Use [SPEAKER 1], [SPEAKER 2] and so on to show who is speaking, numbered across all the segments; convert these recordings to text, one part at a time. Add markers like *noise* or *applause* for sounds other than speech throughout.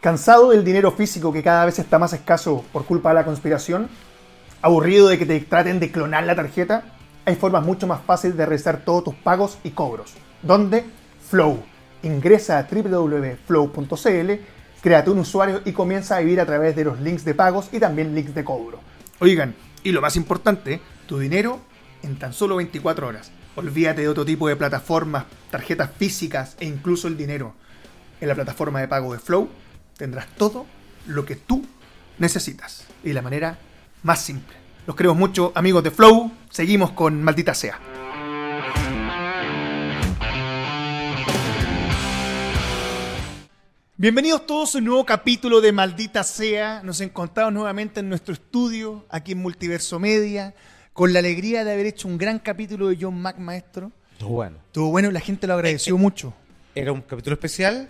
[SPEAKER 1] Cansado del dinero físico que cada vez está más escaso por culpa de la conspiración, aburrido de que te traten de clonar la tarjeta, hay formas mucho más fáciles de realizar todos tus pagos y cobros. ¿Dónde? Flow. Ingresa a www.flow.cl, créate un usuario y comienza a vivir a través de los links de pagos y también links de cobro. Oigan, y lo más importante, tu dinero en tan solo 24 horas. Olvídate de otro tipo de plataformas, tarjetas físicas e incluso el dinero. En la plataforma de pago de Flow tendrás todo lo que tú necesitas y de la manera más simple. Los queremos mucho, amigos de Flow. Seguimos con Maldita Sea. Bienvenidos todos a un nuevo capítulo de Maldita Sea. Nos encontramos nuevamente en nuestro estudio, aquí en Multiverso Media, con la alegría de haber hecho un gran capítulo de John Mac, maestro.
[SPEAKER 2] Bueno,
[SPEAKER 1] Estuvo bueno y la gente lo agradeció mucho.
[SPEAKER 2] era un capítulo especial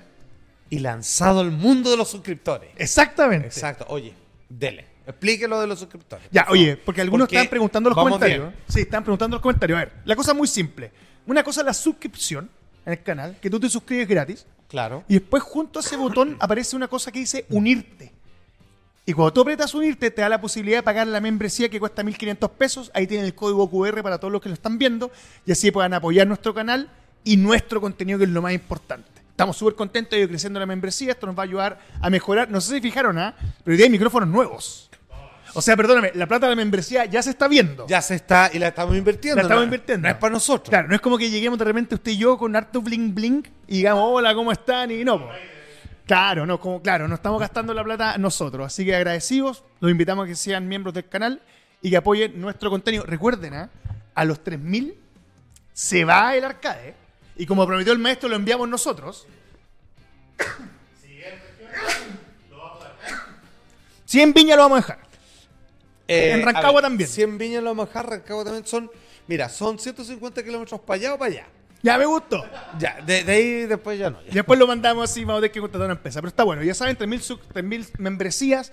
[SPEAKER 2] y lanzado al mundo de los suscriptores.
[SPEAKER 1] Exactamente.
[SPEAKER 2] Exacto. Oye, dele. Explíquelo de los suscriptores.
[SPEAKER 1] Ya,
[SPEAKER 2] por
[SPEAKER 1] oye,
[SPEAKER 2] favor.
[SPEAKER 1] porque algunos están preguntando en los
[SPEAKER 2] vamos
[SPEAKER 1] comentarios. ¿eh?
[SPEAKER 2] bien.
[SPEAKER 1] Sí, están preguntando en los comentarios. A ver, la cosa es muy simple. Una cosa es la suscripción en el canal, que tú te suscribes gratis,
[SPEAKER 2] Claro.
[SPEAKER 1] y después junto a ese botón aparece una cosa que dice unirte. Y cuando tú apretas unirte, te da la posibilidad de pagar la membresía que cuesta 1.500 pesos. Ahí tienen el código QR para todos los que lo están viendo, y así puedan apoyar nuestro canal y nuestro contenido, que es lo más importante. Estamos súper contentos de ir creciendo la membresía. Esto nos va a ayudar a mejorar. No sé si fijaron, ¿ah? pero hoy día hay micrófonos nuevos. O sea, perdóname, la plata de la membresía ya se está viendo.
[SPEAKER 2] Ya se está y la estamos invirtiendo.
[SPEAKER 1] La estamos
[SPEAKER 2] no-
[SPEAKER 1] invirtiendo.
[SPEAKER 2] No es para nosotros.
[SPEAKER 1] Claro, no es como que lleguemos de repente usted y yo con harto bling bling y digamos, hola, ¿cómo están? Y no, po. Claro, no, como, claro, no estamos gastando la plata nosotros. Así que agradecidos, los invitamos a que sean miembros del canal y que apoyen nuestro contenido. Recuerden, ¿ah? a los 3.000 se va el arcade y como prometió el maestro, lo enviamos nosotros. Si en Viña lo vamos a dejar.
[SPEAKER 2] Eh,
[SPEAKER 1] En
[SPEAKER 2] a
[SPEAKER 1] Rancagua también.
[SPEAKER 2] 100 viñas lo bajar, Rancagua también son. Mira, son 150 kilómetros para allá o para allá.
[SPEAKER 1] Ya me gustó.
[SPEAKER 2] Ya, de, de ahí después ya no. ya.
[SPEAKER 1] Después pues lo mandamos así, vamos a tener que contratar una empresa. Pero está bueno, ya saben, 3.000 sub- 3.000 membresías,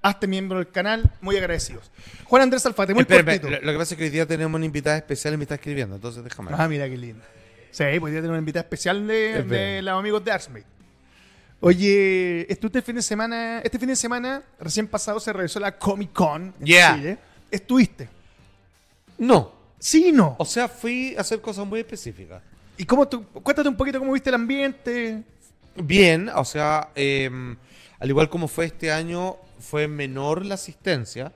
[SPEAKER 1] hazte miembro del canal, muy agradecidos. Juan Andrés Alfate, muy
[SPEAKER 2] Espérame,
[SPEAKER 1] cortito.
[SPEAKER 2] lo, lo que pasa es que hoy día tenemos una invitada especial y me está escribiendo, entonces déjame.
[SPEAKER 1] Ah, mira qué lindo. Sí, pues podría tener una invitada especial de,
[SPEAKER 2] Es
[SPEAKER 1] de
[SPEAKER 2] verdad.
[SPEAKER 1] los amigos de Artsmith. Oye, estuve este fin de semana, este fin de semana, recién pasado se realizó la Comic Con en
[SPEAKER 2] Yeah.
[SPEAKER 1] Chile. ¿Estuviste?
[SPEAKER 2] No.
[SPEAKER 1] Sí y no.
[SPEAKER 2] O sea, fui a hacer cosas muy específicas.
[SPEAKER 1] ¿Y cómo tú, cuéntate un poquito cómo viste el ambiente?
[SPEAKER 2] Bien, o sea, em, al igual como fue este año, fue menor la asistencia.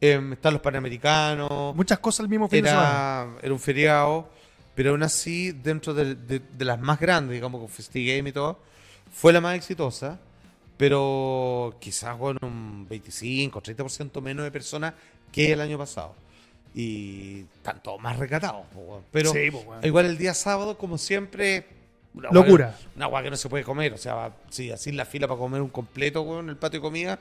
[SPEAKER 2] Em, están los panamericanos,
[SPEAKER 1] Muchas cosas el mismo fin de semana.
[SPEAKER 2] era, era un feriado, pero aún así, dentro del- de, de las más grandes, digamos, con FestiGame y todo, fue la más exitosa, pero quizás con un 25, 30% menos de personas que el año pasado. Y tanto más recatados, po, weón. pero
[SPEAKER 1] Sí, po, weón.
[SPEAKER 2] igual el día sábado, como siempre, una weá-
[SPEAKER 1] Locura.
[SPEAKER 2] una agua que no se puede comer, o sea, sí, así en la fila para comer un completo, weón, en el patio de comida.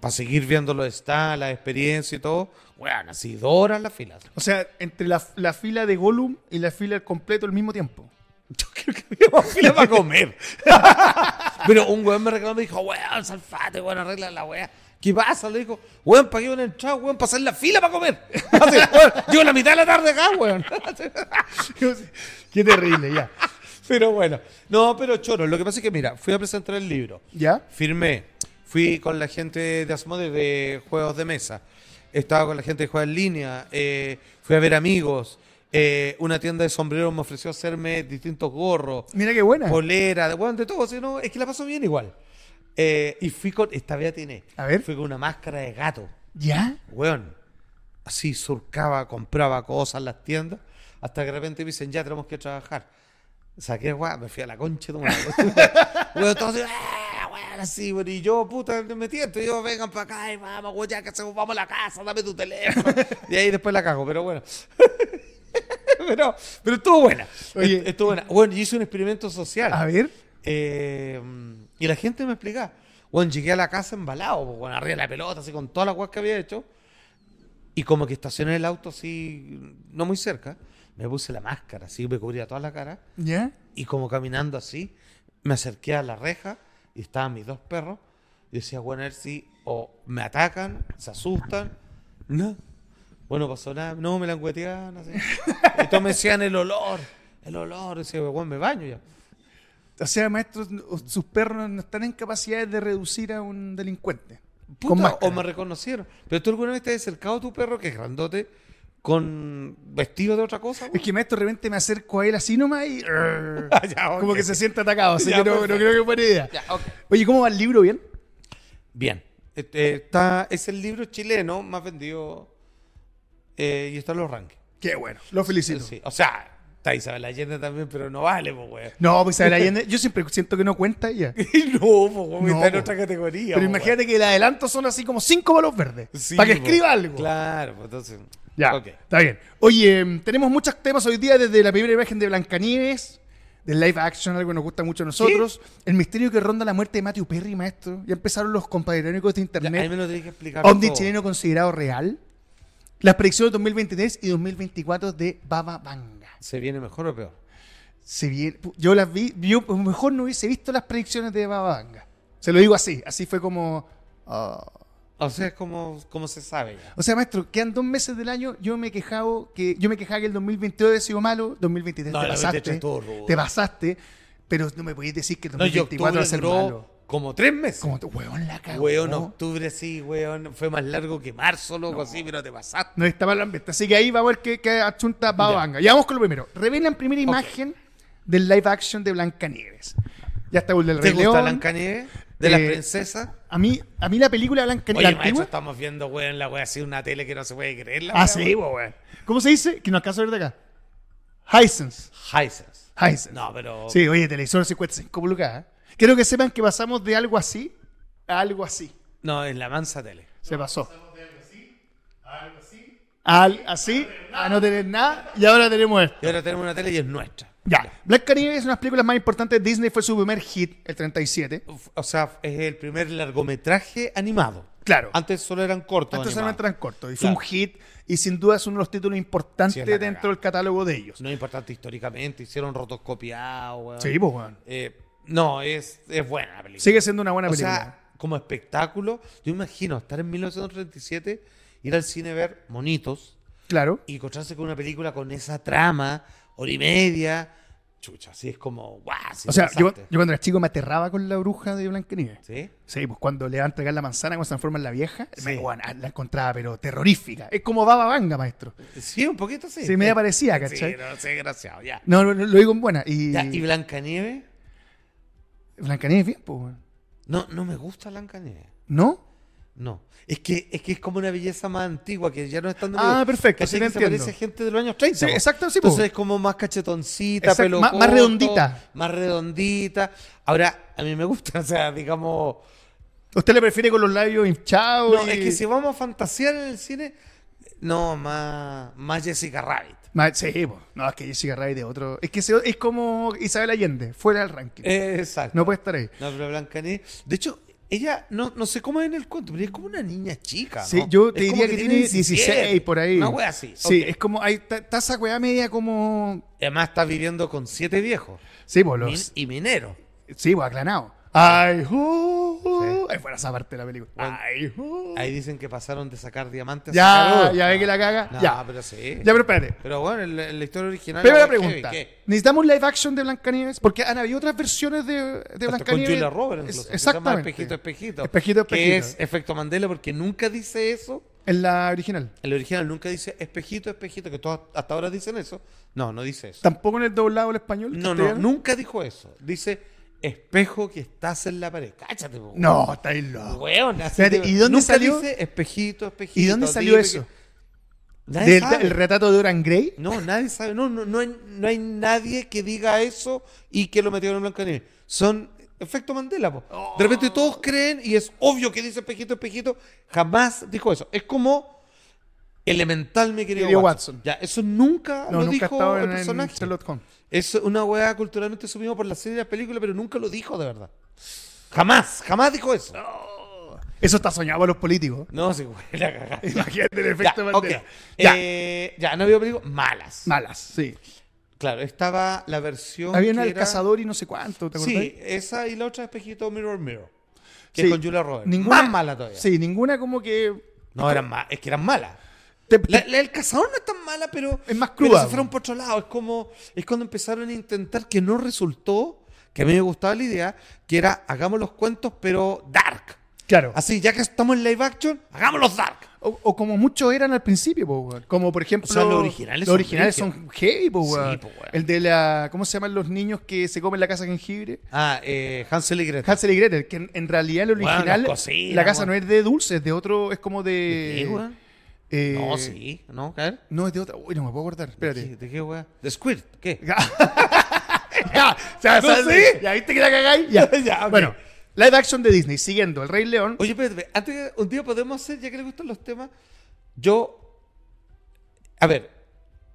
[SPEAKER 2] Para seguir viendo los stands, la experiencia y todo. Weón, así dos horas la fila.
[SPEAKER 1] O sea, entre la, la fila de Gollum y la fila del completo al mismo tiempo.
[SPEAKER 2] Yo creo que había fila para comer. *laughs* Pero un weón me reclamó y me dijo, weón, salfate, weón, arregla la weá. ¿Qué pasa? Le dijo, weón, pagué una entrada, weón, para hacer la fila para comer. *laughs* Así, weón, llevo la mitad de la tarde acá, weón.
[SPEAKER 1] *laughs* Qué terrible, ya.
[SPEAKER 2] Pero bueno, no, pero choro, lo que pasa es que mira, fui a presentar el libro.
[SPEAKER 1] ¿Ya?
[SPEAKER 2] Firmé. Fui con la gente de Asmode de juegos de mesa. Estaba con la gente de juegos en línea. eh, fui a ver amigos. eh, una tienda de sombreros me ofreció hacerme distintos gorros,
[SPEAKER 1] Mira qué buena.
[SPEAKER 2] polera, de, bueno, de todo. si no, es que la paso bien igual. Eh, y fui con. Esta vez tiene.
[SPEAKER 1] A ver.
[SPEAKER 2] Fui con una máscara de gato.
[SPEAKER 1] ¿Ya?
[SPEAKER 2] Weón. Así surcaba, compraba cosas en las tiendas. Hasta que de repente me dicen, ya tenemos que trabajar. Saqué, weón, me fui a la concha de
[SPEAKER 1] *laughs*
[SPEAKER 2] tu madre. Weón, todos así, "Ah, weón, así, weón. Y yo, puta, me tiento. Y yo, vengan para acá y vamos, weón, ya que hacemos, vamos a la casa, dame tu teléfono.
[SPEAKER 1] *laughs*
[SPEAKER 2] y ahí después la cago, pero bueno. *laughs* pero, pero estuvo buena.
[SPEAKER 1] Oye.
[SPEAKER 2] Est- estuvo buena. Bueno, yo hice un experimento social.
[SPEAKER 1] A ver.
[SPEAKER 2] Eh, y la gente me explicaba. Bueno, llegué a la casa embalado, pues, bueno, arriba de la pelota, así con todas las guas que había hecho. Y como que estacioné el auto así, no muy cerca. Me puse la máscara, así me cubría toda la cara.
[SPEAKER 1] ¿Ya?
[SPEAKER 2] Y como caminando así, me acerqué a la reja y estaban mis dos perros. Y decía, bueno, a ver si o me atacan, se asustan. No. Bueno, pasó nada. No, me langueteaban así. Y todos me decían el olor, el olor. Y decía, bueno, me baño ya.
[SPEAKER 1] O sea, maestros, o- sus perros no están en capacidades de reducir a un delincuente.
[SPEAKER 2] Puta,
[SPEAKER 3] Con
[SPEAKER 2] o
[SPEAKER 3] máscara.
[SPEAKER 2] me reconocieron. Pero tú alguna vez te has acercado a tu perro, que es grandote, con vestido de otra cosa.
[SPEAKER 1] Es
[SPEAKER 2] güey?
[SPEAKER 1] que maestro, de repente me acerco a él así nomás y...
[SPEAKER 2] *laughs*
[SPEAKER 1] *laughs*
[SPEAKER 2] Ya, ok.
[SPEAKER 1] Como que se siente atacado, así
[SPEAKER 2] Ya,
[SPEAKER 1] que no, no
[SPEAKER 2] perfecto.
[SPEAKER 1] creo que fuera idea.
[SPEAKER 2] Ya, ok.
[SPEAKER 1] Oye, ¿cómo va el libro? ¿Bien?
[SPEAKER 2] Bien. Este, está, es el libro chileno más vendido eh, y está en los rankings. Eh,
[SPEAKER 1] Qué bueno, lo felicito.
[SPEAKER 2] Sí, O sea, está Isabel Allende también, pero no vale, pues, *laughs* güey.
[SPEAKER 1] No, pues Isabel Allende, yo siempre siento que no cuenta ella.
[SPEAKER 2] no, pues, güey,
[SPEAKER 1] No,
[SPEAKER 2] está en
[SPEAKER 1] pues.
[SPEAKER 2] otra categoría.
[SPEAKER 1] Pero
[SPEAKER 2] pues,
[SPEAKER 1] imagínate que el adelanto son así como cinco palos verdes.
[SPEAKER 2] güey. Sí,
[SPEAKER 1] para que
[SPEAKER 2] pues.
[SPEAKER 1] escriba algo.
[SPEAKER 2] Claro, pues entonces.
[SPEAKER 1] Ya,
[SPEAKER 2] ok.
[SPEAKER 1] está bien. Oye, em, tenemos muchos temas hoy día, desde la primera imagen de Blancanieves, del live action, algo que nos gusta mucho a nosotros, el misterio que ronda la muerte de Matthew Perry, maestro. Ya empezaron los compadrónicos de
[SPEAKER 2] Ya, ahí me
[SPEAKER 1] internet.
[SPEAKER 2] lo tenés que explicar.
[SPEAKER 1] Omni
[SPEAKER 2] todo.
[SPEAKER 1] chileno considerado real. Las predicciones 2023 y 2024 de Baba Vanga.
[SPEAKER 2] ¿Se viene mejor o peor?
[SPEAKER 1] Se viene- pu- yo las vi, yo pues, mejor no hubiese visto las predicciones de Baba Vanga. Se lo digo así, así fue como... ah.
[SPEAKER 2] O sea, es como, como se sabe ya.
[SPEAKER 1] O sea, maestro, quedan dos meses del año, yo me he quejado que yo me quejaba que el 2022 había sido malo, 2023
[SPEAKER 2] No,
[SPEAKER 1] te
[SPEAKER 2] el 2023
[SPEAKER 1] pasaste,
[SPEAKER 2] estuvo rudo.
[SPEAKER 1] te pasaste, pero no me podéis decir que el
[SPEAKER 2] No, y
[SPEAKER 1] 2024 va
[SPEAKER 2] octubre
[SPEAKER 1] a ser
[SPEAKER 2] duró
[SPEAKER 1] malo.
[SPEAKER 2] como tres meses.
[SPEAKER 1] Como tu huevón la cagó.
[SPEAKER 2] Weón, octubre sí, weón. Fue más largo que marzo, loco, así, pero te pasaste.
[SPEAKER 1] No estaba el ambiente. Así que ahí va a ver qué, qué achunta va
[SPEAKER 2] Ya.
[SPEAKER 1] vanga. Ya vamos con lo primero. Revelan primera imagen del live action de Blancanieves. Ya está el del
[SPEAKER 2] ¿Te
[SPEAKER 1] Rey
[SPEAKER 2] gusta
[SPEAKER 1] León.
[SPEAKER 2] Blancanieves? ¿De las
[SPEAKER 1] eh,
[SPEAKER 2] princesas?
[SPEAKER 1] A mí, a mí la película de
[SPEAKER 2] Oye,
[SPEAKER 1] Blancanieves. la
[SPEAKER 2] maestro,
[SPEAKER 1] antigua-
[SPEAKER 2] estamos viendo, weón, la wea así, una tele que no se puede creer. La
[SPEAKER 1] Ah,
[SPEAKER 2] wea,
[SPEAKER 1] sí, po, weón. ¿Cómo se dice? Que no alcanzo a ver de acá. Hisense.
[SPEAKER 2] Hisense.
[SPEAKER 1] Hisense.
[SPEAKER 2] No, pero.
[SPEAKER 1] Sí, oye, televisor 55 pulgadas. ¿eh? Quiero que sepan que pasamos de algo así a algo así.
[SPEAKER 2] No, en la mansa tele.
[SPEAKER 1] Se pasó. Al, así, a no tener nada, y ahora tenemos esto.
[SPEAKER 2] Y ahora tenemos una tele y es nuestra.
[SPEAKER 1] Ya. Black Canary es una de las películas más importantes de Disney, fue su primer hit, el 37.
[SPEAKER 2] Uf, O sea, es el primer largometraje animado.
[SPEAKER 1] Claro.
[SPEAKER 2] Antes solo eran cortos.
[SPEAKER 1] Antes
[SPEAKER 2] animados.
[SPEAKER 1] solamente eran cortos, y fue un
[SPEAKER 2] Claro.
[SPEAKER 1] hit, y sin duda es uno de los títulos importantes
[SPEAKER 2] Sí, es la cagada.
[SPEAKER 1] dentro del catálogo de ellos.
[SPEAKER 2] No es importante históricamente, hicieron rotoscopiado, weón.
[SPEAKER 1] Sí, pues, weón.
[SPEAKER 2] Eh, no, es, es buena la película.
[SPEAKER 1] Sigue siendo una buena
[SPEAKER 2] o
[SPEAKER 1] película.
[SPEAKER 2] sea, como espectáculo, yo imagino estar en 1937, ir al cine a ver monitos
[SPEAKER 1] claro.
[SPEAKER 2] y encontrarse con una película con esa trama, hora y media. Chucha, así es como, guau, sí
[SPEAKER 1] O sea,
[SPEAKER 2] te
[SPEAKER 1] yo,
[SPEAKER 2] pasaste.
[SPEAKER 1] yo cuando era chico me aterraba con la bruja de Blancanieves.
[SPEAKER 2] ¿Sí?
[SPEAKER 1] Sí, pues cuando le va a entregar la manzana, cuando se transforma en la vieja,
[SPEAKER 2] Sí.
[SPEAKER 1] me- bueno, la encontraba, pero terrorífica. Es como Baba Vanga, maestro.
[SPEAKER 2] Sí, un poquito sí.
[SPEAKER 1] Sí, me parecía,
[SPEAKER 2] Sí,
[SPEAKER 1] ¿cachai?
[SPEAKER 2] no, sí, desgraciado, ya.
[SPEAKER 1] No, no, no, lo digo en buena. Y,
[SPEAKER 2] Ya, ¿Y Blancanieves?
[SPEAKER 1] Blancanieves, bien, pues, weón.
[SPEAKER 2] No, no me gusta Blancanieves.
[SPEAKER 1] ¿no?
[SPEAKER 2] No, es que, es que es como una belleza más antigua que ya no están de
[SPEAKER 1] Ah,
[SPEAKER 2] moda.
[SPEAKER 1] perfecto, sí te
[SPEAKER 2] ¿Cachai? Que se
[SPEAKER 1] entiendo.
[SPEAKER 2] parece a gente de los años 30.
[SPEAKER 1] Sí,
[SPEAKER 2] po.
[SPEAKER 1] exacto, sí, po.
[SPEAKER 2] Entonces es como más cachetoncita,
[SPEAKER 1] Exacto,
[SPEAKER 2] pelo
[SPEAKER 1] más- más
[SPEAKER 2] corto,
[SPEAKER 1] redondita.
[SPEAKER 2] Más redondita. Ahora, a mí me gusta, *laughs* o sea, digamos.
[SPEAKER 1] ¿Usted le prefiere con los labios hinchados?
[SPEAKER 2] No,
[SPEAKER 1] y-
[SPEAKER 2] es que si vamos a fantasear en el cine, no, más, más Jessica Rabbit.
[SPEAKER 1] Ma- Sí, pues. No, es que Jessica Rabbit de otro. Es que se- es como Isabel Allende, fuera del ranking.
[SPEAKER 2] Eh, exacto.
[SPEAKER 1] No puede estar ahí.
[SPEAKER 2] No, pero Blancanieves. De hecho, ella, no, no sé cómo es en el cuento, pero es como una niña chica. ¿no?
[SPEAKER 1] Sí, yo te
[SPEAKER 2] Es como
[SPEAKER 1] diría que, tiene 16
[SPEAKER 2] 17,
[SPEAKER 1] por ahí.
[SPEAKER 2] Una wea así.
[SPEAKER 1] Sí,
[SPEAKER 2] ok.
[SPEAKER 1] es como. Hay ta- ta esa weá media como.
[SPEAKER 2] Además, está viviendo con siete viejos.
[SPEAKER 1] Sí, pues
[SPEAKER 2] Min-
[SPEAKER 1] los.
[SPEAKER 2] y minero.
[SPEAKER 1] Sí, pues aclanado. Ay, ju, ju. Ahí fuera esa parte de la película.
[SPEAKER 2] Ah. Bueno,
[SPEAKER 1] Ay, ju.
[SPEAKER 2] Ahí dicen que pasaron de sacar diamantes a
[SPEAKER 1] Ya,
[SPEAKER 2] sacar oro.
[SPEAKER 1] ya ve que la caga.
[SPEAKER 2] No,
[SPEAKER 1] ya.
[SPEAKER 2] pero sí.
[SPEAKER 1] Ya, pero espérate.
[SPEAKER 2] Pero bueno, en la, en la historia original.
[SPEAKER 1] Primera
[SPEAKER 2] la wea
[SPEAKER 1] pregunta.
[SPEAKER 2] heavy, ¿qué?
[SPEAKER 1] ¿Necesitamos un live action de Blancanieves? Porque han habido otras versiones de, de
[SPEAKER 2] Hasta con
[SPEAKER 1] Blancanieves.
[SPEAKER 2] Julia Roberts.
[SPEAKER 1] Es-
[SPEAKER 2] incluso, que se llama
[SPEAKER 1] exactamente.
[SPEAKER 2] Espejito, espejito.
[SPEAKER 1] Espejito, espejito.
[SPEAKER 2] Que es efecto Mandela porque nunca dice eso.
[SPEAKER 1] En la original.
[SPEAKER 2] En la original nunca dice espejito, espejito, que todos hasta ahora dicen eso. No, no dice eso.
[SPEAKER 1] Tampoco en el doblado al español.
[SPEAKER 2] No, no,
[SPEAKER 1] castellano?
[SPEAKER 2] nunca dijo eso. Dice espejo que estás en la pared. Cáchate, po,
[SPEAKER 1] No, está ahí loco.
[SPEAKER 2] Weón, así
[SPEAKER 1] Espérate,
[SPEAKER 2] te-
[SPEAKER 1] ¿y dónde
[SPEAKER 2] nunca
[SPEAKER 1] salió?
[SPEAKER 2] dice espejito, espejito.
[SPEAKER 1] ¿Y dónde salió
[SPEAKER 2] dime
[SPEAKER 1] eso?
[SPEAKER 2] que- Nadie
[SPEAKER 1] ¿Del
[SPEAKER 2] sabe.
[SPEAKER 1] el retrato de Oran Grey?
[SPEAKER 2] No, nadie sabe. No, no, no, hay, no hay nadie que diga eso y que lo metieron en Blancanieves. Son efecto Mandela, po. De repente todos creen y es obvio que dice espejito, espejito. Jamás dijo eso. Es como elemental, mi querido
[SPEAKER 1] Querido
[SPEAKER 2] Watson.
[SPEAKER 1] Watson.
[SPEAKER 2] Ya, eso nunca
[SPEAKER 1] No,
[SPEAKER 2] lo
[SPEAKER 1] nunca ha
[SPEAKER 2] dijo
[SPEAKER 1] estado
[SPEAKER 2] el
[SPEAKER 1] en, en
[SPEAKER 2] personaje.
[SPEAKER 1] Sherlock Holmes.
[SPEAKER 2] Es una weá culturalmente subimos por la serie y la película, pero nunca lo dijo de verdad. Jamás, jamás dijo eso.
[SPEAKER 1] Eso está soñado por los políticos. *laughs*
[SPEAKER 2] No, sí, *laughs* güey, la cagada.
[SPEAKER 1] Imagínate el
[SPEAKER 2] Ya,
[SPEAKER 1] efecto
[SPEAKER 2] ok.
[SPEAKER 1] Mandela. Ya.
[SPEAKER 2] Eh, ya, no había películas malas.
[SPEAKER 1] Malas, sí.
[SPEAKER 2] Claro, estaba la versión.
[SPEAKER 1] Había
[SPEAKER 2] que
[SPEAKER 1] una del
[SPEAKER 2] era-
[SPEAKER 1] cazador y no sé cuánto, ¿te acordás?
[SPEAKER 2] Sí, esa y la otra espejito Mirror Mirror. Que
[SPEAKER 1] Sí.
[SPEAKER 2] es con Julia Roberts.
[SPEAKER 1] Ninguna,
[SPEAKER 2] Más mala todavía.
[SPEAKER 1] Sí, ninguna como que.
[SPEAKER 2] No, eran ma- es que eran malas.
[SPEAKER 1] te-
[SPEAKER 2] La, la del cazador no es tan mala, pero.
[SPEAKER 1] Es más
[SPEAKER 2] pero
[SPEAKER 1] cruda,
[SPEAKER 2] se fueron
[SPEAKER 1] po.
[SPEAKER 2] por otro lado. Es como. Es cuando empezaron a intentar que no resultó. que a mí me gustaba la idea, que era hagamos los cuentos, pero dark.
[SPEAKER 1] Claro.
[SPEAKER 2] Así, ya que estamos en live action, hagámoslos dark.
[SPEAKER 1] O, o como muchos eran al principio, po, weón. Como por ejemplo.
[SPEAKER 2] O sea, los originales
[SPEAKER 1] los
[SPEAKER 2] son
[SPEAKER 1] originales son,
[SPEAKER 2] brígidos.
[SPEAKER 1] heavy, po,
[SPEAKER 2] Sí,
[SPEAKER 1] weón.
[SPEAKER 2] po, weón.
[SPEAKER 1] El de la. ¿Cómo se llaman los niños que se comen la casa de jengibre?
[SPEAKER 2] Ah, eh, Hansel y Gretel.
[SPEAKER 1] Hansel y Gretel, que en, en realidad el
[SPEAKER 2] Weón,
[SPEAKER 1] original.
[SPEAKER 2] las cocinas,
[SPEAKER 1] la casa
[SPEAKER 2] weón.
[SPEAKER 1] no es de dulce, es de otro. Es como
[SPEAKER 2] ¿De
[SPEAKER 1] de.
[SPEAKER 2] qué, weón?
[SPEAKER 1] eh,
[SPEAKER 2] no, sí, no, caer.
[SPEAKER 1] No, es de otra. Uy, no me puedo acordar. Espérate. *laughs*
[SPEAKER 2] ¿De qué, weón? ¿De Squirt? ¿Qué?
[SPEAKER 1] ya, ya,
[SPEAKER 2] No,
[SPEAKER 1] Ah, sabes,
[SPEAKER 2] sí.
[SPEAKER 1] ya viste que la
[SPEAKER 2] *laughs*
[SPEAKER 1] cagáis. Ya.
[SPEAKER 2] Ya, ok.
[SPEAKER 1] Bueno, live action de Disney, siguiendo. El Rey León.
[SPEAKER 2] Oye, espérate, espérate, antes que- un día podemos hacer, ya que le gustan los temas, yo, a ver,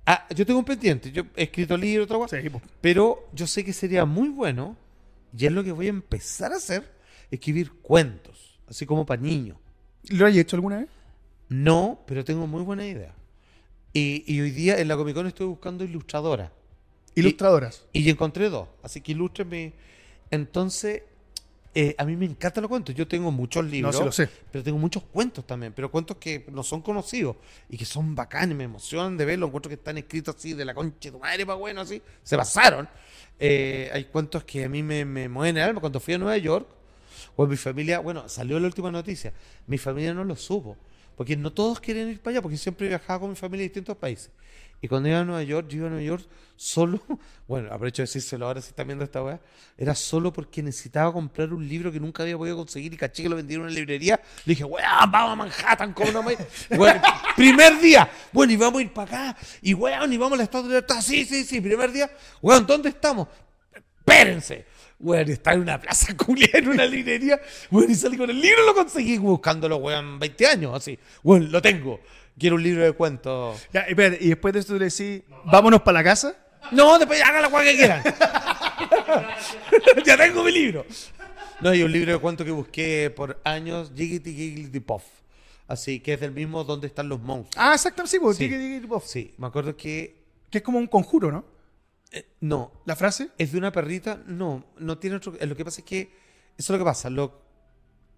[SPEAKER 2] ah, yo tengo un pendiente, yo he escrito libro, otra cosa,
[SPEAKER 1] Sí, po.
[SPEAKER 2] pero yo sé que sería muy bueno, y es lo que voy a empezar a hacer, escribir cuentos, así como para niños.
[SPEAKER 1] ¿Lo has hecho alguna vez?
[SPEAKER 2] No, pero tengo muy buena idea. Y, y hoy día en la Comic Con estoy buscando ilustradoras.
[SPEAKER 1] Ilustradoras.
[SPEAKER 2] Y yo encontré dos, así que ilústrenme. Entonces, eh, a mí me encantan los cuentos. Yo tengo muchos libros,
[SPEAKER 1] sí lo sé.
[SPEAKER 2] pero tengo muchos cuentos también, pero cuentos que no son conocidos y que son bacanes, me emocionan de verlos. Encuentros que están escritos así de la concha de tu madre, pa' bueno, así, se pasaron. Eh, hay cuentos que a mí me, me mueven el alma. Cuando fui a Nueva York, o mi familia, bueno, salió la última noticia, mi familia no lo supo, porque no todos quieren ir para allá, porque siempre viajaba con mi familia a distintos países. Y cuando iba a Nueva York, yo iba a Nueva York solo, *laughs* bueno, aprovecho de decírselo ahora si están viendo esta weá, era solo porque necesitaba comprar un libro que nunca había podido conseguir y caché que lo vendieron en una librería. Le dije, weón, vamos a Manhattan, ¿cómo no me... Weón, primer día, bueno, y vamos a ir para acá, y weón, y vamos a la Estatua de la Libertad, sí, sí, sí, primer día, weón, ¿dónde estamos? espérense. Weón, está en una plaza *laughs* culia, en una librería. Weón, y salí con el libro, lo conseguí buscándolo, weón, 20 años, así. Weón, lo tengo. Quiero un libro de cuentos.
[SPEAKER 1] Ya, espérate, y después de esto tú le decís, vámonos para la casa.
[SPEAKER 2] No, después hagan la weá que quieran. *laughs* ya tengo mi libro. No, hay un libro de cuentos que busqué por años, Jiggity Giggity Puff. Así que es del mismo donde están los monstruos.
[SPEAKER 1] Ah, exactamente, sí, po,
[SPEAKER 2] Sí.
[SPEAKER 1] tiki, tiki, bof.
[SPEAKER 2] Sí, me acuerdo que. eh,
[SPEAKER 1] Que es como un conjuro, ¿no?
[SPEAKER 2] No,
[SPEAKER 1] La frase.
[SPEAKER 2] ¿Es de una perrita? No, no tiene otro. eh, Lo que pasa es que. Eso es lo que pasa. lo-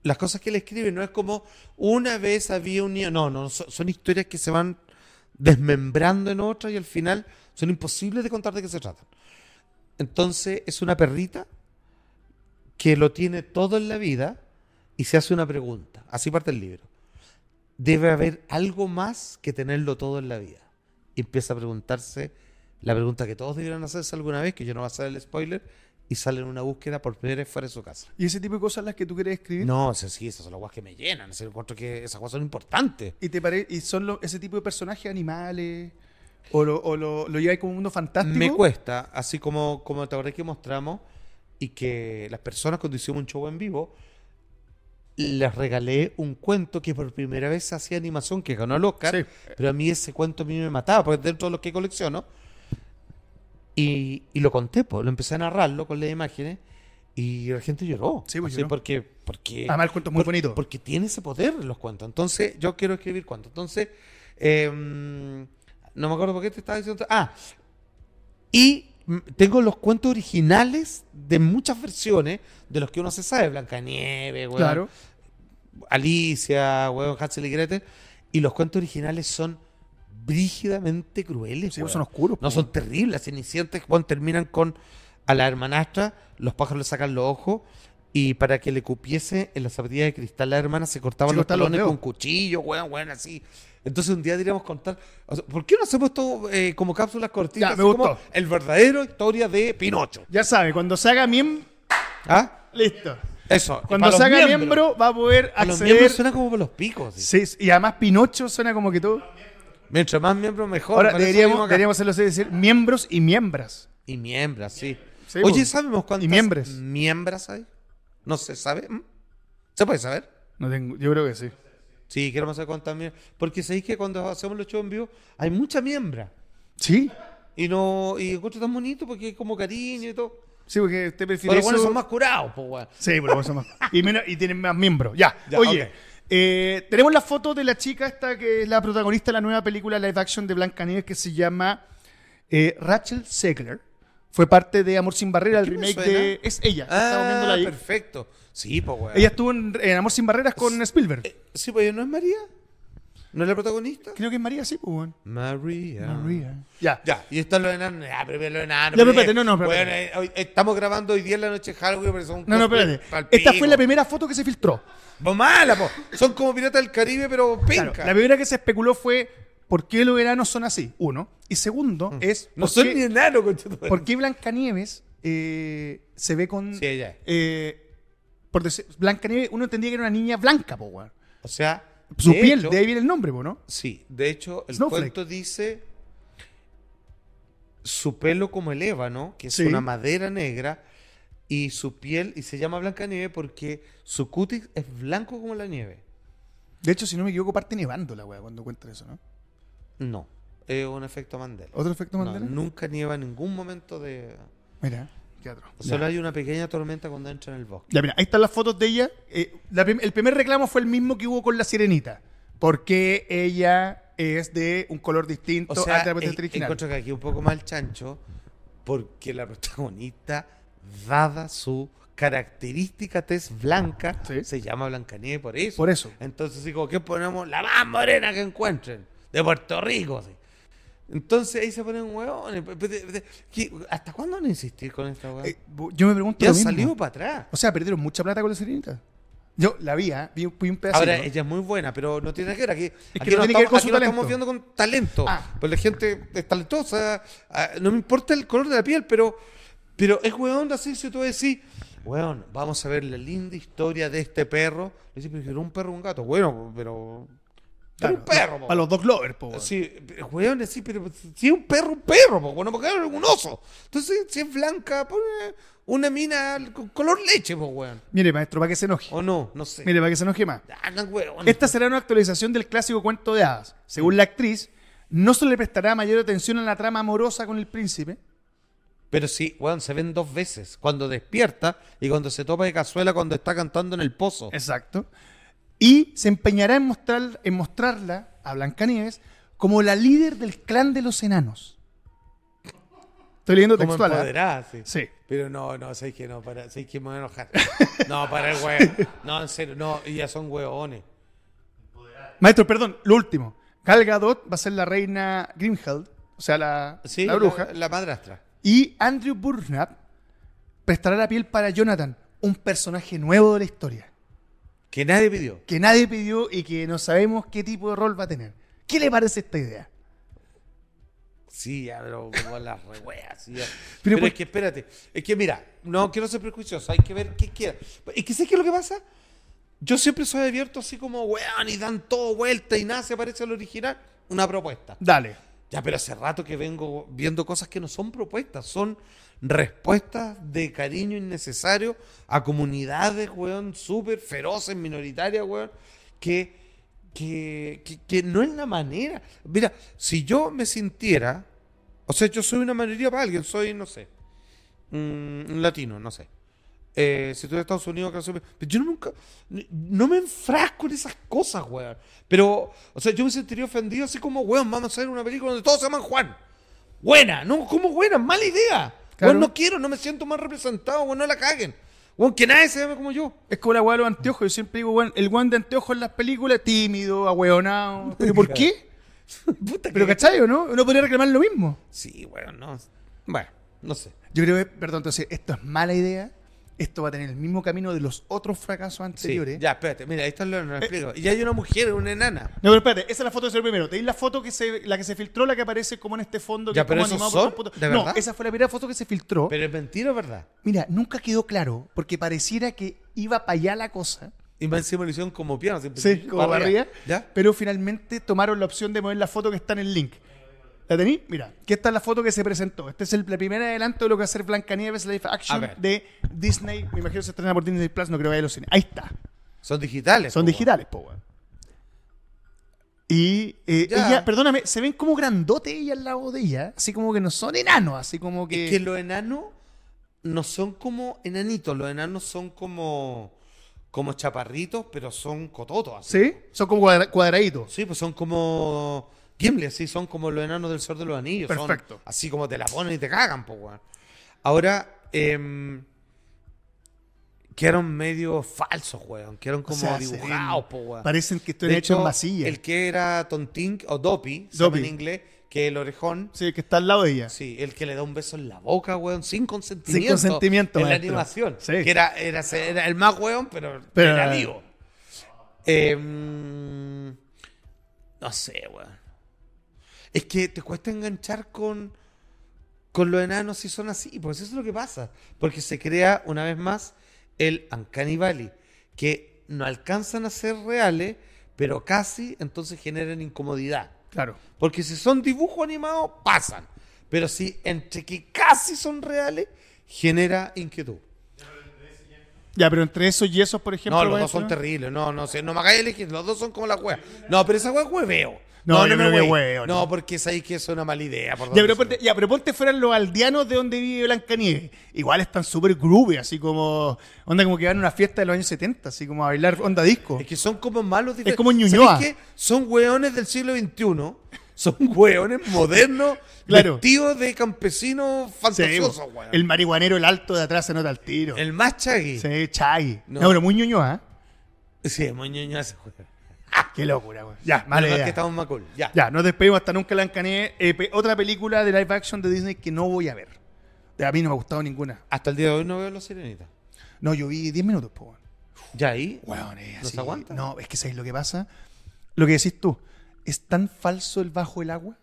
[SPEAKER 2] las cosas que él escribe no es como una vez había un niño. No, no, so- son, historias que se van desmembrando en otras y al final son imposibles de contar de qué se tratan. Entonces es una perrita que lo tiene todo en la vida y se hace una pregunta. Así parte el libro. Debe haber algo más que tenerlo todo en la vida. Y empieza a preguntarse la pregunta que todos debieran hacerse alguna vez, que yo no voy a hacer el spoiler, y sale en una búsqueda por primera vez fuera de su casa.
[SPEAKER 1] Y ese tipo de cosas las que tú quieres escribir.
[SPEAKER 2] No, o sea, sí, esas son las guas que me llenan. o sea, encuentro que esas guas son importantes.
[SPEAKER 1] Y, te pare- y son lo- ese tipo de personajes, animales. O lo, o lo, lo lleváis como un mundo fantástico.
[SPEAKER 2] Me cuesta, así como, como te acordás que mostramos y que las personas cuando hicimos un show en vivo, les regalé un cuento que por primera vez hacía animación, que ganó el Oscar,
[SPEAKER 1] Sí.
[SPEAKER 2] pero a mí ese cuento a mí me mataba, porque dentro de los que colecciono, y, y lo conté, pues, lo empecé a narrarlo con las imágenes, y la gente lloró.
[SPEAKER 1] Sí, pues,
[SPEAKER 2] Así,
[SPEAKER 1] lloró.
[SPEAKER 2] Porque, porque,
[SPEAKER 1] Además, el cuento es muy
[SPEAKER 2] por-
[SPEAKER 1] bonito.
[SPEAKER 2] Porque tiene ese poder los cuentos. Entonces, yo quiero escribir cuentos. Entonces, eh, no me acuerdo por qué te estaba diciendo. Ah, y mm, tengo los cuentos originales de muchas versiones de los que uno se sabe: Blancanieves, weón,
[SPEAKER 1] Claro.
[SPEAKER 2] Alicia, weón, Hansel y Gretel. Y los cuentos originales son brígidamente crueles.
[SPEAKER 1] Sí, pues,
[SPEAKER 2] weón.
[SPEAKER 1] son oscuros,
[SPEAKER 2] No
[SPEAKER 1] po,
[SPEAKER 2] son
[SPEAKER 1] weón.
[SPEAKER 2] terribles. Cenicientes, weón, terminan con a la hermanastra, los pájaros le sacan los ojos. Y para que le cupiese en la zapatilla de cristal, la hermana se cortaban
[SPEAKER 1] Se
[SPEAKER 2] los
[SPEAKER 1] cortaban los
[SPEAKER 2] talones
[SPEAKER 1] dedos.
[SPEAKER 2] con cuchillo, weón, weón, así. Entonces un día diríamos contar. o sea, ¿Por qué no hacemos esto eh, como cápsulas cortitas?
[SPEAKER 1] Ya, me
[SPEAKER 2] así como
[SPEAKER 1] gustó.
[SPEAKER 2] el verdadero historia de Pinocho.
[SPEAKER 1] Ya sabe, cuando se haga miembro.
[SPEAKER 2] ¿Ah?
[SPEAKER 1] Listo.
[SPEAKER 2] Eso.
[SPEAKER 1] Cuando se haga miembro, va a poder
[SPEAKER 2] A los
[SPEAKER 1] acceder.
[SPEAKER 2] miembros suena como para los picos. así.
[SPEAKER 1] Sí, sí, y además Pinocho suena como que todo.
[SPEAKER 2] Mientras más miembros, mejor.
[SPEAKER 1] Ahora
[SPEAKER 2] Para eso
[SPEAKER 1] deberíamos,
[SPEAKER 2] vimos acá.
[SPEAKER 1] deberíamos hacerlo así, decir miembros y miembras.
[SPEAKER 2] Y miembros, sí.
[SPEAKER 1] Sí,
[SPEAKER 2] Oye,
[SPEAKER 1] pues.
[SPEAKER 2] ¿sabemos cuántas
[SPEAKER 1] Y miembros.
[SPEAKER 2] miembros hay? No se sabe. ¿Mm? ¿Se puede saber?
[SPEAKER 1] No tengo, yo creo que sí.
[SPEAKER 2] Sí, queremos saber cuántas miembros. Porque sabéis que cuando hacemos los shows en vivo, hay mucha miembra.
[SPEAKER 1] Sí.
[SPEAKER 2] Y no, y encuentro tan bonito porque hay como cariño y todo.
[SPEAKER 1] Sí, porque usted
[SPEAKER 2] Pero
[SPEAKER 1] prefiere
[SPEAKER 2] los buenos
[SPEAKER 1] eso-
[SPEAKER 2] son más curados, pues weón.
[SPEAKER 1] Sí, pero vos sos más. *laughs* Y, menos- y tienen más miembros. Ya.
[SPEAKER 2] Ya,
[SPEAKER 1] Oye,
[SPEAKER 2] ok.
[SPEAKER 1] eh, tenemos la foto de la chica esta que es la protagonista de la nueva película live action de Blancanieves que se llama eh, Rachel Zegler. Fue parte de Amor sin Barrera, el
[SPEAKER 2] qué me
[SPEAKER 1] remake
[SPEAKER 2] suena?
[SPEAKER 1] de. Es ella. estamos viéndola
[SPEAKER 2] Ah,
[SPEAKER 1] ahí.
[SPEAKER 2] perfecto. Sí, pues weón. eh,
[SPEAKER 1] Ella estuvo en, en Amor sin Barreras con Spielberg.
[SPEAKER 2] Sí, pues ella no es María. ¿No es la protagonista?
[SPEAKER 1] Creo que es María, sí, pues, weón.
[SPEAKER 2] María.
[SPEAKER 1] María. Ya.
[SPEAKER 2] Ya, y esto es lo enano. Ya, pero es lo enano.
[SPEAKER 1] Ya,
[SPEAKER 2] pero
[SPEAKER 1] espérate,
[SPEAKER 2] es-
[SPEAKER 1] no, no,
[SPEAKER 2] Bueno,
[SPEAKER 1] espérate.
[SPEAKER 2] eh, hoy- estamos grabando hoy día en la noche de Halloween, pero son
[SPEAKER 1] No, no,
[SPEAKER 2] cosplay
[SPEAKER 1] espérate.
[SPEAKER 2] pa'l
[SPEAKER 1] Esta
[SPEAKER 2] pico.
[SPEAKER 1] fue la primera foto que se filtró.
[SPEAKER 2] Pues mala, po. Son como piratas del Caribe, pero
[SPEAKER 1] Claro,
[SPEAKER 2] penca.
[SPEAKER 1] la primera que se especuló fue por qué los veranos son así, uno. Y segundo es
[SPEAKER 2] Mm. no
[SPEAKER 1] por,
[SPEAKER 2] son ni
[SPEAKER 1] qué,
[SPEAKER 2] enano, conchetumare.
[SPEAKER 1] por qué Blancanieves eh, se ve con...
[SPEAKER 2] Sí, ella.
[SPEAKER 1] eh, por decir, Blancanieves, uno entendía que era una niña blanca, po, weón.
[SPEAKER 2] O sea,
[SPEAKER 1] Su
[SPEAKER 2] de
[SPEAKER 1] piel,
[SPEAKER 2] hecho-
[SPEAKER 1] de ahí viene el nombre, po, ¿no?
[SPEAKER 2] Sí, de hecho, el
[SPEAKER 1] Snowflake.
[SPEAKER 2] cuento dice su pelo como el ébano, que es
[SPEAKER 1] Sí.
[SPEAKER 2] una madera negra, y su piel, y se llama Blanca Nieve porque su cutis es blanco como la nieve.
[SPEAKER 1] De hecho, si no me equivoco, parte nevando la weá cuando cuentan eso, ¿no?
[SPEAKER 2] No, es un efecto Mandela.
[SPEAKER 1] ¿Otro efecto
[SPEAKER 2] No,
[SPEAKER 1] Mandela?
[SPEAKER 2] nunca nieva en ningún momento de...
[SPEAKER 1] Mira, qué atroz.
[SPEAKER 2] Solo
[SPEAKER 1] Ya.
[SPEAKER 2] hay una pequeña tormenta cuando entra en el bosque.
[SPEAKER 1] Ya, mira, ahí están las fotos de ella. Eh, la prim- el primer reclamo fue el mismo que hubo con la sirenita. Porque ella es de un color distinto
[SPEAKER 2] O sea,
[SPEAKER 1] al de la potencia
[SPEAKER 2] en-
[SPEAKER 1] original.
[SPEAKER 2] encuentro que aquí un poco mal chancho porque la protagonista, dada su característica tez blanca,
[SPEAKER 1] Sí.
[SPEAKER 2] se llama Blancanieves por eso.
[SPEAKER 1] Por eso.
[SPEAKER 2] Entonces digo, ¿qué ponemos? La más morena que encuentren de Puerto Rico. así. Entonces ahí se ponen huevones. Pe- pe- pe- ¿qué- ¿Hasta cuándo van a insistir con esta hueá?
[SPEAKER 1] Eh, bo- yo me pregunto.
[SPEAKER 2] ya
[SPEAKER 1] Lo mismo.
[SPEAKER 2] salió para atrás.
[SPEAKER 1] O sea, perdieron mucha plata con la sirenita. Yo la vi, ¿eh? vi, vi un pedacito.
[SPEAKER 2] Ahora, ella es muy buena, pero no tiene nada que ver. Aquí,
[SPEAKER 1] que
[SPEAKER 2] aquí
[SPEAKER 1] no
[SPEAKER 2] no
[SPEAKER 1] tiene que ver con
[SPEAKER 2] estamos, aquí
[SPEAKER 1] su
[SPEAKER 2] no estamos
[SPEAKER 1] talento.
[SPEAKER 2] viendo con talento.
[SPEAKER 1] Ah.
[SPEAKER 2] Pues la gente es talentosa. ah, no me importa el color de la piel, pero, pero es weón así si tú decís, weón, vamos a ver la linda historia de este perro. Le decís, pero era un perro o un gato. Bueno, pero.
[SPEAKER 1] Claro,
[SPEAKER 2] era un perro, po.
[SPEAKER 1] Para los dos Glover, po. weón.
[SPEAKER 2] Sí, pero, weón, sí, pero si es un perro, un perro, po, bueno, porque era un oso. Entonces, si es blanca, pon una, una mina con color leche, pues, weón.
[SPEAKER 1] Mire, maestro, para que se enoje.
[SPEAKER 2] O no, no sé.
[SPEAKER 1] Mire, para que se enoje más.
[SPEAKER 2] Andan, weón.
[SPEAKER 1] Esta será una actualización del clásico cuento de hadas. Según la actriz, no se le prestará mayor atención a la trama amorosa con el príncipe.
[SPEAKER 2] Pero sí, weón, se ven dos veces. Cuando despierta y cuando se topa de cazuela cuando está cantando en el pozo.
[SPEAKER 1] Exacto. Y se empeñará en, mostrar, en mostrarla a Blancanieves como la líder del clan de los enanos. Estoy leyendo
[SPEAKER 2] Como
[SPEAKER 1] textual. ¿eh?
[SPEAKER 2] empoderada, sí.
[SPEAKER 1] Sí.
[SPEAKER 2] Pero no, no, sabéis que no, para, sabéis que me voy a
[SPEAKER 1] *laughs*
[SPEAKER 2] enojar. No, para el weón. No, en serio, no, y ya son weones.
[SPEAKER 1] Maestro, perdón, lo último. Gal Gadot va a ser la reina Grimhald, o sea, la,
[SPEAKER 2] Sí,
[SPEAKER 1] la bruja.
[SPEAKER 2] La, madrastra.
[SPEAKER 1] Y Andrew Burnap prestará la piel para Jonathan, un personaje nuevo de la historia,
[SPEAKER 2] Que nadie pidió.
[SPEAKER 1] que nadie pidió y que no sabemos qué tipo de rol va a tener. ¿Qué le parece esta idea?
[SPEAKER 2] Sí, ya, pero como las re weas, sí, ya.
[SPEAKER 1] Pero pues
[SPEAKER 2] Pero,
[SPEAKER 1] por-
[SPEAKER 2] es que espérate, es que mira, no quiero ser prejuicioso, hay que ver qué quiera. Es que sé que lo que pasa, yo siempre soy abierto así como, weón, y dan todo vuelta y nada se parece al original, una propuesta.
[SPEAKER 1] Dale.
[SPEAKER 2] Ya, pero hace rato que vengo viendo cosas que no son propuestas, son respuestas de cariño innecesario a comunidades, weón, súper feroces, minoritarias, weón, que, que, que, que no es la manera. Mira, si yo me sintiera, o sea, yo soy una mayoría para alguien, soy, no sé, mm, un latino, no sé. Eh, si tú eres de Estados Unidos, clase media. Pero yo nunca. n- No me enfrasco en esas cosas, weón. Pero, o sea, yo me sentiría ofendido así como, weón, vamos a hacer una película donde todos se llaman Juan. Buena, no, ¿cómo buena? Mala idea.
[SPEAKER 1] Claro.
[SPEAKER 2] Weón, no quiero, no me siento más representado, weón, no la caguen. Weón, que nadie se llame como yo. *laughs*
[SPEAKER 1] Es como la weá de los anteojos. Yo siempre digo, weón, el weón de anteojos en las películas, tímido, ahueonado. *laughs* ¿Pero por qué?
[SPEAKER 2] Puta que-
[SPEAKER 1] ¿Pero cachai o no? Uno podría reclamar lo mismo.
[SPEAKER 2] Sí, weón, no. Bueno, no sé.
[SPEAKER 1] Yo creo que, perdón, entonces, esto es mala idea. Esto va a tener el mismo camino de los otros fracasos
[SPEAKER 2] Sí,
[SPEAKER 1] anteriores.
[SPEAKER 2] ya, espérate, mira, ahí está lo lo explico. Y hay una mujer, una enana.
[SPEAKER 1] No, pero espérate, esa es la foto de ser primero. Tenéis la foto que se, la que se filtró, la que aparece como en este fondo. que
[SPEAKER 2] Ya,
[SPEAKER 1] es
[SPEAKER 2] pero
[SPEAKER 1] como
[SPEAKER 2] ¿esos
[SPEAKER 1] animado por
[SPEAKER 2] son?
[SPEAKER 1] computa-
[SPEAKER 2] ¿De
[SPEAKER 1] No,
[SPEAKER 2] verdad?
[SPEAKER 1] esa fue la primera foto que se filtró.
[SPEAKER 2] Pero es mentira, o ¿verdad?
[SPEAKER 1] Mira, nunca quedó claro, porque pareciera que iba para allá la cosa.
[SPEAKER 2] Y más encima lo hicieron como piano. así, pues,
[SPEAKER 1] Sí, como para arriba.
[SPEAKER 2] ¿Ya?
[SPEAKER 1] Pero finalmente tomaron la opción de mover la foto que está en el link. ¿La tení? Mira, que esta es la foto que se presentó. Este es el primer adelanto de lo que va a ser Blancanieves Live
[SPEAKER 2] A
[SPEAKER 1] Action
[SPEAKER 2] ver.
[SPEAKER 1] de Disney. Me imagino que se estrena por Disney Plus, no creo que vaya a los cines. Ahí está.
[SPEAKER 2] Son digitales.
[SPEAKER 1] Son
[SPEAKER 2] po, weón.
[SPEAKER 1] digitales, po, weón. Y eh,
[SPEAKER 2] Ya.
[SPEAKER 1] ella, perdóname, se ven como grandote ella al lado de ella, así como que no son enanos, así como que.
[SPEAKER 2] Es que los enanos no son como enanitos, los enanos son como, como chaparritos, pero son cototos. Así.
[SPEAKER 1] ¿Sí? Son como cuadra- cuadraditos.
[SPEAKER 2] Sí, pues son como Gimli, así son como los enanos del Señor de los Anillos. son
[SPEAKER 1] Perfecto.
[SPEAKER 2] así como te la ponen y te cagan, pues, weón. Ahora, em, Quedaron medio falsos, weón. Quedaron como
[SPEAKER 1] sea, se
[SPEAKER 2] dibujados,
[SPEAKER 1] ven-
[SPEAKER 2] po, weón.
[SPEAKER 1] Parecen que están
[SPEAKER 2] De
[SPEAKER 1] hechos en
[SPEAKER 2] hecho,
[SPEAKER 1] masilla.
[SPEAKER 2] El que era Tontink o Dopey, se
[SPEAKER 1] Dopey.
[SPEAKER 2] llama en inglés, que el orejón.
[SPEAKER 1] Sí, que está al lado de ella.
[SPEAKER 2] Sí, el que le da un beso en la boca, weón, sin consentimiento.
[SPEAKER 1] Sin consentimiento,
[SPEAKER 2] En la
[SPEAKER 1] maestro.
[SPEAKER 2] animación.
[SPEAKER 1] Sí.
[SPEAKER 2] Que era, era, era el más weón, pero,
[SPEAKER 1] Pero-
[SPEAKER 2] era vivo. Eh, mm, no sé, weón. Es que te cuesta enganchar con, con los enanos si son así. Pues eso es lo que pasa. Porque se crea, una vez más, el Uncanny Valley. Que no alcanzan a ser reales, pero casi, entonces generan incomodidad.
[SPEAKER 1] Claro.
[SPEAKER 2] Porque si son dibujos animados, pasan. Pero si entre que casi son reales, genera inquietud.
[SPEAKER 1] Ya, pero entre esos yesos, por ejemplo.
[SPEAKER 2] no, los dos
[SPEAKER 1] maestro,
[SPEAKER 2] son terribles. No, no sé. No me hagáis elegir. Los dos son como la hueá. No, pero esa hueá es hueveo.
[SPEAKER 1] No, yo
[SPEAKER 2] me
[SPEAKER 1] creo que
[SPEAKER 2] hueí.
[SPEAKER 1] hueveo, no.
[SPEAKER 2] No, porque sabéis que es una mala idea. por
[SPEAKER 1] Ya
[SPEAKER 2] donde
[SPEAKER 1] pero,
[SPEAKER 2] sea.
[SPEAKER 1] ponte, ya, pero ponte fueran los aldeanos de donde vive Blancanieves. Igual están súper groovy, así como. Onda como que van a una fiesta de los años 70, así como a bailar onda disco.
[SPEAKER 2] Es que son como malos.
[SPEAKER 1] Es como
[SPEAKER 2] ¿Sabéis
[SPEAKER 1] Ñuñoa.
[SPEAKER 2] qué? Son hueones del siglo XXI. Son hueones modernos,
[SPEAKER 1] *laughs* Claro.
[SPEAKER 2] vestidos de campesinos
[SPEAKER 1] Sí,
[SPEAKER 2] fantasiosos,
[SPEAKER 1] bo.
[SPEAKER 2] hueón.
[SPEAKER 1] el marihuanero, el alto de atrás se nota el tiro.
[SPEAKER 2] El más chagui. Sí,
[SPEAKER 1] Sí, chai. No.
[SPEAKER 2] No.
[SPEAKER 1] pero muy ñoñoa, ¿eh?
[SPEAKER 2] sí muy Ñuñoa ese hueón.
[SPEAKER 1] *laughs* Qué locura, güey. Ya, mala
[SPEAKER 2] Menos mal
[SPEAKER 1] idea.
[SPEAKER 2] que estamos más cool. Ya.
[SPEAKER 1] Ya, nos despedimos hasta nunca, Blancanieves. Eh, pe- otra película de live action de Disney que no voy a ver. A mí no me ha gustado ninguna.
[SPEAKER 2] Hasta el día de hoy no veo los sirenitas.
[SPEAKER 1] No, yo vi 10 minutos, po, weón.
[SPEAKER 2] Ya ahí.
[SPEAKER 1] Weón, es
[SPEAKER 2] ¿No se
[SPEAKER 1] así.
[SPEAKER 2] aguanta?
[SPEAKER 1] No, es que ¿sabes lo que pasa? Lo que decís tú, es tan falso el bajo el
[SPEAKER 2] *laughs*
[SPEAKER 1] agua.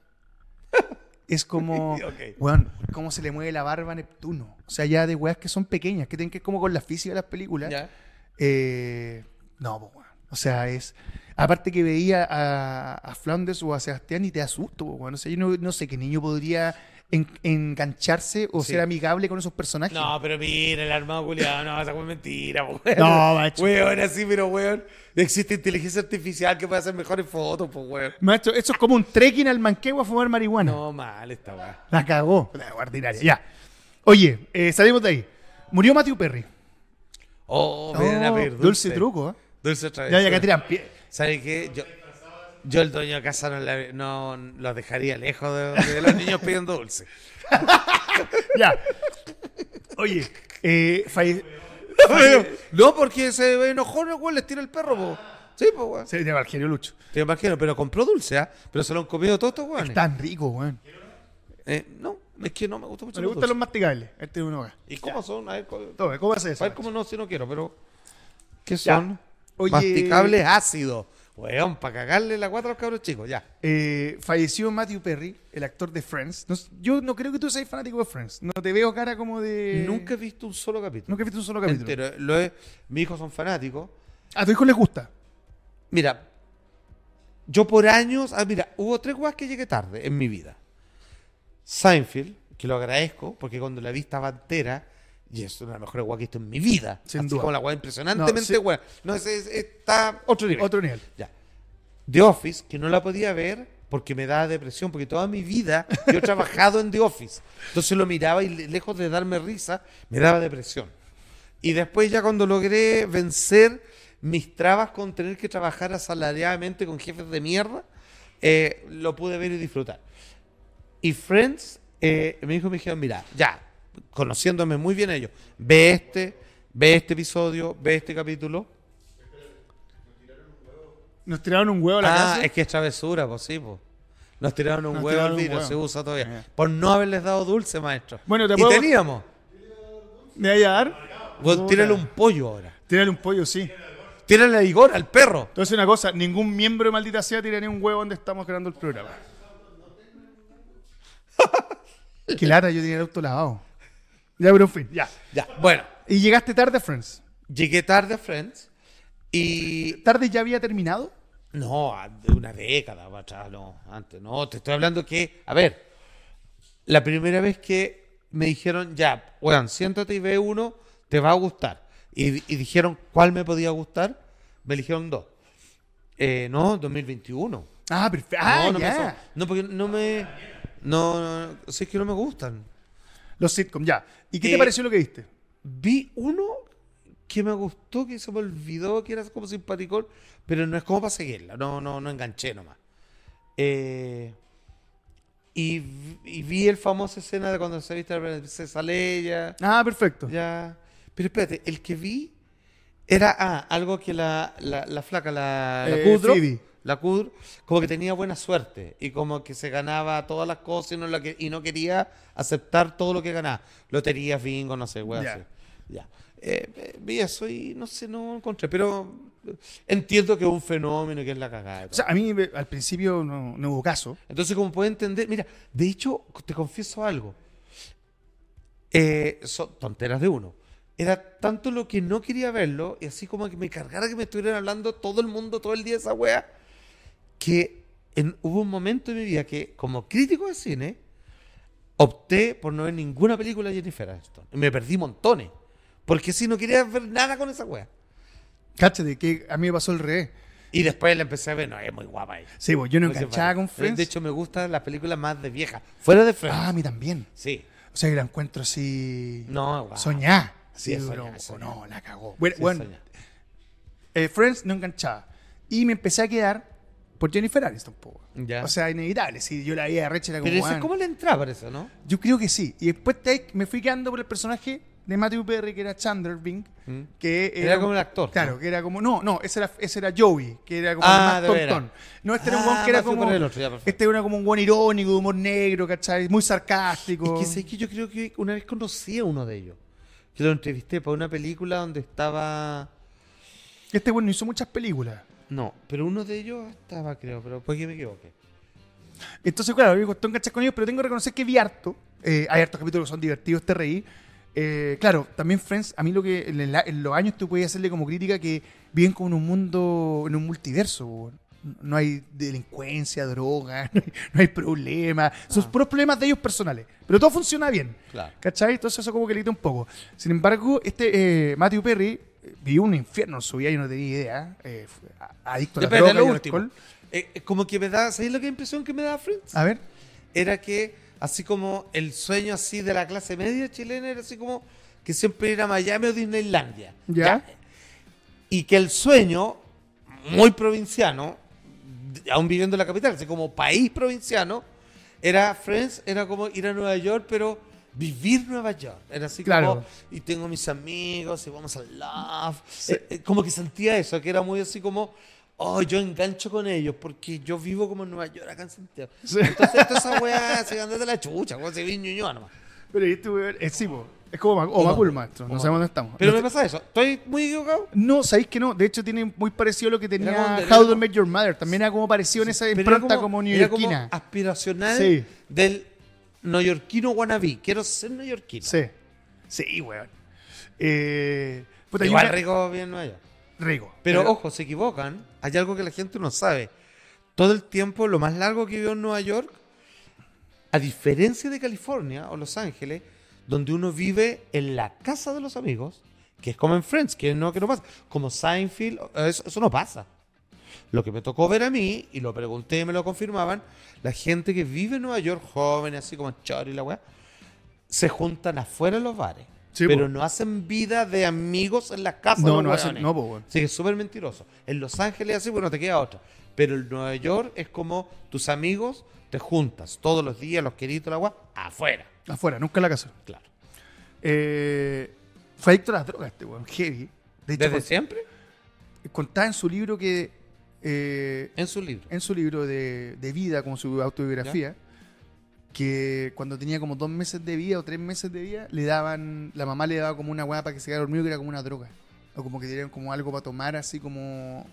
[SPEAKER 1] Es como,
[SPEAKER 2] Ok.
[SPEAKER 1] weón, cómo se le mueve la barba a Neptuno. O sea, ya de weas que son pequeñas, que tienen que ver como con la física de las películas.
[SPEAKER 2] Ya.
[SPEAKER 1] Eh, no, pues, weón. O sea, es. Aparte que veía a, a Flanders o a Sebastián y te asusto, pues, weón. O sea, yo no, no sé qué niño podría en- engancharse o
[SPEAKER 2] Sí.
[SPEAKER 1] ser amigable con esos personajes. *laughs*
[SPEAKER 2] No, pero mira, el armado culiado, no, esa fue mentira, po,
[SPEAKER 1] No,
[SPEAKER 2] weón.
[SPEAKER 1] macho.
[SPEAKER 2] Weón, así, pero weón, existe inteligencia artificial que puede hacer mejores fotos, pues weón.
[SPEAKER 1] Maestro, eso es como un trekking al manqueo a fumar marihuana.
[SPEAKER 2] No, mal esta weón.
[SPEAKER 1] La cagó. La ordinaria, ya. Oye, eh, salimos de ahí. Murió Matthew Perry.
[SPEAKER 2] Oh, ven a
[SPEAKER 1] Oh,
[SPEAKER 2] ver,
[SPEAKER 1] dulce truco, ¿eh?
[SPEAKER 2] Dulce otra vez.
[SPEAKER 1] Ya, ya que tiran pie.
[SPEAKER 2] ¿Sabes qué? Yo, yo el dueño de casa no, la- no los dejaría lejos de, de los niños pidiendo dulce. *laughs*
[SPEAKER 1] Ya. Oye, eh,
[SPEAKER 2] *laughs*
[SPEAKER 1] falle-
[SPEAKER 2] no, porque se enojó, no, weón, les tira el perro, po. Sí, pues weón.
[SPEAKER 1] se llama Argelio Lucho.
[SPEAKER 2] Te imagino, pero compró dulce, ¿ah? Pero se lo han comido todos estos weones.
[SPEAKER 1] Tan rico, weón.
[SPEAKER 2] Eh, no, es que no me gusta mucho.
[SPEAKER 1] Me
[SPEAKER 2] los
[SPEAKER 1] gustan los
[SPEAKER 2] dulces.
[SPEAKER 1] mastigables. Este es uno acá.
[SPEAKER 2] ¿Y cómo son? A ver, co- a
[SPEAKER 1] Tome, ¿cómo hace eso?
[SPEAKER 2] ver cómo no, si no quiero, pero. ¿Qué
[SPEAKER 1] Ya.
[SPEAKER 2] son?
[SPEAKER 1] Oye.
[SPEAKER 2] Masticables ácidos. Weón, para cagarle la guata a los cabros chicos, ya.
[SPEAKER 1] Eh, falleció Matthew Perry, el actor de Friends. No s- yo no creo que tú seas fanático de Friends. No te veo cara como de.
[SPEAKER 2] Nunca he visto un solo capítulo.
[SPEAKER 1] Eh. Nunca he visto un solo capítulo.
[SPEAKER 2] Entero. Lo he- Mis hijos son fanáticos.
[SPEAKER 1] A tu hijo le gusta.
[SPEAKER 2] Mira, yo por años. Ah, mira, hubo tres weas que llegué tarde en mi vida. Seinfeld, que lo agradezco, porque cuando la vi estaba entera, y es una de las mejores weas que he visto en mi vida.
[SPEAKER 1] Sin
[SPEAKER 2] así
[SPEAKER 1] duda.
[SPEAKER 2] como la wea impresionantemente
[SPEAKER 1] sí.
[SPEAKER 2] wea. No, es- es- está otro nivel.
[SPEAKER 1] Otro nivel.
[SPEAKER 2] Ya. The Office, que no la podía ver porque me daba depresión, porque toda mi vida yo he trabajado en The Office. Entonces lo miraba y le- lejos de darme risa, me daba depresión. Y después ya cuando logré vencer mis trabas con tener que trabajar asalariadamente con jefes de mierda, eh, lo pude ver y disfrutar. Y Friends, eh, mi hijo me dijeron, mira, ya, conociéndome muy bien ellos, ve este, ve este episodio, ve este capítulo.
[SPEAKER 1] Nos tiraron un huevo a la
[SPEAKER 2] ah,
[SPEAKER 1] casa.
[SPEAKER 2] es que es travesura, pues sí, pues. Nos tiraron un
[SPEAKER 1] Nos
[SPEAKER 2] huevo
[SPEAKER 1] tiraron
[SPEAKER 2] al
[SPEAKER 1] un
[SPEAKER 2] vidrio,
[SPEAKER 1] huevo.
[SPEAKER 2] se usa todavía.
[SPEAKER 1] Ya.
[SPEAKER 2] Por no haberles dado dulce, maestro.
[SPEAKER 1] Bueno, te
[SPEAKER 2] y
[SPEAKER 1] puedo-
[SPEAKER 2] teníamos.
[SPEAKER 1] ¿Me voy a dar?
[SPEAKER 2] Bueno, tírale un pollo ahora.
[SPEAKER 1] Tírale un pollo, sí.
[SPEAKER 2] Tírale a Igor, al perro.
[SPEAKER 1] Entonces, una cosa, ningún miembro de Maldita Sea tiene ni un huevo donde estamos creando el
[SPEAKER 2] *laughs*
[SPEAKER 1] programa. Qué lata, yo tenía el auto lavado. Ya, pero en fin, ya.
[SPEAKER 2] Ya, bueno.
[SPEAKER 1] Y llegaste tarde, Friends.
[SPEAKER 2] Llegué tarde a Friends y...
[SPEAKER 1] ¿Tarde ya había terminado?
[SPEAKER 2] No, a- de una década para atrás, no, antes, no, te estoy hablando que, a ver, la primera vez que me dijeron, ya, weón, siéntate y ve uno, te va a gustar. Y, y dijeron cuál me podía gustar, me eligieron dos. Eh, no, 2021.
[SPEAKER 1] Ah, perfecto. Ah,
[SPEAKER 2] no, no, me
[SPEAKER 1] ya.
[SPEAKER 2] so- no, porque no me... No, no, no, si es que no me gustan.
[SPEAKER 1] Los sitcom, ya. ¿Y qué te
[SPEAKER 2] Eh,
[SPEAKER 1] pareció lo que viste?
[SPEAKER 2] Vi uno que me gustó, que se me olvidó, que era como simpaticón, pero no es como para seguirla, no, no, no enganché nomás. Eh, y, vi- y vi el famoso escena de cuando se viste a la princesa Leia,
[SPEAKER 1] Ah, perfecto.
[SPEAKER 2] ya... Pero espérate, el que vi Era ah, algo que la, la, la flaca, la, la
[SPEAKER 1] Eh,
[SPEAKER 2] Kudrow,
[SPEAKER 1] Phoebe.
[SPEAKER 2] la Kudrow, como que tenía buena suerte y como que se ganaba todas las cosas y no, la que- y no quería aceptar todo lo que ganaba. Loterías, bingo, no sé, weá,
[SPEAKER 1] Ya.
[SPEAKER 2] así. Ya. Eh, eh, vi eso y no sé, no encontré, pero entiendo que es un fenómeno y que es la cagada. y
[SPEAKER 1] O
[SPEAKER 2] todo.
[SPEAKER 1] sea, a mí eh, al principio no, no hubo caso.
[SPEAKER 2] Entonces, como puede entender, mira, de hecho, te confieso algo. Eh, son tonteras de uno. Era tanto lo que no quería verlo, y así como que me cargara que me estuvieran hablando todo el mundo todo el día de esa wea, que en- hubo un momento en mi vida que, como crítico de cine, opté por no ver ninguna película de Jennifer Aniston. Y me perdí montones. Porque si no quería ver nada con esa wea.
[SPEAKER 1] Cáchate, que a mí me pasó el revés.
[SPEAKER 2] Y después la empecé a ver, no, es muy guapa ella.
[SPEAKER 1] Sí, pues yo no
[SPEAKER 2] Entonces,
[SPEAKER 1] enganchaba
[SPEAKER 2] vale.
[SPEAKER 1] con Friends.
[SPEAKER 2] Eh, De hecho, me gustan las películas más de vieja. Fuera de Friends.
[SPEAKER 1] ah, a mí también.
[SPEAKER 2] Sí.
[SPEAKER 1] O sea, que la encuentro así.
[SPEAKER 2] No, guau.
[SPEAKER 1] Soñá.
[SPEAKER 2] Sí,
[SPEAKER 1] Sí,
[SPEAKER 2] soñá,
[SPEAKER 1] bro,
[SPEAKER 2] soñá.
[SPEAKER 1] No, la cagó. Bueno,
[SPEAKER 2] Sí,
[SPEAKER 1] bueno,
[SPEAKER 2] soñá.
[SPEAKER 1] eh, Friends no enganchaba. Y me empecé a quedar por Jennifer Aniston, po.
[SPEAKER 2] Ya.
[SPEAKER 1] O sea, inevitable. Si yo la veía de Rachel, era como,
[SPEAKER 2] Pero ese,
[SPEAKER 1] "Juan".
[SPEAKER 2] ¿cómo le entraba eso, no?
[SPEAKER 1] Yo creo que sí. Y después te- me fui quedando por el personaje de Matthew Perry, que era Chandler Bing.
[SPEAKER 2] Mm.
[SPEAKER 1] Que
[SPEAKER 2] Era como el actor,
[SPEAKER 1] Claro,
[SPEAKER 2] ¿no?
[SPEAKER 1] que era como. No, no, ese era, ese era Joey, que era como
[SPEAKER 2] Ah, de
[SPEAKER 1] el más
[SPEAKER 2] veras.
[SPEAKER 1] tontón. No, este era un
[SPEAKER 2] Ah,
[SPEAKER 1] guan que era
[SPEAKER 2] Matthew
[SPEAKER 1] como.
[SPEAKER 2] Perry el otro, ya, perfecto.
[SPEAKER 1] este era como un guan irónico, de humor negro, ¿cachai? Muy sarcástico.
[SPEAKER 2] Es que, sé que yo creo que una vez conocí a uno de ellos. Que lo entrevisté para una película donde estaba...
[SPEAKER 1] Este bueno hizo muchas películas.
[SPEAKER 2] No, pero uno de ellos estaba, creo, pero puede que me equivoque.
[SPEAKER 1] Entonces, claro, me costó enganchar con ellos, pero tengo que reconocer que vi harto. Eh, hay hartos capítulos que son divertidos, te reí. Eh, claro, también Friends, a mí lo que en, la- en los años tú puedes hacerle como crítica que viven como en un mundo, en un multiverso. po. No hay delincuencia, droga, *laughs* no hay, no hay problemas. Son puros problemas de ellos personales. Pero todo funciona bien.
[SPEAKER 2] Ah. Claro.
[SPEAKER 1] ¿Cachai? Entonces eso como que le quita un poco. Sin embargo, este eh, Matthew Perry eh, vivió un infierno en su vida, yo no tenía idea. eh, fue a- adicto a la droga
[SPEAKER 2] Espérate,
[SPEAKER 1] y
[SPEAKER 2] lo
[SPEAKER 1] al
[SPEAKER 2] último.
[SPEAKER 1] alcohol.
[SPEAKER 2] Eh, eh, como que me da... ¿Sabéis lo que impresión que me da Friends?
[SPEAKER 1] A ver.
[SPEAKER 2] era que así como el sueño así de la clase media chilena era así como que siempre ir a Miami o Disneylandia.
[SPEAKER 1] Ya.
[SPEAKER 2] Y que el sueño muy provinciano, d- aún viviendo en la capital, así como país provinciano, era Friends, era como ir a Nueva York, pero vivir Nueva York. Era así
[SPEAKER 1] Claro.
[SPEAKER 2] como, y tengo mis amigos, y vamos al love. Eh, eh, como que sentía eso, que era muy así como, oh, yo engancho con ellos, porque yo vivo como en Nueva York, acá en Santiago. Entonces, toda esa weá se anda de la chucha, weón, se vi en Ñuñoa nomás.
[SPEAKER 1] Pero y este weón es, sí, po. es como Mac- o
[SPEAKER 2] Oma.
[SPEAKER 1] Macul, maestro. No
[SPEAKER 2] Oma.
[SPEAKER 1] sabemos dónde estamos.
[SPEAKER 2] Pero
[SPEAKER 1] no,
[SPEAKER 2] me pasa eso, estoy muy equivocado.
[SPEAKER 1] no, sabéis que no. De hecho, tiene muy parecido a lo que
[SPEAKER 2] Era como
[SPEAKER 1] tenía
[SPEAKER 2] de-
[SPEAKER 1] How to Met Your Mother. También era como parecido en esa
[SPEAKER 2] Pero era
[SPEAKER 1] impronta como,
[SPEAKER 2] era como
[SPEAKER 1] neoyorquina.
[SPEAKER 2] aspiracional
[SPEAKER 1] Sí.
[SPEAKER 2] del neoyorquino wannabe. Quiero ser neoyorquino.
[SPEAKER 1] Sí. Sí, weón. Eh, puta, hay
[SPEAKER 2] Igual
[SPEAKER 1] una-
[SPEAKER 2] rico bien en Nueva York.
[SPEAKER 1] Rico.
[SPEAKER 2] Pero, ojo, se equivocan. Hay algo que la gente no sabe. Todo el tiempo, lo más largo que vivió en Nueva York, a diferencia de California o Los Ángeles, donde uno vive en la casa de los amigos, que es como en Friends, que no, que no pasa. Como Seinfeld, eh, eso, eso no pasa. Lo que me tocó ver a mí, y lo pregunté y me lo confirmaban, la gente que vive en Nueva York, joven, así como Chori y la weá, se juntan afuera en los bares.
[SPEAKER 1] Sí,
[SPEAKER 2] pero
[SPEAKER 1] po.
[SPEAKER 2] no hacen vida de amigos en las casas.
[SPEAKER 1] No,
[SPEAKER 2] de los
[SPEAKER 1] no hacen-
[SPEAKER 2] weones.
[SPEAKER 1] no, po, weón.
[SPEAKER 2] Sí, que es súper mentiroso. En Los Ángeles así, bueno, te queda otra. Pero en Nueva York es como tus amigos te juntas todos los días, los queridos, la agua, afuera.
[SPEAKER 1] Afuera, nunca en la casa.
[SPEAKER 2] Claro.
[SPEAKER 1] Eh, fue adicto a las drogas este weón. Heavy. De hecho,
[SPEAKER 2] ¿Desde
[SPEAKER 1] con-
[SPEAKER 2] siempre?
[SPEAKER 1] contaba en su libro que. eh,
[SPEAKER 2] En su libro.
[SPEAKER 1] en su libro de, de vida, como su autobiografía, que cuando tenía como dos meses de vida o tres meses de vida, le daban, la mamá le daba como una hueá para que se quedara dormido que era como una droga. O como que le dieron como algo para tomar, así como...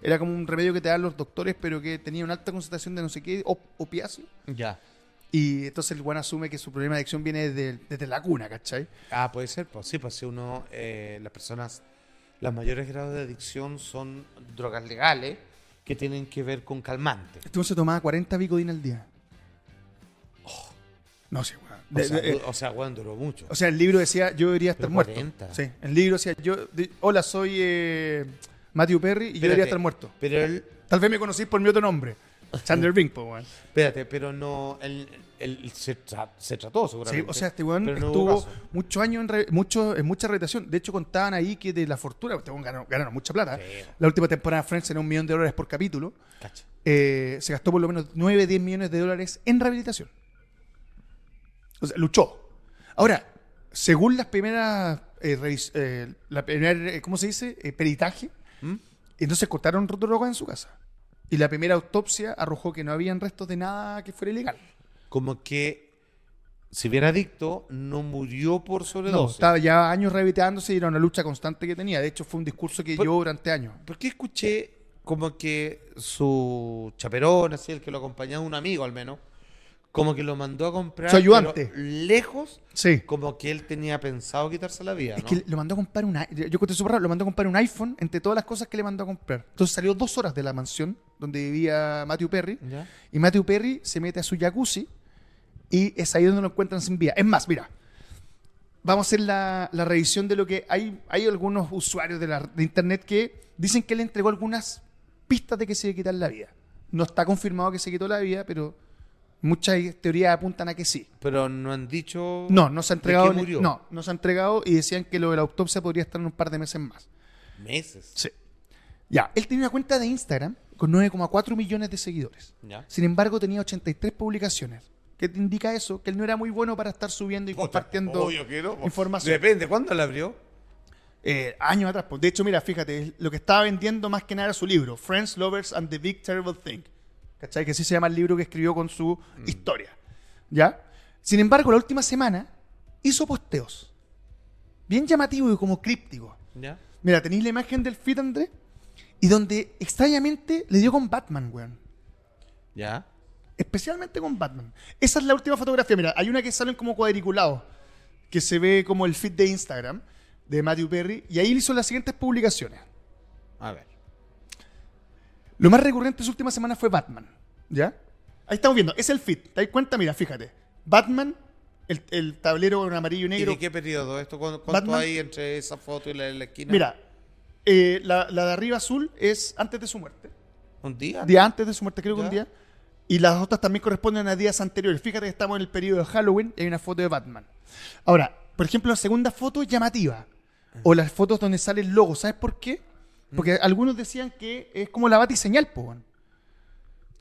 [SPEAKER 1] Era como un remedio que te dan los doctores, pero que tenía una alta concentración de no sé qué, op opiáceo.
[SPEAKER 2] Ya.
[SPEAKER 1] Y entonces el guan asume que su problema de adicción viene desde, desde la cuna, ¿cachai?
[SPEAKER 2] Ah, puede ser, pues sí, pues si uno, eh, las personas, los mayores grados de adicción son drogas legales que tienen que ver con calmantes.
[SPEAKER 1] Este weón se tomaba 40 bicodina al día. Oh, No sé, weón.
[SPEAKER 2] O,
[SPEAKER 1] De-
[SPEAKER 2] sea,
[SPEAKER 1] de-
[SPEAKER 2] du- o sea, weón, duró mucho.
[SPEAKER 1] O sea, el libro decía, yo debería estar
[SPEAKER 2] Pero
[SPEAKER 1] muerto.
[SPEAKER 2] 40.
[SPEAKER 1] Sí, el libro decía, yo, de- hola, soy eh, Matthew Perry y yo debería
[SPEAKER 2] Espérate,
[SPEAKER 1] estar muerto.
[SPEAKER 2] Pero él,
[SPEAKER 1] Tal vez me conocís por mi otro nombre.
[SPEAKER 2] *laughs*
[SPEAKER 1] Chandler Bing, po, weón.
[SPEAKER 2] espérate, pero no, él, él se, tra- se trató
[SPEAKER 1] Sí,
[SPEAKER 2] seguramente.
[SPEAKER 1] o sea, este weón
[SPEAKER 2] pero no hubo
[SPEAKER 1] estuvo
[SPEAKER 2] caso.
[SPEAKER 1] muchos años en, re- mucho- en mucha rehabilitación. De hecho, contaban ahí que de la fortuna, este weón ganaron, ganaron mucha plata.
[SPEAKER 2] Sí.
[SPEAKER 1] La última temporada de Friends era un millón de dólares por capítulo.
[SPEAKER 2] Cacha.
[SPEAKER 1] Eh, se gastó por lo menos 9, 10 millones de dólares en rehabilitación. O sea, luchó. Ahora, según las primeras eh, revis- eh, la primer, eh, ¿cómo se dice? Eh, peritaje.
[SPEAKER 2] ¿Mm?
[SPEAKER 1] Entonces cortaron Roto Roca en su casa. Y la primera autopsia arrojó que no habían restos de nada que fuera ilegal.
[SPEAKER 2] Como que, si bien adicto, no murió por
[SPEAKER 1] No,
[SPEAKER 2] sobredosis.
[SPEAKER 1] estaba ya años rehabilitándose y era una lucha constante que tenía. De hecho, fue un discurso que
[SPEAKER 2] Por-
[SPEAKER 1] llevó durante años.
[SPEAKER 2] Porque escuché como que su chaperón, así el que lo acompañaba, un amigo al menos, como que lo mandó a comprar.
[SPEAKER 1] Su ayudante.
[SPEAKER 2] pero Lejos,
[SPEAKER 1] Sí.
[SPEAKER 2] como que él tenía pensado quitarse la vida.
[SPEAKER 1] Es
[SPEAKER 2] ¿no?
[SPEAKER 1] que lo mandó a comprar un i- yo yo conté súper raro, lo mandó a comprar un iPhone entre todas las cosas que le mandó a comprar. Entonces salió dos horas de la mansión donde vivía Matthew Perry
[SPEAKER 2] ¿Ya?
[SPEAKER 1] y Matthew Perry se mete a su jacuzzi y es ahí donde lo encuentran sin vida. Es más, mira, vamos a hacer la, la revisión de lo que hay hay algunos usuarios de, la, de internet que dicen que él entregó algunas pistas de que se iba a quitar la vida. No está confirmado que se quitó la vida, pero muchas teorías apuntan a que sí.
[SPEAKER 2] Pero no han dicho.
[SPEAKER 1] No, no se ha
[SPEAKER 2] de
[SPEAKER 1] entregado.
[SPEAKER 2] qué murió.
[SPEAKER 1] No, no se ha entregado y decían que lo de la autopsia podría estar en un par de meses más.
[SPEAKER 2] Meses.
[SPEAKER 1] Sí. Ya, él tenía una cuenta de Instagram con 9,4 millones de seguidores.
[SPEAKER 2] ¿Ya?
[SPEAKER 1] Sin embargo, tenía 83 publicaciones. ¿Qué te indica eso? Que él no era muy bueno para estar subiendo y compartiendo
[SPEAKER 2] Obvio que no, po.
[SPEAKER 1] información.
[SPEAKER 2] Depende, ¿cuándo la abrió?
[SPEAKER 1] Eh, años atrás. pues. De hecho, mira, fíjate, lo que estaba vendiendo más que nada era su libro, Friends, Lovers and the Big Terrible Thing. ¿Cachai? Que así se llama el libro que escribió con su historia. ¿Ya? Sin embargo, la última semana hizo posteos. Bien llamativos y como crípticos.
[SPEAKER 2] ¿Ya?
[SPEAKER 1] Mira, tenéis la imagen del feed, André, y donde extrañamente le dio con Batman, weón.
[SPEAKER 2] ¿Ya?
[SPEAKER 1] Especialmente con Batman. Esa es la última fotografía. Mira, hay una que salen como cuadriculados, que se ve como el feed de Instagram de Matthew Perry, y ahí hizo las siguientes publicaciones.
[SPEAKER 2] A ver.
[SPEAKER 1] Lo más recurrente de su última semana fue Batman. ¿Ya? Ahí estamos viendo, es el feed. ¿Te das cuenta? Mira, fíjate. Batman, el, el tablero en amarillo y
[SPEAKER 2] ¿Y
[SPEAKER 1] negro.
[SPEAKER 2] de qué periodo esto? ¿Cuán- ¿Cuánto
[SPEAKER 1] Batman-
[SPEAKER 2] hay entre esa foto y la de la esquina?
[SPEAKER 1] Mira, eh, la, la de arriba azul es antes de su muerte.
[SPEAKER 2] ¿Un día?
[SPEAKER 1] día antes de su muerte, creo que
[SPEAKER 2] Ya.
[SPEAKER 1] un día. Y las otras también corresponden a días anteriores. Fíjate que estamos en el periodo de Halloween y hay una foto de Batman. Ahora, por ejemplo, la segunda foto es llamativa. O las fotos donde sale el logo. ¿Sabes por qué?
[SPEAKER 2] Mm.
[SPEAKER 1] Porque algunos decían que es como la batiseñal, po. weón.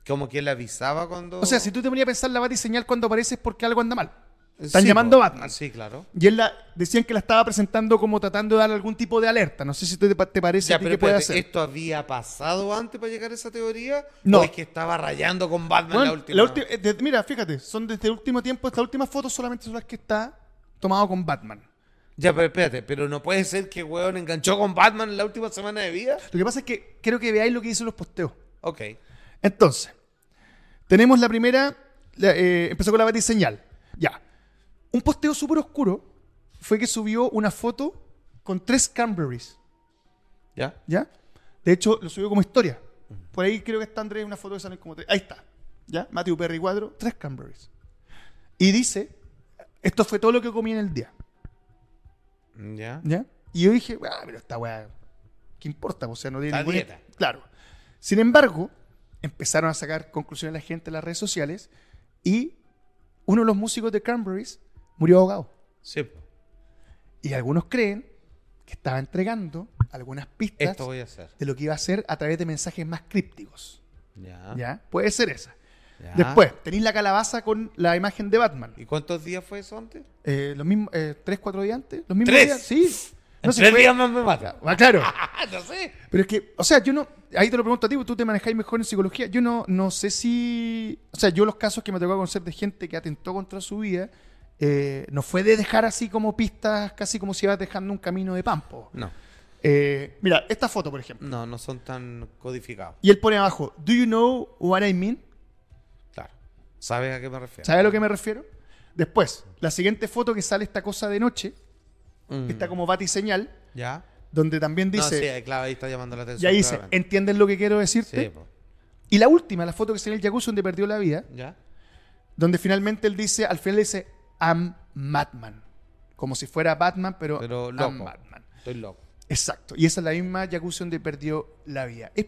[SPEAKER 2] Como que él avisaba cuando. Eh,
[SPEAKER 1] O sea, si tú te ponías a pensar la batiseñal cuando apareces porque algo anda mal. Están
[SPEAKER 2] Sí,
[SPEAKER 1] llamando
[SPEAKER 2] po.
[SPEAKER 1] a Batman.
[SPEAKER 2] Ah, sí, claro.
[SPEAKER 1] Y él la, decían que la estaba presentando como tratando de dar algún tipo de alerta. No sé si te, te parece
[SPEAKER 2] Ya,
[SPEAKER 1] a ti
[SPEAKER 2] pero
[SPEAKER 1] que puede
[SPEAKER 2] espérate,
[SPEAKER 1] hacer.
[SPEAKER 2] ¿esto había pasado antes para llegar a esa teoría?
[SPEAKER 1] No.
[SPEAKER 2] ¿O es que estaba rayando con Batman
[SPEAKER 1] Bueno,
[SPEAKER 2] la última?
[SPEAKER 1] la ulti- eh, de- mira, fíjate, son desde el último tiempo, estas últimas fotos solamente son las que está tomado con Batman.
[SPEAKER 2] Ya, pero espérate, pero no puede ser que weón enganchó con Batman en la última semana de vida.
[SPEAKER 1] Lo que pasa es que quiero que veáis lo que hizo los posteos.
[SPEAKER 2] Ok.
[SPEAKER 1] Entonces, tenemos la primera, la, eh, empezó con la batiseñal. Ya. Un posteo súper oscuro fue que subió una foto con tres Cranberries,
[SPEAKER 2] Ya.
[SPEAKER 1] ¿ya? De hecho, lo subió como historia. Por ahí creo que está Andrés, una foto que salen como tres. Ahí está, ¿ya? Matthew Perry 4, tres Cranberries. Y dice, esto fue todo lo que comí en el día.
[SPEAKER 2] Ya.
[SPEAKER 1] ¿Ya? Y yo dije, ah, pero esta weá, ¿qué importa? O sea, no tiene
[SPEAKER 2] La
[SPEAKER 1] ninguna-
[SPEAKER 2] dieta.
[SPEAKER 1] Claro. Sin embargo, empezaron a sacar conclusiones la gente en las redes sociales y uno de los músicos de Cranberries murió ahogado.
[SPEAKER 2] Sí. po.
[SPEAKER 1] Y algunos creen que estaba entregando algunas pistas
[SPEAKER 2] Esto voy a hacer.
[SPEAKER 1] de lo que iba a hacer a través de mensajes más crípticos.
[SPEAKER 2] Ya.
[SPEAKER 1] ¿Ya? Puede ser esa.
[SPEAKER 2] Ya.
[SPEAKER 1] Después, tenéis la calabaza con la imagen de Batman.
[SPEAKER 2] ¿Y cuántos días fue eso antes?
[SPEAKER 1] Eh, los mismos, eh, tres, cuatro días antes. Los mismos
[SPEAKER 2] ¿Tres?
[SPEAKER 1] días, sí.
[SPEAKER 2] En
[SPEAKER 1] No sé,
[SPEAKER 2] tres
[SPEAKER 1] fue-
[SPEAKER 2] días más me mata. *laughs*
[SPEAKER 1] Ah, claro.
[SPEAKER 2] no sé.
[SPEAKER 1] Pero es que, o sea, yo no. Ahí te lo pregunto a ti, porque tú te manejáis mejor en psicología. Yo no, no sé si. O sea, yo los casos que me tocó conocer de gente que atentó contra su vida, eh, no fue de dejar así como pistas, casi como si ibas dejando un camino de pampo.
[SPEAKER 2] No,
[SPEAKER 1] Eh, mira, esta foto, por ejemplo.
[SPEAKER 2] no, no son tan codificados.
[SPEAKER 1] Y él pone abajo, ¿Do you know what I mean?
[SPEAKER 2] Claro. ¿Sabes a qué me refiero?
[SPEAKER 1] ¿Sabes a lo que me refiero? Después, la siguiente foto que sale esta cosa de noche,
[SPEAKER 2] Mm.
[SPEAKER 1] que está como batiseñal,
[SPEAKER 2] ¿Ya?
[SPEAKER 1] donde también
[SPEAKER 2] Dice.
[SPEAKER 1] dice,
[SPEAKER 2] sí, claro, ahí está llamando la
[SPEAKER 1] y
[SPEAKER 2] atención.
[SPEAKER 1] ahí dice,
[SPEAKER 2] claramente.
[SPEAKER 1] ¿entiendes lo que quiero decirte?
[SPEAKER 2] Sí, po.
[SPEAKER 1] y la última, la foto que sale en el jacuzzi donde perdió la vida,
[SPEAKER 2] ¿Ya?
[SPEAKER 1] donde finalmente él dice, al final le dice, I'm Batman. Como si fuera Batman, pero,
[SPEAKER 2] Pero
[SPEAKER 1] I'm
[SPEAKER 2] loco.
[SPEAKER 1] Batman.
[SPEAKER 2] Estoy loco.
[SPEAKER 1] Exacto. Y esa es la misma jacuzzi donde perdió la vida. Es,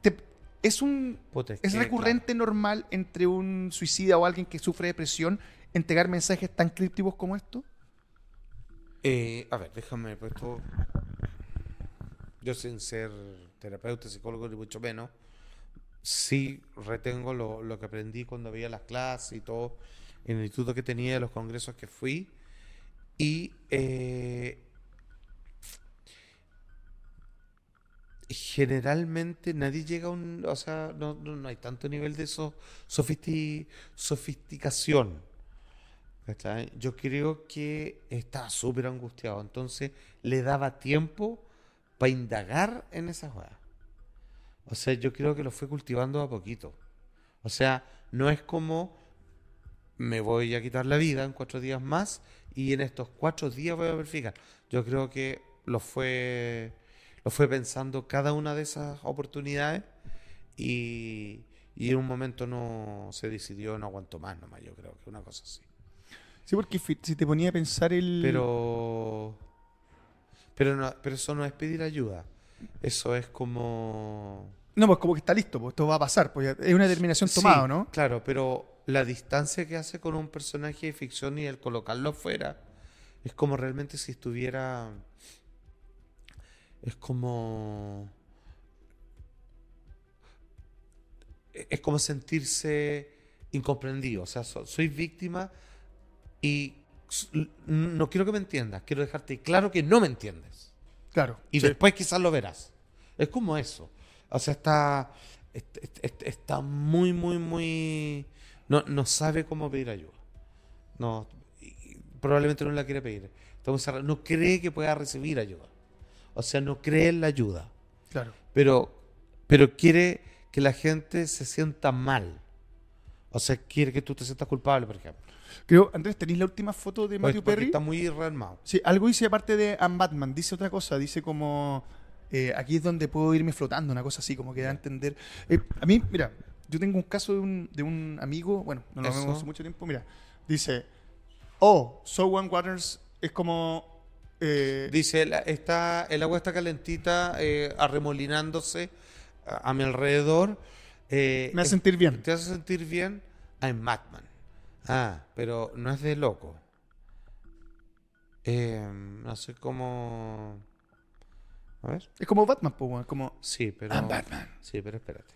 [SPEAKER 1] te- es un...
[SPEAKER 2] Puta, es
[SPEAKER 1] Es
[SPEAKER 2] que,
[SPEAKER 1] recurrente normal entre un suicida o alguien que sufre depresión entregar mensajes tan crípticos como esto.
[SPEAKER 2] claro. Eh, a ver, déjame, pues esto- Yo sin ser terapeuta, psicólogo, ni mucho menos, sí retengo lo, lo que aprendí cuando había las clases y todo, en el instituto que tenía, los congresos que fui, y eh, generalmente nadie llega a un. O sea, no, no, no hay tanto nivel de so- sofisti- sofisticación. ¿cachai? Yo creo que estaba súper angustiado. Entonces le daba tiempo para indagar en esas cosas. O sea, yo creo que lo fue cultivando a poquito. O sea, no es como me voy a quitar la vida en cuatro días más y en estos cuatro días voy a verificar. Yo creo que lo fue, lo fue pensando cada una de esas oportunidades y, y en un momento no se decidió, no aguanto más nomás, yo creo que una cosa así.
[SPEAKER 1] Sí, porque fi- si te ponía a pensar el.
[SPEAKER 2] Pero, pero, no- pero eso no es pedir ayuda. Eso es como...
[SPEAKER 1] No, pues como que está listo, pues esto va a pasar. Pues ya- es una determinación
[SPEAKER 2] Sí,
[SPEAKER 1] tomada, ¿no?
[SPEAKER 2] Claro, pero la distancia que hace con un personaje de ficción y el colocarlo afuera es como realmente si estuviera. Es como. Es como sentirse incomprendido. O sea, so- soy víctima y s- n- no quiero que me entiendas. Quiero dejarte claro que no me entiendes.
[SPEAKER 1] Claro.
[SPEAKER 2] Y después quizás lo verás. Es como eso. O sea, está, est- est- est- está muy, muy, muy... No, no sabe cómo pedir ayuda. No, y- y probablemente no la quiere pedir. Está muy cerrado. No cree que pueda recibir ayuda. O sea, no cree en la ayuda.
[SPEAKER 1] Claro.
[SPEAKER 2] Pero, pero quiere que la gente se sienta mal. O sea, quiere que tú te sientas culpable, por ejemplo.
[SPEAKER 1] Creo, Andrés, ¿tenéis la última foto de
[SPEAKER 2] Porque-
[SPEAKER 1] Matthew
[SPEAKER 2] porque
[SPEAKER 1] Perry?
[SPEAKER 2] está muy rearmado.
[SPEAKER 1] Sí, algo dice aparte de I'm Batman, dice otra cosa, dice como eh, aquí es donde puedo irme flotando, una cosa así, como que da a entender. Eh, a mí, mira, yo tengo un caso de un, de un amigo, bueno, no lo
[SPEAKER 2] Eso.
[SPEAKER 1] vemos hace mucho tiempo, mira, dice, oh, So One Waters es como... eh,
[SPEAKER 2] Dice, la- está, el agua está calentita, eh, arremolinándose a, a mi alrededor. eh,
[SPEAKER 1] me hace
[SPEAKER 2] es-
[SPEAKER 1] sentir bien.
[SPEAKER 2] Te hace sentir bien. I'm Batman. Ah, pero no es de loco. Eh, no sé cómo... A ver.
[SPEAKER 1] Es como Batman, po, weón, como...
[SPEAKER 2] Sí, pero...
[SPEAKER 1] I'm Batman.
[SPEAKER 2] Sí, pero espérate.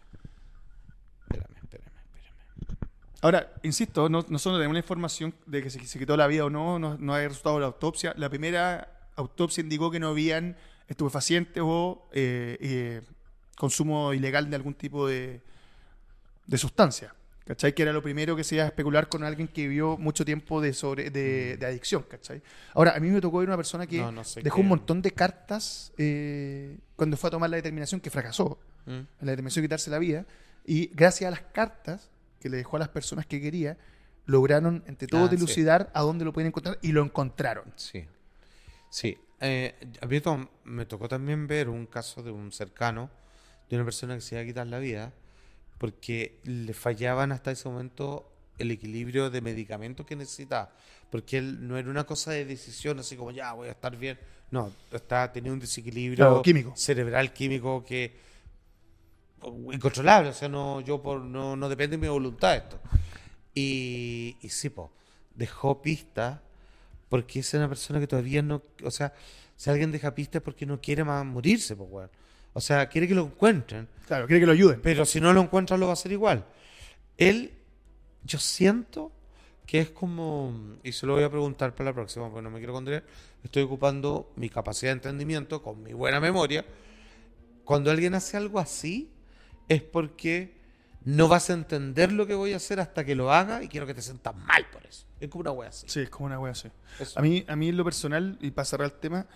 [SPEAKER 2] Espérame, espérame, espérame.
[SPEAKER 1] Ahora, insisto, no, nosotros no tenemos la información de que se, se quitó la vida o no, no, no hay resultado de la autopsia. La primera autopsia indicó que no habían estupefacientes o eh, eh, consumo ilegal de algún tipo de, de sustancia. ¿Cachai? Que era lo primero que se iba a especular con alguien que vivió mucho tiempo de, sobre, de, de adicción, ¿cachai? Ahora, a mí me tocó ver una persona que
[SPEAKER 2] Mm. No, no sé
[SPEAKER 1] dejó
[SPEAKER 2] qué-
[SPEAKER 1] un montón de cartas eh, cuando fue a tomar la determinación que fracasó
[SPEAKER 2] Mm.
[SPEAKER 1] la determinación de quitarse la vida. Y gracias a las cartas que le dejó a las personas que quería, lograron entre todos
[SPEAKER 2] Ah, sí.
[SPEAKER 1] dilucidar a dónde lo pueden encontrar y lo encontraron.
[SPEAKER 2] Sí. Sí. Eh, a mí to- me tocó también ver un caso de un cercano, de una persona que se iba a quitar la vida, porque le fallaban hasta ese momento el equilibrio de medicamentos que necesitaba. Porque él no era una cosa de decisión, así como ya voy a estar bien. No, está, tenía un desequilibrio
[SPEAKER 1] Claro, químico.
[SPEAKER 2] cerebral químico que incontrolable. O sea, no, yo por, no, no depende de mi voluntad esto. Y, y sí, po, dejó pistas porque es una persona que todavía no. O sea, si alguien deja pistas es porque no quiere más morirse, po, weón. O sea, quiere que lo encuentren.
[SPEAKER 1] Claro, quiere que lo ayuden.
[SPEAKER 2] Pero si no lo encuentran, lo va a hacer igual. Él, yo siento que es como, y se lo voy a preguntar para la próxima, porque no me quiero contraer, estoy ocupando mi capacidad de entendimiento con mi buena memoria. Cuando alguien hace algo así, es porque no vas a entender lo que voy a hacer hasta que lo haga y quiero que te sientas mal por eso. Es como una wea así.
[SPEAKER 1] Sí, es como una wea así.
[SPEAKER 2] Eso.
[SPEAKER 1] A mí, a mí en lo personal, y para cerrar el tema,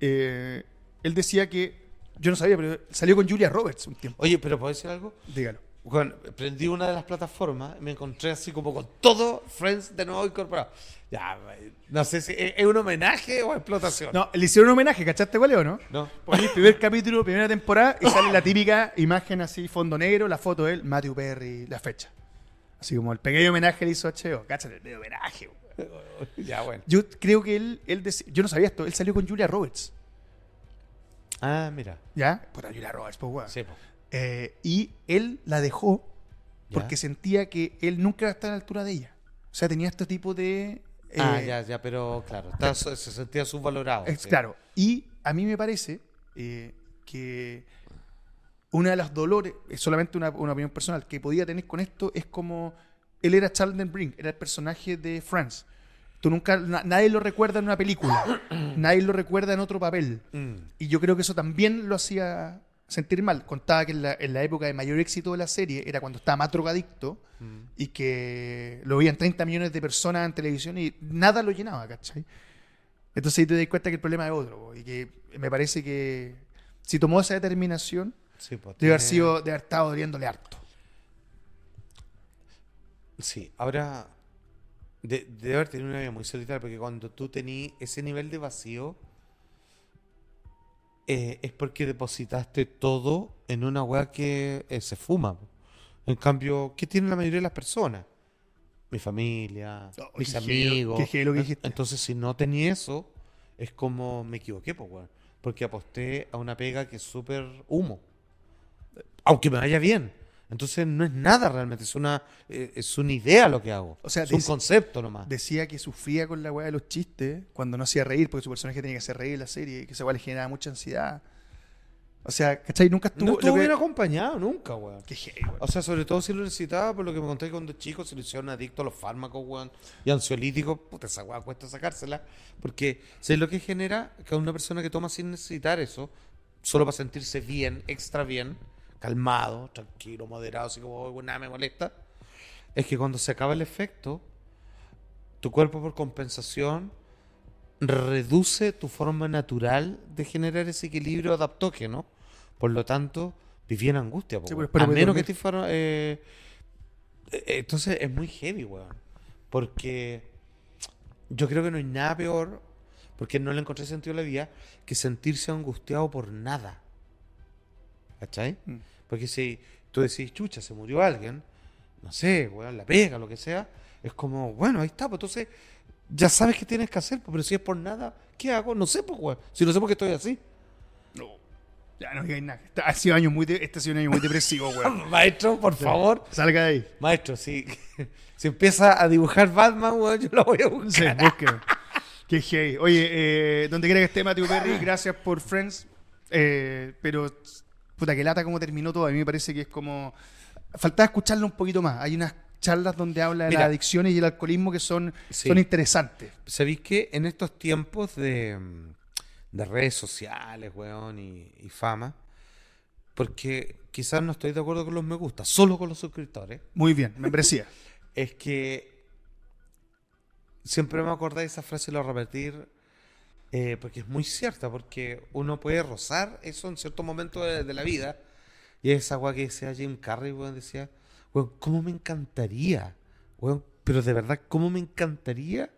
[SPEAKER 1] eh, él decía que, yo no sabía, pero salió con Julia Roberts un tiempo.
[SPEAKER 2] Oye, pero ¿puedo decir algo?
[SPEAKER 1] Dígalo.
[SPEAKER 2] Bueno, prendí una de las plataformas y me encontré así como con todo Friends de nuevo incorporado. Ya, eh, no sé si es es un homenaje o explotación.
[SPEAKER 1] No, le hicieron un homenaje, ¿cachaste cuál es o no?
[SPEAKER 2] No. *laughs*
[SPEAKER 1] Poní el primer capítulo, primera temporada, y sale la típica imagen así, fondo negro, la foto de él, Matthew Perry, la fecha. Así como el pequeño homenaje le hizo a Cheo. Cáchate, de homenaje. weón.
[SPEAKER 2] Ya, bueno.
[SPEAKER 1] Yo creo que él, él dec- yo no sabía esto, él salió con Julia Roberts,
[SPEAKER 2] Ah, mira.
[SPEAKER 1] ¿ya? Por Julia Roberts, pues weón.
[SPEAKER 2] Sí, po.
[SPEAKER 1] Eh, y él la dejó
[SPEAKER 2] Ya.
[SPEAKER 1] porque sentía que él nunca iba a estar a la altura de ella. O sea, tenía este tipo de... eh,
[SPEAKER 2] ah, ya, ya, pero claro, está- se se sentía subvalorado.
[SPEAKER 1] Es,
[SPEAKER 2] sí.
[SPEAKER 1] Claro. Y a mí me parece eh, que una de las dolores, es solamente una, una opinión personal, que podía tener con esto es como. Él era Charlton Brink, era el personaje de Friends. Tú nunca, na- nadie lo recuerda en una película, nadie lo recuerda en otro papel.
[SPEAKER 2] Mm.
[SPEAKER 1] Y yo creo que eso también lo hacía sentir mal. Contaba que en la, en la época de mayor éxito de la serie era cuando estaba más drogadicto
[SPEAKER 2] mm.
[SPEAKER 1] y que lo veían 30 millones de personas en televisión y nada lo llenaba, ¿cachai? Entonces ahí te das cuenta que el problema es otro po, y que me parece que si tomó esa determinación
[SPEAKER 2] Sí, pues,
[SPEAKER 1] debe haber
[SPEAKER 2] tiene-
[SPEAKER 1] sido, debe haber estado doliéndole harto.
[SPEAKER 2] Sí, ahora de, de haber tenido una vida muy solitaria, porque cuando tú tenías ese nivel de vacío, eh, es porque depositaste todo en una weá que eh, se fuma. po. En cambio, ¿qué tiene la mayoría de las personas? Mi familia,
[SPEAKER 1] Oh,
[SPEAKER 2] mis
[SPEAKER 1] qué heavy,
[SPEAKER 2] amigos.
[SPEAKER 1] qué heavy lo que
[SPEAKER 2] En-
[SPEAKER 1] dijiste.
[SPEAKER 2] Entonces, si no tenía eso, es como me equivoqué, po, weón. Porque aposté a una pega que es súper humo aunque me vaya bien. Entonces no es nada realmente, es una, eh, es una idea lo que hago.
[SPEAKER 1] O sea,
[SPEAKER 2] es un
[SPEAKER 1] dice-
[SPEAKER 2] concepto nomás.
[SPEAKER 1] Decía que sufría con la weá de los chistes cuando no hacía reír, porque su personaje tenía que hacer reír en la serie, y que esa weá le generaba mucha ansiedad. O sea, ¿cachai? Nunca estuvo.
[SPEAKER 2] no
[SPEAKER 1] lo
[SPEAKER 2] estuvo
[SPEAKER 1] que-
[SPEAKER 2] bien acompañado nunca, weón.
[SPEAKER 1] Qué heavy, weón.
[SPEAKER 2] O sea, sobre todo si lo necesitaba, por lo que me conté que cuando chico se lo hicieron adicto a los fármacos, weón, y ansiolíticos, puta, esa weá cuesta sacársela. Porque, ¿sabes lo que genera? Que una persona que toma sin necesitar eso, solo para sentirse bien, extra bien, calmado, tranquilo, moderado, así como, "Oh, weón, nada me molesta, es que cuando se acaba el efecto, tu cuerpo por compensación reduce tu forma natural de generar ese equilibrio adaptógeno. Por lo tanto, viví en angustia. po,
[SPEAKER 1] Sí,
[SPEAKER 2] weón.
[SPEAKER 1] pero
[SPEAKER 2] a
[SPEAKER 1] espérame
[SPEAKER 2] menos que
[SPEAKER 1] dormir.
[SPEAKER 2] te fuera, eh, eh, Entonces es muy heavy, weón. Porque yo creo que no hay nada peor, porque no le encontré sentido a la vida, que sentirse angustiado por nada. ¿Cachai?
[SPEAKER 1] Mm.
[SPEAKER 2] Porque si tú decís, chucha, se murió alguien, no sé, weón, la pega, lo que sea, es como, bueno, ahí está, pues entonces ya sabes qué tienes que hacer, pues, pero si es por nada, ¿qué hago? No sé, pues, weón. Si no sé por qué estoy así.
[SPEAKER 1] No. Ya no digáis nada. Este ha sido año muy de- este ha sido un año muy depresivo, weón.
[SPEAKER 2] *laughs* Maestro, por favor.
[SPEAKER 1] Salga de ahí.
[SPEAKER 2] Maestro, si, *laughs* si empieza a dibujar Batman, weón, yo lo voy a buscar.
[SPEAKER 1] Sí, búsquelo. Qué heavy. Oye, eh, donde quiera que esté Matthew
[SPEAKER 2] Ah.
[SPEAKER 1] Perry, gracias por Friends. Eh, pero, puta, que lata cómo terminó todo. A mí me parece que es como. Faltaba escucharlo un poquito más. Hay unas charlas donde habla de
[SPEAKER 2] Mira.
[SPEAKER 1] las adicciones y el alcoholismo que son,
[SPEAKER 2] Sí.
[SPEAKER 1] son interesantes.
[SPEAKER 2] ¿Sabéis que en estos tiempos de, mm, de redes sociales, weón, y, y fama, porque quizás no estoy de acuerdo con los me gusta, solo con los suscriptores,
[SPEAKER 1] Muy bien, membresía.
[SPEAKER 2] es que siempre me acordé de esa frase y la voy a repetir eh, porque es muy cierta, porque uno puede rozar eso en ciertos momentos de, de la vida. Y esa agua que decía Jim Carrey, weón, decía, weón, ¿cómo me encantaría? Weón, pero de verdad, ¿cómo me encantaría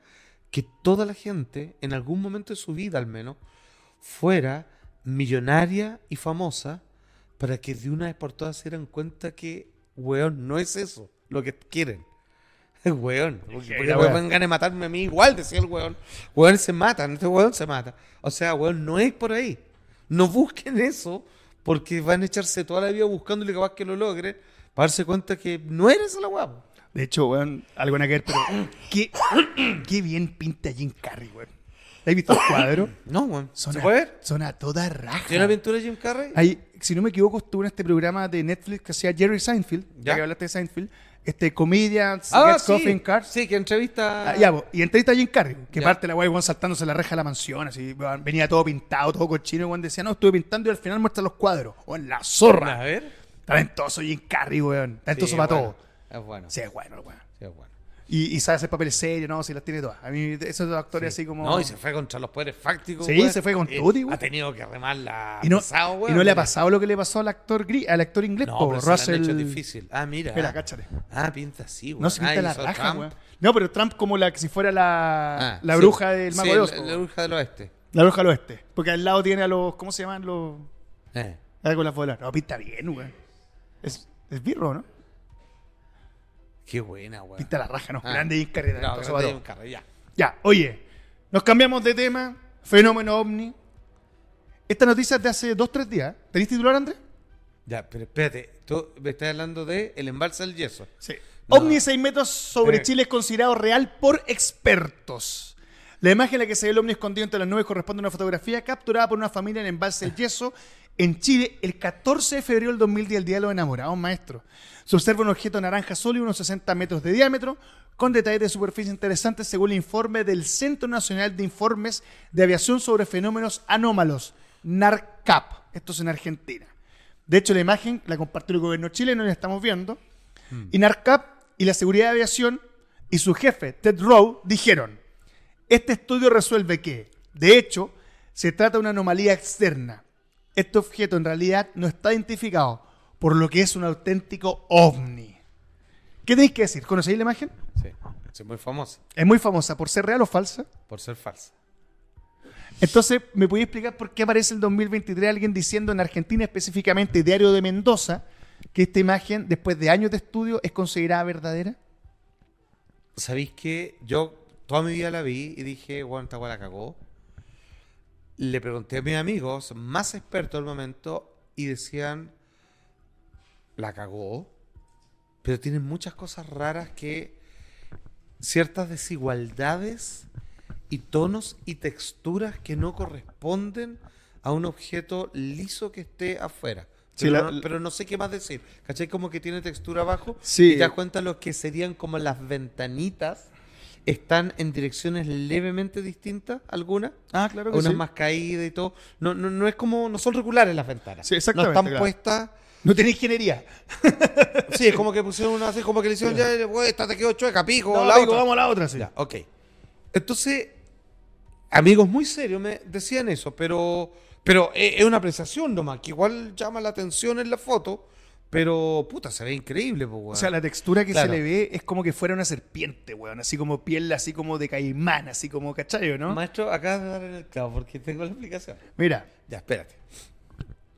[SPEAKER 2] que toda la gente, en algún momento de su vida al menos, fuera millonaria y famosa para que de una vez por todas se dieran cuenta que, weón, no es eso lo que quieren. *laughs* Weón, porque, porque
[SPEAKER 1] la wea.
[SPEAKER 2] vengan a matarme a mí igual, decía el weón. Weón se matan, este weón se mata. O sea, weón, no es por ahí. No busquen eso porque van a echarse toda la vida buscándole capaz que lo logren para darse cuenta que no eres la guapo.
[SPEAKER 1] De hecho, weón, algo nada que ver, pero. Qué, qué bien pinta Jim Carrey, weón. ¿Has visto el cuadro?
[SPEAKER 2] No, weón.
[SPEAKER 1] Son
[SPEAKER 2] ¿Se
[SPEAKER 1] a-
[SPEAKER 2] puede ver?
[SPEAKER 1] Son a toda raja.
[SPEAKER 2] ¿Tiene una pintura de Jim Carrey?
[SPEAKER 1] Hay- si no me equivoco, estuvo en este programa de Netflix que hacía Jerry Seinfeld, ya,
[SPEAKER 2] Ya.
[SPEAKER 1] que hablaste de Seinfeld, este Comedians
[SPEAKER 2] ah,
[SPEAKER 1] Get
[SPEAKER 2] sí.
[SPEAKER 1] Coffee in Cars.
[SPEAKER 2] Sí, que entrevista.
[SPEAKER 1] Ah, ya, po, y entrevista a Jim Carrey, que
[SPEAKER 2] Ya.
[SPEAKER 1] parte la guay, weón, saltándose la reja de la mansión, así, weón, venía todo pintado, todo cochino, weón, decía, no, estuve pintando y al final muestra los cuadros, o en la
[SPEAKER 2] A
[SPEAKER 1] zorra.
[SPEAKER 2] ver.
[SPEAKER 1] Talentoso Jim Carrey, weón, talentoso
[SPEAKER 2] Sí,
[SPEAKER 1] para
[SPEAKER 2] es bueno.
[SPEAKER 1] todo.
[SPEAKER 2] Es bueno.
[SPEAKER 1] Sí, es bueno, el weón.
[SPEAKER 2] Sí, es bueno.
[SPEAKER 1] Y, y sabe hacer papeles serios, no, si las tiene todas. A mí, esos actores así como...
[SPEAKER 2] No, y se fue contra los poderes fácticos.
[SPEAKER 1] Sí,
[SPEAKER 2] weón.
[SPEAKER 1] se fue con
[SPEAKER 2] Eh,
[SPEAKER 1] Tutti, weón.
[SPEAKER 2] Ha tenido que remar la.
[SPEAKER 1] y no,
[SPEAKER 2] pesado,
[SPEAKER 1] y
[SPEAKER 2] weón,
[SPEAKER 1] no le ha
[SPEAKER 2] mira.
[SPEAKER 1] pasado lo que le pasó al actor, gris, al actor inglés,
[SPEAKER 2] No,
[SPEAKER 1] po,
[SPEAKER 2] pero se la han
[SPEAKER 1] Russell...
[SPEAKER 2] hecho difícil. Ah, mira.
[SPEAKER 1] Espera, cáchate.
[SPEAKER 2] Ah, pinta así, weón.
[SPEAKER 1] No se
[SPEAKER 2] Ah,
[SPEAKER 1] pinta la
[SPEAKER 2] hizo
[SPEAKER 1] raja,
[SPEAKER 2] Trump.
[SPEAKER 1] weón. No, pero Trump como la que si fuera la,
[SPEAKER 2] Ah,
[SPEAKER 1] la
[SPEAKER 2] sí.
[SPEAKER 1] bruja del Mago
[SPEAKER 2] Sí,
[SPEAKER 1] de Oz.
[SPEAKER 2] La,
[SPEAKER 1] po,
[SPEAKER 2] la
[SPEAKER 1] weón.
[SPEAKER 2] bruja del oeste.
[SPEAKER 1] La bruja al oeste. Porque al lado tiene a los. ¿Cómo se llaman los.?
[SPEAKER 2] Eh.
[SPEAKER 1] Ah, con las bolas. No, pinta bien, weón. Es, es birro, ¿no?
[SPEAKER 2] Qué buena, weón.
[SPEAKER 1] Pinta la raja, no.
[SPEAKER 2] Ah.
[SPEAKER 1] Grande y carrera.
[SPEAKER 2] No,
[SPEAKER 1] entonces,
[SPEAKER 2] grande
[SPEAKER 1] va
[SPEAKER 2] y un
[SPEAKER 1] todo.
[SPEAKER 2] carro, ya.
[SPEAKER 1] Ya, oye. Nos cambiamos de tema. Fenómeno ovni. Esta noticia es de hace dos, tres días. ¿Tenés titular, Andrés?
[SPEAKER 2] Ya, pero espérate. Tú me estás hablando de el embalse del yeso.
[SPEAKER 1] Sí.
[SPEAKER 2] No.
[SPEAKER 1] Ovni de 6 metros sobre
[SPEAKER 2] Eh.
[SPEAKER 1] Chile es considerado real por expertos. La imagen en la que se ve el ovni escondido entre las nubes corresponde a una fotografía capturada por una familia en embalse del yeso en Chile el 14 de febrero del 2010, el Día de los Enamorados, maestro. Se observa un objeto naranja sólido, unos 60 metros de diámetro, con detalles de superficie interesantes según el informe del Centro Nacional de Informes de Aviación sobre Fenómenos Anómalos, NARCAP. Esto es en Argentina. De hecho, la imagen la compartió el gobierno chileno, la estamos viendo. Mm. INARCAP y la Seguridad de Aviación y su jefe, Ted Rowe, dijeron, este estudio resuelve que, de hecho, se trata de una anomalía externa. Este objeto en realidad no está identificado, por lo que es un auténtico ovni. ¿Qué tenéis que decir? ¿Conocéis la imagen?
[SPEAKER 2] Sí. Es muy famosa
[SPEAKER 1] Es muy famosa por ser real o falsa.
[SPEAKER 2] por ser falsa.
[SPEAKER 1] Entonces, ¿me podéis explicar por qué aparece el 2023 alguien diciendo en Argentina, específicamente Diario de Mendoza, que esta imagen, después de años de estudio, es considerada verdadera?
[SPEAKER 2] ¿Sabéis que yo toda mi vida la vi y dije, bueno, esta weá la cagó? Le pregunté a mis amigos más expertos del momento y decían, la cagó, pero tienen muchas cosas raras que ciertas desigualdades y tonos y texturas que no corresponden a un objeto liso que esté afuera.
[SPEAKER 1] Sí,
[SPEAKER 2] Pero,
[SPEAKER 1] la-
[SPEAKER 2] no, pero no sé qué más decir. ¿Cachai? Como que tiene textura abajo.
[SPEAKER 1] Sí.
[SPEAKER 2] Y te das cuenta los que serían como las ventanitas están en direcciones levemente distintas, algunas.
[SPEAKER 1] Ah, claro
[SPEAKER 2] Unas más caídas y todo. No, no, no es como. No son regulares las ventanas.
[SPEAKER 1] Sí, exactamente,
[SPEAKER 2] No están
[SPEAKER 1] claro.
[SPEAKER 2] puestas.
[SPEAKER 1] No tiene ingeniería.
[SPEAKER 2] Sí, es como que pusieron una así, como que le hicieron ya, güey, esta te quedó chueca, pico,
[SPEAKER 1] No,
[SPEAKER 2] la
[SPEAKER 1] amigo,
[SPEAKER 2] otra".
[SPEAKER 1] vamos a la otra, sí.
[SPEAKER 2] Ya, ok. Entonces, amigos muy serios me decían eso, pero, pero e, es es una apreciación nomás, que igual llama la atención en la foto, pero puta, se ve increíble, pues,
[SPEAKER 1] O sea, la textura que
[SPEAKER 2] Claro.
[SPEAKER 1] se le ve es como que fuera una serpiente, weón. Así como piel, así como de caimán, así como cachayo, ¿no?
[SPEAKER 2] Maestro, acabas de dar en el clavo porque tengo la explicación.
[SPEAKER 1] Mira,
[SPEAKER 2] Ya, espérate.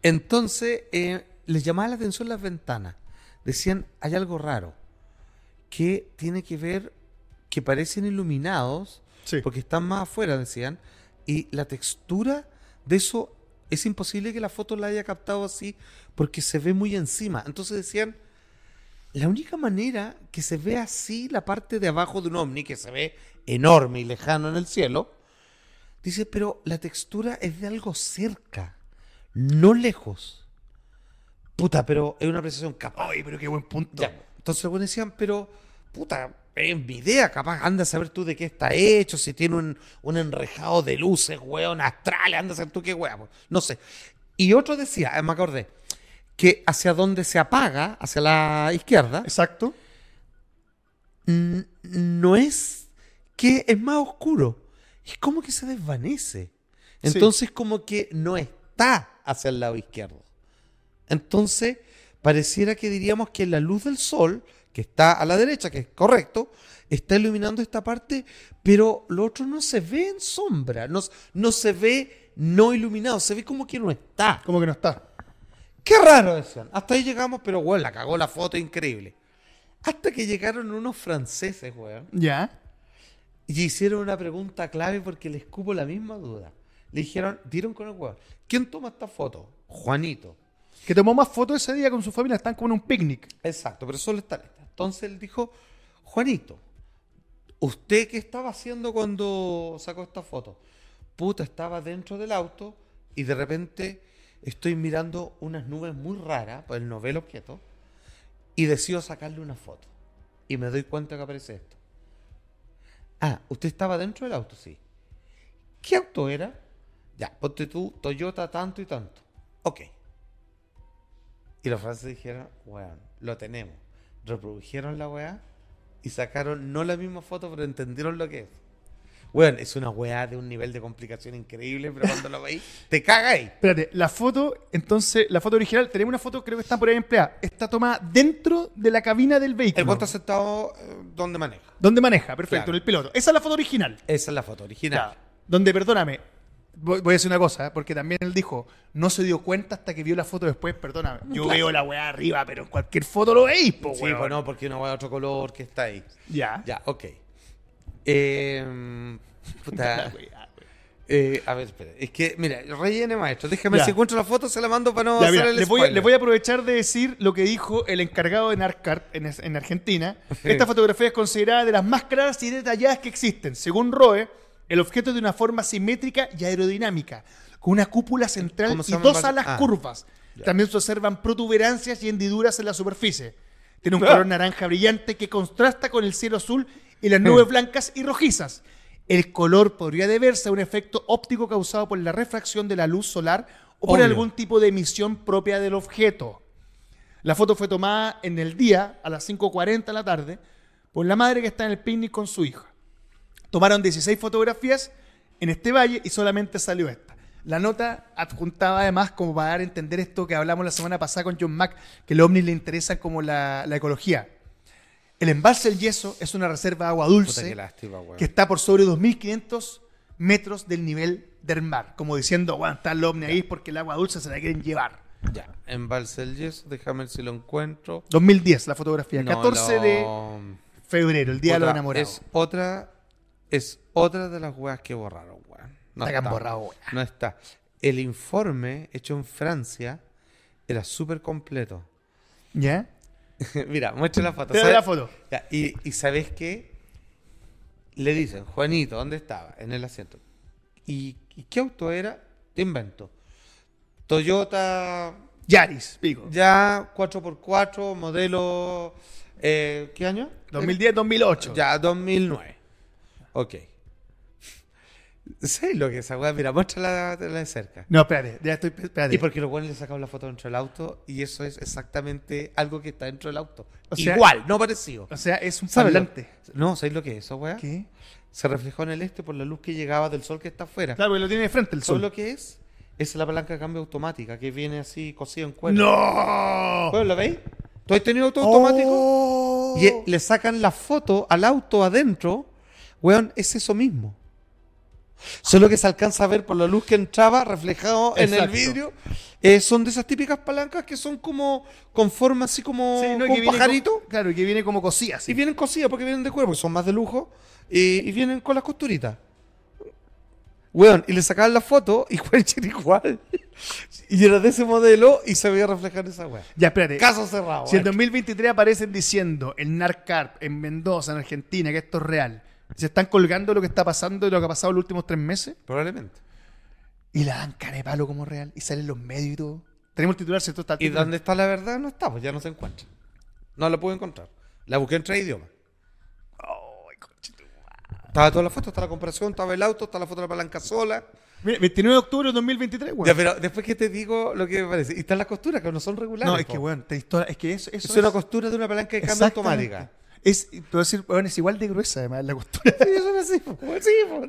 [SPEAKER 2] Entonces, eh, les llamaba la atención las ventanas. Decían, hay algo raro que tiene que ver que parecen iluminados
[SPEAKER 1] Sí.
[SPEAKER 2] porque están más afuera, decían, y la textura de eso es imposible que la foto la haya captado así porque se ve muy encima. Entonces decían, la única manera que se ve así la parte de abajo de un ovni que se ve enorme y lejano en el cielo, dice, pero la textura es de algo cerca, no lejos. Puta, pero es una precisión capaz.
[SPEAKER 1] ay, pero qué buen punto.
[SPEAKER 2] Ya. Entonces algunos decían, pero puta, es mi idea, capaz, anda a saber tú de qué está hecho, si tiene un, un enrejado de luces, weón, astrales, anda a saber tú qué weón, no sé. Y otro decía, eh, me acordé, que hacia donde se apaga, hacia la izquierda,
[SPEAKER 1] Exacto.
[SPEAKER 2] n- no es que es más oscuro, es como que se desvanece.
[SPEAKER 1] Sí.
[SPEAKER 2] Entonces como que no está hacia el lado izquierdo. Entonces pareciera que diríamos que la luz del sol, que está a la derecha, que es correcto, está iluminando esta parte, pero lo otro no se ve en sombra, no, s- no se ve no iluminado, se ve como que no está.
[SPEAKER 1] Como que no está.
[SPEAKER 2] Qué raro decían. Hasta ahí llegamos, pero bueno, la cagó la foto, increíble. Hasta que llegaron unos franceses, weón.
[SPEAKER 1] Ya.
[SPEAKER 2] Y hicieron una pregunta clave porque les cupo la misma duda. Le dijeron, dieron con el huevo. ¿Quién toma esta foto? Juanito.
[SPEAKER 1] Que tomó más fotos ese día con su familia, están como en un picnic.
[SPEAKER 2] Exacto, pero solo está lista. Entonces él dijo, Juanito, ¿usted qué estaba haciendo cuando sacó esta foto? Puta, estaba dentro del auto y de repente estoy mirando unas nubes muy raras, pues él no ve el objeto, y decido sacarle una foto. Y me doy cuenta que aparece esto. Ah, usted estaba dentro del auto, sí. ¿Qué auto era? Ya, ponte tú, Toyota tanto y tanto. Ok. Y los franceses dijeron, weón, lo tenemos. Reprodujeron la weá y sacaron no la misma foto, pero entendieron lo que es. Weón, es una weá de un nivel de complicación increíble, pero cuando lo veis, te cagáis.
[SPEAKER 1] Espérate, la foto, entonces, la foto original, tenemos una foto, creo que está por ahí empleada. Está tomada dentro de la cabina del
[SPEAKER 2] El
[SPEAKER 1] vehículo.
[SPEAKER 2] voto está sentado eh, donde maneja.
[SPEAKER 1] Donde maneja, perfecto,
[SPEAKER 2] Claro.
[SPEAKER 1] el piloto. Esa es la foto original.
[SPEAKER 2] Esa es la foto original.
[SPEAKER 1] Donde, perdóname, voy, voy a decir una cosa, ¿eh? porque también él dijo, no se dio cuenta hasta que vio la foto después, perdóname. Yo veo la weá arriba, pero en cualquier foto lo veis, po,
[SPEAKER 2] Sí,
[SPEAKER 1] Oh, weón.
[SPEAKER 2] pues no, porque una weá de otro color que está ahí.
[SPEAKER 1] Ya.
[SPEAKER 2] Ya, ok. Eh,
[SPEAKER 1] *laughs*
[SPEAKER 2] puta. Eh, a ver, espera. Es que, mira, rellene maestro. Déjame
[SPEAKER 1] Ya.
[SPEAKER 2] si encuentro la foto, se la mando para no
[SPEAKER 1] Ya,
[SPEAKER 2] hacer
[SPEAKER 1] mira,
[SPEAKER 2] el
[SPEAKER 1] les, voy, a-
[SPEAKER 2] spoiler.
[SPEAKER 1] les voy a aprovechar de decir lo que dijo el encargado de NARCART en, es- en Argentina. Esta fotografía es considerada de las más claras y detalladas que existen. Según Roe, el objeto es de una forma simétrica y aerodinámica, con una cúpula central
[SPEAKER 2] ¿Cómo
[SPEAKER 1] y
[SPEAKER 2] se llama?
[SPEAKER 1] dos alas
[SPEAKER 2] Ah.
[SPEAKER 1] curvas.
[SPEAKER 2] Ya.
[SPEAKER 1] También se observan protuberancias y hendiduras en la superficie. Tiene un
[SPEAKER 2] Ah.
[SPEAKER 1] color naranja brillante que contrasta con el cielo azul y las nubes
[SPEAKER 2] Mm.
[SPEAKER 1] blancas y rojizas. El color podría deberse a un efecto óptico causado por la refracción de la luz solar o por
[SPEAKER 2] Obvio.
[SPEAKER 1] algún tipo de emisión propia del objeto. La foto fue tomada en el día, a las 5.40 de la tarde, por la madre que está en el picnic con su hija. Tomaron 16 fotografías en este valle y solamente salió esta. La nota adjuntaba además como para dar a entender esto que hablamos la semana pasada con John Mack, que el ovni le interesa como la, la ecología. El embalse del yeso es una reserva de agua
[SPEAKER 2] Puta,
[SPEAKER 1] dulce
[SPEAKER 2] qué lástima, weón.
[SPEAKER 1] que está por sobre 2.500 metros del nivel del mar. Como diciendo, bueno, está el ovni ahí porque el agua dulce se la quieren llevar.
[SPEAKER 2] Ya, embalse el yeso, déjame ver si lo encuentro.
[SPEAKER 1] 2010, la fotografía.
[SPEAKER 2] No,
[SPEAKER 1] 14
[SPEAKER 2] lo-
[SPEAKER 1] de febrero, el día de los
[SPEAKER 2] Puta,
[SPEAKER 1] enamorados.
[SPEAKER 2] Es otra, es otra de las weas que borraron, weón. No
[SPEAKER 1] Está que han
[SPEAKER 2] está.
[SPEAKER 1] borrado, weón.
[SPEAKER 2] No está. El informe hecho en Francia era súper completo. *laughs*
[SPEAKER 1] ¿Ya?
[SPEAKER 2] Mira, muestra la foto.
[SPEAKER 1] Te doy
[SPEAKER 2] ¿sabes?
[SPEAKER 1] la foto.
[SPEAKER 2] Ya, y, y ¿sabes qué? Le dicen, Juanito, ¿dónde estaba? En el asiento. ¿Y, y qué auto era? Te invento. Toyota
[SPEAKER 1] Yaris, pico.
[SPEAKER 2] ya 4x4, modelo... eh, ¿Qué año?
[SPEAKER 1] 2010, 2008.
[SPEAKER 2] Ya, 2009. Ok. ¿Sabes lo que esa weá? Mira, muéstrala de, de cerca.
[SPEAKER 1] No, espérate, ya estoy. Espérate.
[SPEAKER 2] Y porque los buenos le sacaron la foto dentro del auto y eso es exactamente algo que está dentro del auto.
[SPEAKER 1] O sea-
[SPEAKER 2] Igual, no parecido.
[SPEAKER 1] O sea, es un
[SPEAKER 2] ¿Sabes lo-
[SPEAKER 1] parlante.
[SPEAKER 2] No, ¿sabes lo que es eso, weá?
[SPEAKER 1] ¿Qué?
[SPEAKER 2] Se reflejó en el este por la luz que llegaba del sol que está afuera.
[SPEAKER 1] Claro, porque lo tiene de frente el
[SPEAKER 2] ¿Sabes
[SPEAKER 1] sol.
[SPEAKER 2] lo que es? Es la palanca de cambio automática que viene así cosida en cuero.
[SPEAKER 1] ¡No!
[SPEAKER 2] Bueno, ¿la veis? ¿Tú has tenido auto automático?
[SPEAKER 1] Oh.
[SPEAKER 2] Y eh, le sacan la foto al auto adentro. Weón, es eso mismo. Solo que se alcanza a ver por la luz que entraba reflejado en el
[SPEAKER 1] Exacto.
[SPEAKER 2] vidrio. Eh, son de esas típicas palancas que son como con forma así como,
[SPEAKER 1] Sí, no,
[SPEAKER 2] como
[SPEAKER 1] que
[SPEAKER 2] un
[SPEAKER 1] viene
[SPEAKER 2] pajarito.
[SPEAKER 1] co- claro, que viene como cosía,
[SPEAKER 2] Y
[SPEAKER 1] así.
[SPEAKER 2] vienen cosidas porque vienen de cuerpo, que son más de lujo. Y, y vienen con las costuritas. Weón, y le sacaban la foto y *laughs* weón, era igual. Y era de ese modelo y se veía reflejar esa weá.
[SPEAKER 1] Ya, espérate.
[SPEAKER 2] Caso cerrado.
[SPEAKER 1] Si en
[SPEAKER 2] weón.
[SPEAKER 1] 2023 aparecen diciendo en NARCARP, en Mendoza, en Argentina, que esto es real, se están colgando lo que está pasando y lo que ha pasado los últimos tres meses,
[SPEAKER 2] Probablemente.
[SPEAKER 1] y la dan cara de palo como real, y salen los medios y todo. Tenemos el titular, ¿cierto? Está el
[SPEAKER 2] Y
[SPEAKER 1] titular.
[SPEAKER 2] donde está la verdad no está, pues ya no se encuentra. No la pude encontrar. La busqué en tres idiomas.
[SPEAKER 1] Ay, conche tu madre.
[SPEAKER 2] Estaba toda la foto, está la comparación, estaba el auto, está la foto de la palanca sola.
[SPEAKER 1] Mira, 29 de octubre de 2023, weón.
[SPEAKER 2] Ya, pero después que te digo lo que me parece. Y están las costuras que no son regulares.
[SPEAKER 1] no, es que,
[SPEAKER 2] po.
[SPEAKER 1] weón, te historia- es que eso, eso
[SPEAKER 2] Es una costura de una palanca de cambio
[SPEAKER 1] Exactamente.
[SPEAKER 2] automática.
[SPEAKER 1] Es, te voy a decir, weón, es igual de gruesa, además, la costura.
[SPEAKER 2] Sí, son así, po. Sí, po.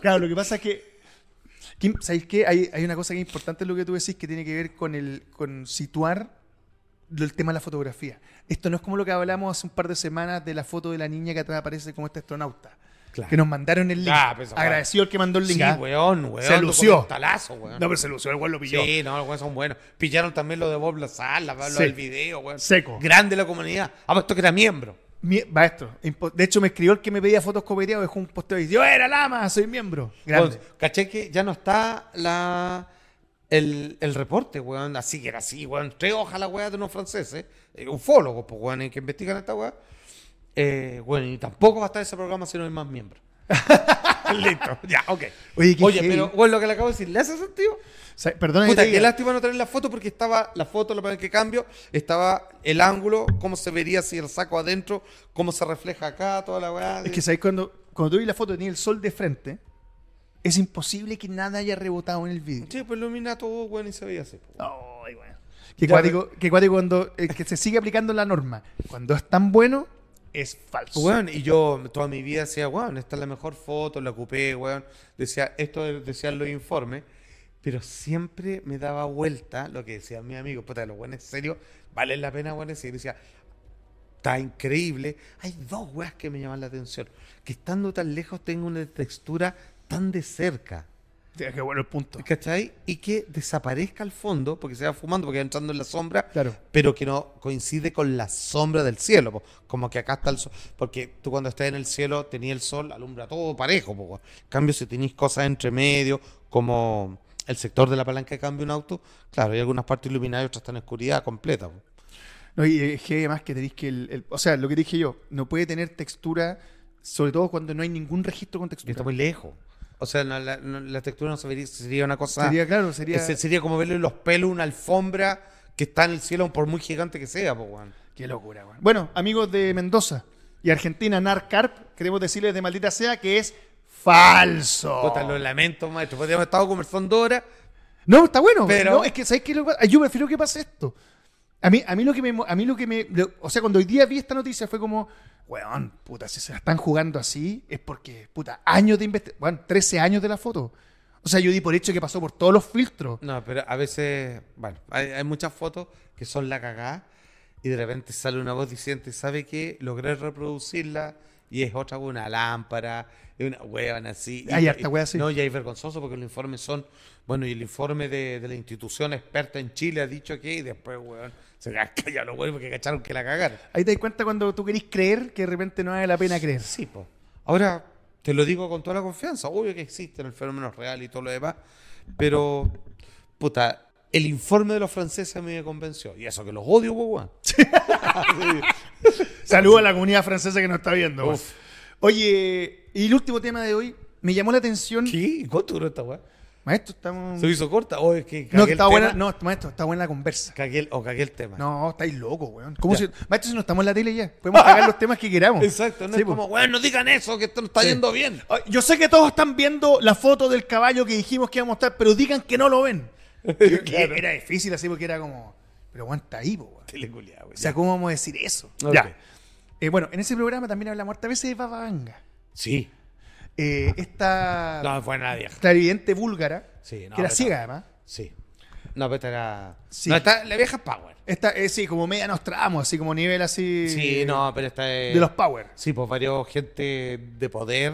[SPEAKER 1] Claro, lo que pasa es que. Kim, ¿Sabéis qué? Hay, hay una cosa que es importante en lo que tú decís que tiene que ver con, el, con situar lo- el tema de la fotografía. Esto no es como lo que hablamos hace un par de semanas de la foto de la niña que atrás aparece como este astronauta.
[SPEAKER 2] Claro.
[SPEAKER 1] Que nos mandaron el link.
[SPEAKER 2] Ah, pues, esa
[SPEAKER 1] Agradecido el que mandó el link.
[SPEAKER 2] Sí,
[SPEAKER 1] ah.
[SPEAKER 2] weón, weón.
[SPEAKER 1] Se lució.
[SPEAKER 2] Talazo, weón.
[SPEAKER 1] No, pero se lució, el weón lo pilló.
[SPEAKER 2] Sí, no, los weones son buenos. Pillaron también lo de Bob La Sala, lo
[SPEAKER 1] Sí.
[SPEAKER 2] del video, weón.
[SPEAKER 1] Seco.
[SPEAKER 2] Grande la comunidad. Ah, pues esto que era miembro.
[SPEAKER 1] Mi- maestro, impo- de hecho me escribió el que me pedía fotos copeteadas, dejó un posteo y dijo, "Yo era Lama, soy miembro. Grande.
[SPEAKER 2] Weón, Pues, caché que ya no está la, el, el reporte, weón. Así que era así, weón. Tres hojas la weá de unos franceses, eh, ufólogos, pues, weón, eh, que investigan esta weá. Eh, bueno, y tampoco va a estar ese programa si no hay más miembros. *laughs* Listo, *laughs* ya, ok.
[SPEAKER 1] Oye, qué heavy.
[SPEAKER 2] pero, bueno, lo que le acabo de decir, ¿le hace sentido?
[SPEAKER 1] O sea, perdona que
[SPEAKER 2] Puta,
[SPEAKER 1] te
[SPEAKER 2] qué
[SPEAKER 1] diga.
[SPEAKER 2] lástima no tener la foto porque estaba la foto, la primera que cambio, estaba el ángulo, cómo se vería si el saco adentro, cómo se refleja acá, toda la weá.
[SPEAKER 1] Es que sabéis cuando, cuando tú vi la foto tenía el sol de frente, es imposible que nada haya rebotado en el vídeo.
[SPEAKER 2] Sí, pues ilumina todo, weón, y se veía así. pues. po.
[SPEAKER 1] Ay, bueno. Que
[SPEAKER 2] Ya,
[SPEAKER 1] cuático, que cuático cuando eh, que se sigue aplicando la norma. Cuando es tan bueno, es falso.
[SPEAKER 2] Pues, Weón, y yo toda mi vida decía, weón, esta es la mejor foto, la ocupé, weón. Decía, esto de- decían los informes, pero siempre me daba vuelta lo que decían mis amigos, puta, los weones serios, valen la pena, weón, decir. Decía, está increíble. Hay dos weas que me llaman la atención, que estando tan lejos tengo una textura tan de cerca.
[SPEAKER 1] Sí, Qué bueno el punto.
[SPEAKER 2] ¿Cachai? Y que desaparezca al fondo, porque se va fumando, porque va entrando en la sombra,
[SPEAKER 1] Claro.
[SPEAKER 2] pero que no coincide con la sombra del cielo. po. Como que acá está el sol. Porque tú cuando estás en el cielo, tenías el sol, alumbra todo parejo. po. En cambio, si tenéis cosas entre medio, como el sector de la palanca de cambio de un auto, claro, hay algunas partes iluminadas y otras están en oscuridad completa. po.
[SPEAKER 1] No, y eh, es que además que tenéis que el, el- O sea, lo que dije yo, no puede tener textura, sobre todo cuando no hay ningún registro con
[SPEAKER 2] Y
[SPEAKER 1] textura.
[SPEAKER 2] está muy lejos. O sea, no, la, no, la textura no se vería- sería una cosa.
[SPEAKER 1] Ah, sería, claro, sería.
[SPEAKER 2] Ese- sería como verle los pelos a una alfombra que está en el cielo, por muy gigante que sea, po, weón.
[SPEAKER 1] Qué locura, weón. Bueno, amigos de Mendoza y Argentina, NARCARP, queremos decirles de maldita sea que es falso. Oh.
[SPEAKER 2] Puta, lo lamento, maestro. Podríamos estar conversando horas,
[SPEAKER 1] No, está bueno.
[SPEAKER 2] Pero-
[SPEAKER 1] Pero... No, es que, ¿sabes qué? es lo que pasa? Yo prefiero que pase esto. A mí, a mí lo que me. mo- A mí lo que me lo- o sea, cuando hoy día vi esta noticia fue como. Weón, puta, si se la están jugando así es porque, puta, años de investigación. Weón, 13 años de la foto. O sea, yo di por hecho que pasó por todos los filtros.
[SPEAKER 2] No, pero a veces, bueno, hay, hay muchas fotos que son la cagada y de repente sale una voz diciente, ¿sabe qué? Logré reproducirla y es otra una lámpara, es una huevan así. y-
[SPEAKER 1] Hay harta
[SPEAKER 2] y-
[SPEAKER 1] hueá así.
[SPEAKER 2] No, y es vergonzoso porque los informes son, bueno, y el informe de, de la institución experta en Chile ha dicho que, y después, hueón, se quedan callados los huevos porque cacharon que la cagaron.
[SPEAKER 1] Ahí te das cuenta cuando tú querés creer que de repente no vale la pena creer.
[SPEAKER 2] Sí, po. Ahora, te lo digo con toda la confianza. Obvio que existen el fenómeno real y todo lo demás. Pero, puta, el informe de los franceses a mí me convenció. Y eso que los odio, po, weón.
[SPEAKER 1] Saludo a la comunidad francesa que nos está viendo.
[SPEAKER 2] Uf.
[SPEAKER 1] weón. Oye, y el último tema de hoy me llamó la atención.
[SPEAKER 2] ¿Qué? ¿Cuánto duró esta weá?
[SPEAKER 1] Maestro, estamos.
[SPEAKER 2] ¿Se hizo corta? ¿O es que cagué
[SPEAKER 1] Mm. No,
[SPEAKER 2] el
[SPEAKER 1] está
[SPEAKER 2] tema?
[SPEAKER 1] buena, no, maestro, está buena la conversa.
[SPEAKER 2] Cagué el- o cagué el tema.
[SPEAKER 1] No, estáis locos, weón. ¿Cómo
[SPEAKER 2] Ya.
[SPEAKER 1] si, maestro, si no estamos en la tele ya, podemos *laughs* pagar los temas que queramos.
[SPEAKER 2] Exacto, no
[SPEAKER 1] Sí,
[SPEAKER 2] es como,
[SPEAKER 1] po.
[SPEAKER 2] weón, no digan eso, que esto no está
[SPEAKER 1] Sí.
[SPEAKER 2] yendo bien.
[SPEAKER 1] Ay, Yo sé que todos están viendo la foto del caballo que dijimos que iba a mostrar, pero digan que no lo *laughs* ven. Y-
[SPEAKER 2] Claro.
[SPEAKER 1] Era difícil así porque era como, pero weón, está ahí, po, weón.
[SPEAKER 2] Teleculeado, weón.
[SPEAKER 1] O sea, ¿cómo vamos a decir eso?
[SPEAKER 2] Ok.
[SPEAKER 1] Ya. Eh, bueno, en ese programa también hablamos hartas veces de Baba Vanga.
[SPEAKER 2] Sí.
[SPEAKER 1] Eh, esta
[SPEAKER 2] No, fue una vieja.
[SPEAKER 1] clarividente búlgara,
[SPEAKER 2] Sí, no,
[SPEAKER 1] que era
[SPEAKER 2] pero-
[SPEAKER 1] ciega además.
[SPEAKER 2] Sí. No, pero esta era...
[SPEAKER 1] Sí.
[SPEAKER 2] No, esta- la vieja es power.
[SPEAKER 1] Esta, eh, sí, como media Nostramos, así como nivel así
[SPEAKER 2] Sí, no, pero esta es...
[SPEAKER 1] de los Power.
[SPEAKER 2] Sí, pues varios gente de poder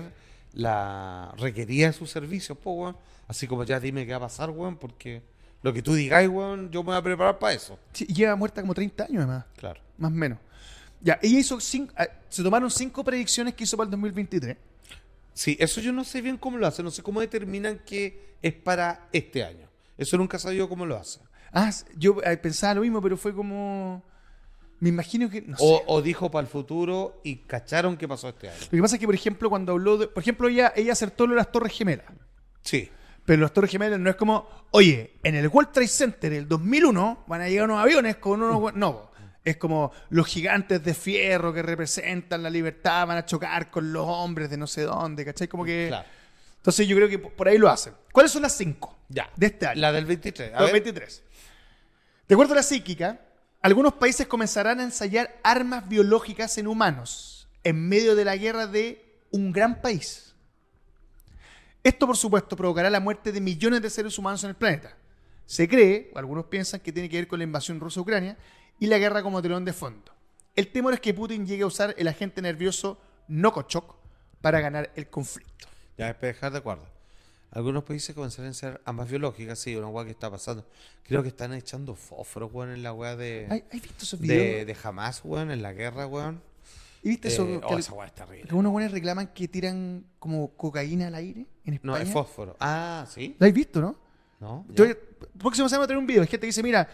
[SPEAKER 2] la requería de sus servicios, pues, weón. Así como ya dime qué va a pasar, weón, porque lo que tú digáis, weón, yo me voy a preparar para eso.
[SPEAKER 1] Sí, y lleva muerta como 30 años además.
[SPEAKER 2] Claro.
[SPEAKER 1] más o menos. Ya, ella hizo cinco, ah, se tomaron cinco predicciones que hizo para el 2023.
[SPEAKER 2] Sí, eso yo no sé bien cómo lo hacen, no sé cómo determinan que es para este año. Eso nunca he sabido cómo lo hacen.
[SPEAKER 1] Ah, s- yo eh, pensaba lo mismo, pero fue como... Me imagino que... No
[SPEAKER 2] O,
[SPEAKER 1] sé.
[SPEAKER 2] o dijo para el futuro y cacharon qué pasó este año.
[SPEAKER 1] Lo que pasa es que, por ejemplo, cuando habló de... Por ejemplo, ella, ella acertó lo de las Torres Gemelas.
[SPEAKER 2] Sí.
[SPEAKER 1] Pero las Torres Gemelas no es como, oye, en el World Trade Center del 2001 van a llegar unos aviones con unos... hue-". No, po. es como los gigantes de fierro que representan la libertad van a chocar con los hombres de no sé dónde, ¿cachai? Como que...
[SPEAKER 2] Claro.
[SPEAKER 1] Entonces yo creo que po- por ahí lo hacen. ¿Cuáles son las cinco
[SPEAKER 2] Ya.
[SPEAKER 1] de este año?
[SPEAKER 2] La del 23. A ver.
[SPEAKER 1] 2023. De acuerdo a la psíquica, algunos países comenzarán a ensayar armas biológicas en humanos en medio de la guerra de un gran país. Esto, por supuesto, provocará la muerte de millones de seres humanos en el planeta. Se cree, o algunos piensan, que tiene que ver con la invasión rusa a Ucrania y la guerra como telón de fondo. El temor es que Putin llegue a usar el agente nervioso Nokochok para ganar el conflicto.
[SPEAKER 2] Ya, después dejar de acuerdo. Algunos países comenzaron a ser ambas biológicas, sí, una weá que está pasando. Creo que están echando fósforo, weón, en la weá
[SPEAKER 1] ¿Hay,
[SPEAKER 2] de,
[SPEAKER 1] hay visto esos videos?
[SPEAKER 2] de, de Hamas, weón, en la guerra, weón.
[SPEAKER 1] ¿Y viste
[SPEAKER 2] Eh,
[SPEAKER 1] eso?
[SPEAKER 2] oh,
[SPEAKER 1] que al-
[SPEAKER 2] esa weá es terrible.
[SPEAKER 1] Algunos buenos reclaman que tiran como cocaína al aire en España.
[SPEAKER 2] No, es fósforo. Ah, sí.
[SPEAKER 1] ¿Lo habéis visto, no?
[SPEAKER 2] No, ya.
[SPEAKER 1] Entonces, próximo semana va a tener un video. Es gente que dice, mira,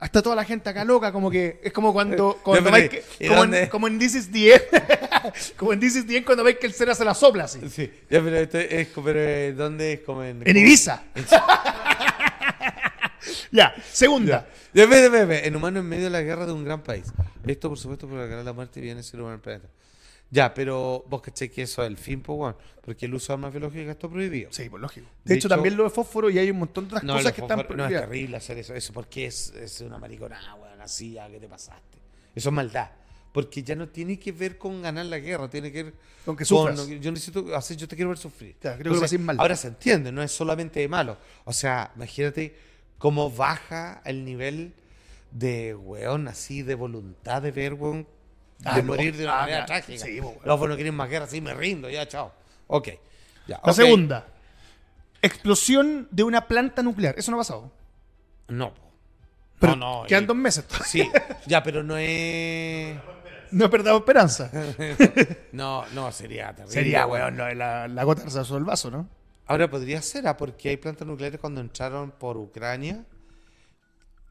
[SPEAKER 1] está toda la gente acá loca, como que es como
[SPEAKER 2] *laughs*
[SPEAKER 1] cuando, cuando
[SPEAKER 2] pero,
[SPEAKER 1] vais que-
[SPEAKER 2] ¿y
[SPEAKER 1] como,
[SPEAKER 2] dónde?
[SPEAKER 1] en, como en This is the End. *laughs* como en This is the End cuando vais que el cera se la sopla así.
[SPEAKER 2] Sí, ya, pero, esto es, como- pero eh, ¿dónde es? Como *laughs* en,
[SPEAKER 1] En
[SPEAKER 2] como-
[SPEAKER 1] Ibiza. *laughs* ya, segunda.
[SPEAKER 2] Ya, ve, ve, ve, En humano en medio de la guerra de un gran país. Esto, por supuesto, provocará la muerte y viene ser humano en el planeta. Ya, pero vos caché que eso es el fin, po, weón. Porque el uso de armas biológicas está prohibido.
[SPEAKER 1] Sí, pues lógico. De,
[SPEAKER 2] De
[SPEAKER 1] hecho,
[SPEAKER 2] hecho-
[SPEAKER 1] también lo de fósforo y hay un montón de otras
[SPEAKER 2] No,
[SPEAKER 1] cosas
[SPEAKER 2] los
[SPEAKER 1] que están
[SPEAKER 2] fósforos- no, es
[SPEAKER 1] prohibidas.
[SPEAKER 2] terrible hacer eso, eso porque es, es una mariconada, weón, así ya que te pasaste. Eso es maldad. Porque ya no tiene que ver con ganar la guerra, tiene que ver
[SPEAKER 1] Con que sufras.
[SPEAKER 2] lo que- yo necesito, así, yo te quiero ver sufrir.
[SPEAKER 1] Claro, creo que lo pasé mal.
[SPEAKER 2] Ahora se entiende, no es solamente de malo. O sea, imagínate cómo baja el nivel de weón, así, de voluntad de ver, weón, de
[SPEAKER 1] Ah, no.
[SPEAKER 2] morir de una
[SPEAKER 1] Ah,
[SPEAKER 2] manera
[SPEAKER 1] claro.
[SPEAKER 2] trágica.
[SPEAKER 1] Sí, po, weón.
[SPEAKER 2] no, pues no quieren más guerra, así me rindo, ya, chao. Ok. Ya,
[SPEAKER 1] La
[SPEAKER 2] ok.
[SPEAKER 1] segunda. Explosión de una planta nuclear. Eso no ha pasado.
[SPEAKER 2] No, po.
[SPEAKER 1] Pero
[SPEAKER 2] no, no.
[SPEAKER 1] quedan
[SPEAKER 2] y-
[SPEAKER 1] dos meses. *laughs*
[SPEAKER 2] Sí, ya, pero no es.
[SPEAKER 1] No he perdido esperanza.
[SPEAKER 2] No, no, sería terrible.
[SPEAKER 1] Sería,
[SPEAKER 2] weón.
[SPEAKER 1] weón, lo de la, la gota resalzó el vaso, ¿no?
[SPEAKER 2] Ahora podría ser, ah, porque hay plantas nucleares cuando entraron por Ucrania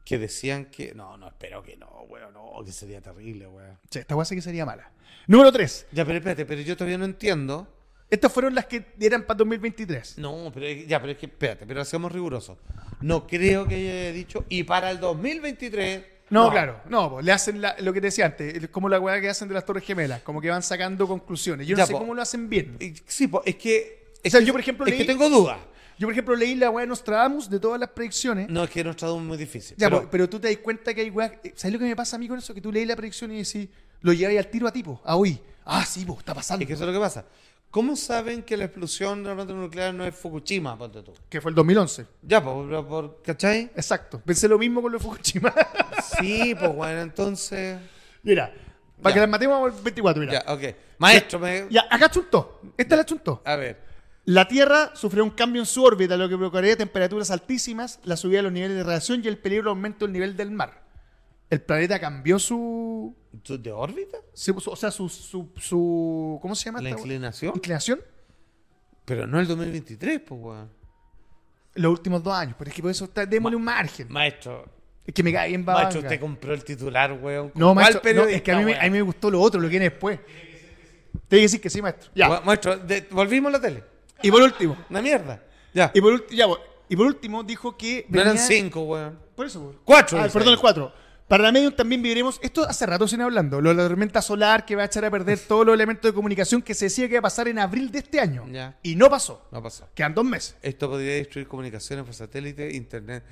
[SPEAKER 2] que decían que. No, no, espero que no, weón, no, que sería terrible, weón.
[SPEAKER 1] Sí, esta weá sí que sería mala. Número 3.
[SPEAKER 2] Ya, pero espérate, pero yo todavía no entiendo.
[SPEAKER 1] Estas fueron las que eran para 2023.
[SPEAKER 2] No, pero es- ya, pero es que, espérate, pero seamos rigurosos. No creo que haya dicho, y para el 2023.
[SPEAKER 1] No, claro, no, po, le hacen la- lo que te decía antes, el- como la weá que hacen de las Torres Gemelas, como que van sacando conclusiones. Yo
[SPEAKER 2] Ya,
[SPEAKER 1] no sé
[SPEAKER 2] po.
[SPEAKER 1] cómo lo hacen bien.
[SPEAKER 2] Y- Sí, po, es que.
[SPEAKER 1] O
[SPEAKER 2] es
[SPEAKER 1] sea,
[SPEAKER 2] que-
[SPEAKER 1] yo, por ejemplo,
[SPEAKER 2] es
[SPEAKER 1] leí-
[SPEAKER 2] que tengo dudas.
[SPEAKER 1] Yo, por ejemplo, leí la weá de Nostradamus de todas las predicciones.
[SPEAKER 2] No, es que Nostradamus es muy difícil.
[SPEAKER 1] Ya, po-
[SPEAKER 2] pero-
[SPEAKER 1] pero, tú te das cuenta que hay weas. eh, ¿Sabes lo que me pasa a mí con eso? Que tú leí la predicción y decís, lo lleváis al tiro a tipo, a hoy. Ah, sí, po, está pasando.
[SPEAKER 2] Es que eso es lo que pasa. ¿Cómo saben que la explosión de la planta nuclear no es Fukushima, ponte tú?
[SPEAKER 1] Que fue el 2011.
[SPEAKER 2] Ya, por, por- por- ¿cachai?
[SPEAKER 1] Exacto. Pensé lo mismo con lo de Fukushima.
[SPEAKER 2] Sí, pues bueno, entonces...
[SPEAKER 1] *laughs* mira, para
[SPEAKER 2] Ya.
[SPEAKER 1] que las matemos vamos al 24, mira.
[SPEAKER 2] Ya, ok. Maestro, me...
[SPEAKER 1] Ya, acá chuntó. Esta la chuntó.
[SPEAKER 2] A ver.
[SPEAKER 1] La Tierra sufrió un cambio en su órbita, lo que provocaría temperaturas altísimas, la subida de los niveles de radiación y el peligro de aumento del nivel del mar. El planeta cambió su.
[SPEAKER 2] ¿tú- ¿De órbita?
[SPEAKER 1] se- su- o sea, su, su, su- ¿Cómo se llama?
[SPEAKER 2] ¿La
[SPEAKER 1] esta wea?
[SPEAKER 2] inclinación?
[SPEAKER 1] Inclinación.
[SPEAKER 2] Pero no el 2023, pues weón.
[SPEAKER 1] Los últimos dos años, pero es que por eso está- démosle un margen.
[SPEAKER 2] Maestro,
[SPEAKER 1] Es que me cae bien babanga.
[SPEAKER 2] maestro, usted compró el titular, weón.
[SPEAKER 1] No,
[SPEAKER 2] ¿Cuál
[SPEAKER 1] maestro, no, es
[SPEAKER 2] periodista,
[SPEAKER 1] que a mí, me,
[SPEAKER 2] weón?
[SPEAKER 1] a mí me gustó lo otro, lo que viene después. Tiene que decir que sí, maestro. Ya.
[SPEAKER 2] Weón, Maestro, de- volvimos a la tele.
[SPEAKER 1] Y por último.
[SPEAKER 2] Una mierda. Ya.
[SPEAKER 1] Y por, ulti- ya, po. Y por último dijo que.
[SPEAKER 2] No eran
[SPEAKER 1] venía-
[SPEAKER 2] cinco, weón.
[SPEAKER 1] Por eso. po.
[SPEAKER 2] Cuatro,
[SPEAKER 1] Ah,
[SPEAKER 2] dice
[SPEAKER 1] perdón,
[SPEAKER 2] ahí.
[SPEAKER 1] el cuatro. Para la medium también viviremos, esto hace rato sin hablando, lo de la tormenta solar que va a echar a
[SPEAKER 2] *laughs*
[SPEAKER 1] perder todos los elementos de comunicación que se decía que iba a pasar en abril de este año.
[SPEAKER 2] Ya.
[SPEAKER 1] Y no pasó.
[SPEAKER 2] No pasó.
[SPEAKER 1] Quedan dos meses.
[SPEAKER 2] Esto podría destruir comunicaciones por satélite, internet.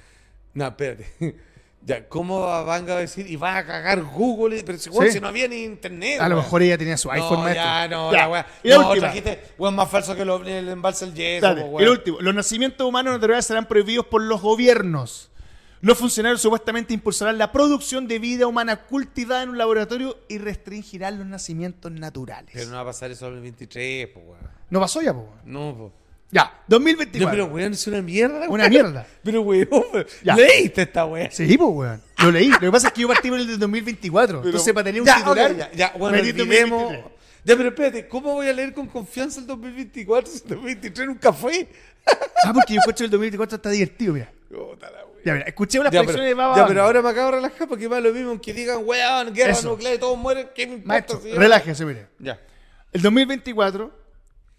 [SPEAKER 2] No, espérate. *laughs* Ya, ¿cómo van a decir? Y va a cagar Google. y- Pero si, weón,
[SPEAKER 1] Sí.
[SPEAKER 2] si no había ni internet.
[SPEAKER 1] A lo
[SPEAKER 2] weón.
[SPEAKER 1] mejor ella tenía su
[SPEAKER 2] No,
[SPEAKER 1] iPhone, maestro.
[SPEAKER 2] ya, no,
[SPEAKER 1] Ya.
[SPEAKER 2] la weá.
[SPEAKER 1] Y la
[SPEAKER 2] No,
[SPEAKER 1] última.
[SPEAKER 2] trajiste, weón, más falso que lo- el embalse del yeso,
[SPEAKER 1] Dale,
[SPEAKER 2] po,
[SPEAKER 1] el
[SPEAKER 2] weón.
[SPEAKER 1] último. Los nacimientos humanos naturales serán prohibidos por los gobiernos. Los funcionarios supuestamente impulsarán la producción de vida humana cultivada en un laboratorio y restringirán los nacimientos naturales.
[SPEAKER 2] Pero no va a pasar eso en el 23, pues, weón.
[SPEAKER 1] No pasó ya, po.
[SPEAKER 2] No, po.
[SPEAKER 1] Ya,
[SPEAKER 2] No,
[SPEAKER 1] 2024.
[SPEAKER 2] pero, weón, es una mierda.
[SPEAKER 1] Una
[SPEAKER 2] weón.
[SPEAKER 1] mierda.
[SPEAKER 2] *laughs* Pero, weón,
[SPEAKER 1] Ya.
[SPEAKER 2] leíste esta weón.
[SPEAKER 1] Sí, pues, weón. Lo leí. Lo que pasa es que yo partí por el del 2024. Entonces, para tener un
[SPEAKER 2] Ya,
[SPEAKER 1] titular.
[SPEAKER 2] ok, ya, ya, bueno,
[SPEAKER 1] metí el
[SPEAKER 2] olvidemos.
[SPEAKER 1] 2023.
[SPEAKER 2] Ya, pero espérate, ¿cómo voy a leer con confianza el 2024 si el 2023 nunca fue?
[SPEAKER 1] Ah, porque yo escucho que el 2024 está divertido, mira.
[SPEAKER 2] Puta la wea.
[SPEAKER 1] Ya, mira, escuchemos las
[SPEAKER 2] Ya,
[SPEAKER 1] predicciones de
[SPEAKER 2] pero,
[SPEAKER 1] Baba.
[SPEAKER 2] ya,
[SPEAKER 1] Vanga.
[SPEAKER 2] pero ahora me acabo de relajar porque va lo mismo que digan, weón, guerra
[SPEAKER 1] Eso.
[SPEAKER 2] nuclear y todos mueren, ¿qué me importa?
[SPEAKER 1] Maestro,
[SPEAKER 2] si yo-
[SPEAKER 1] relájese, mire.
[SPEAKER 2] Ya.
[SPEAKER 1] El 2024,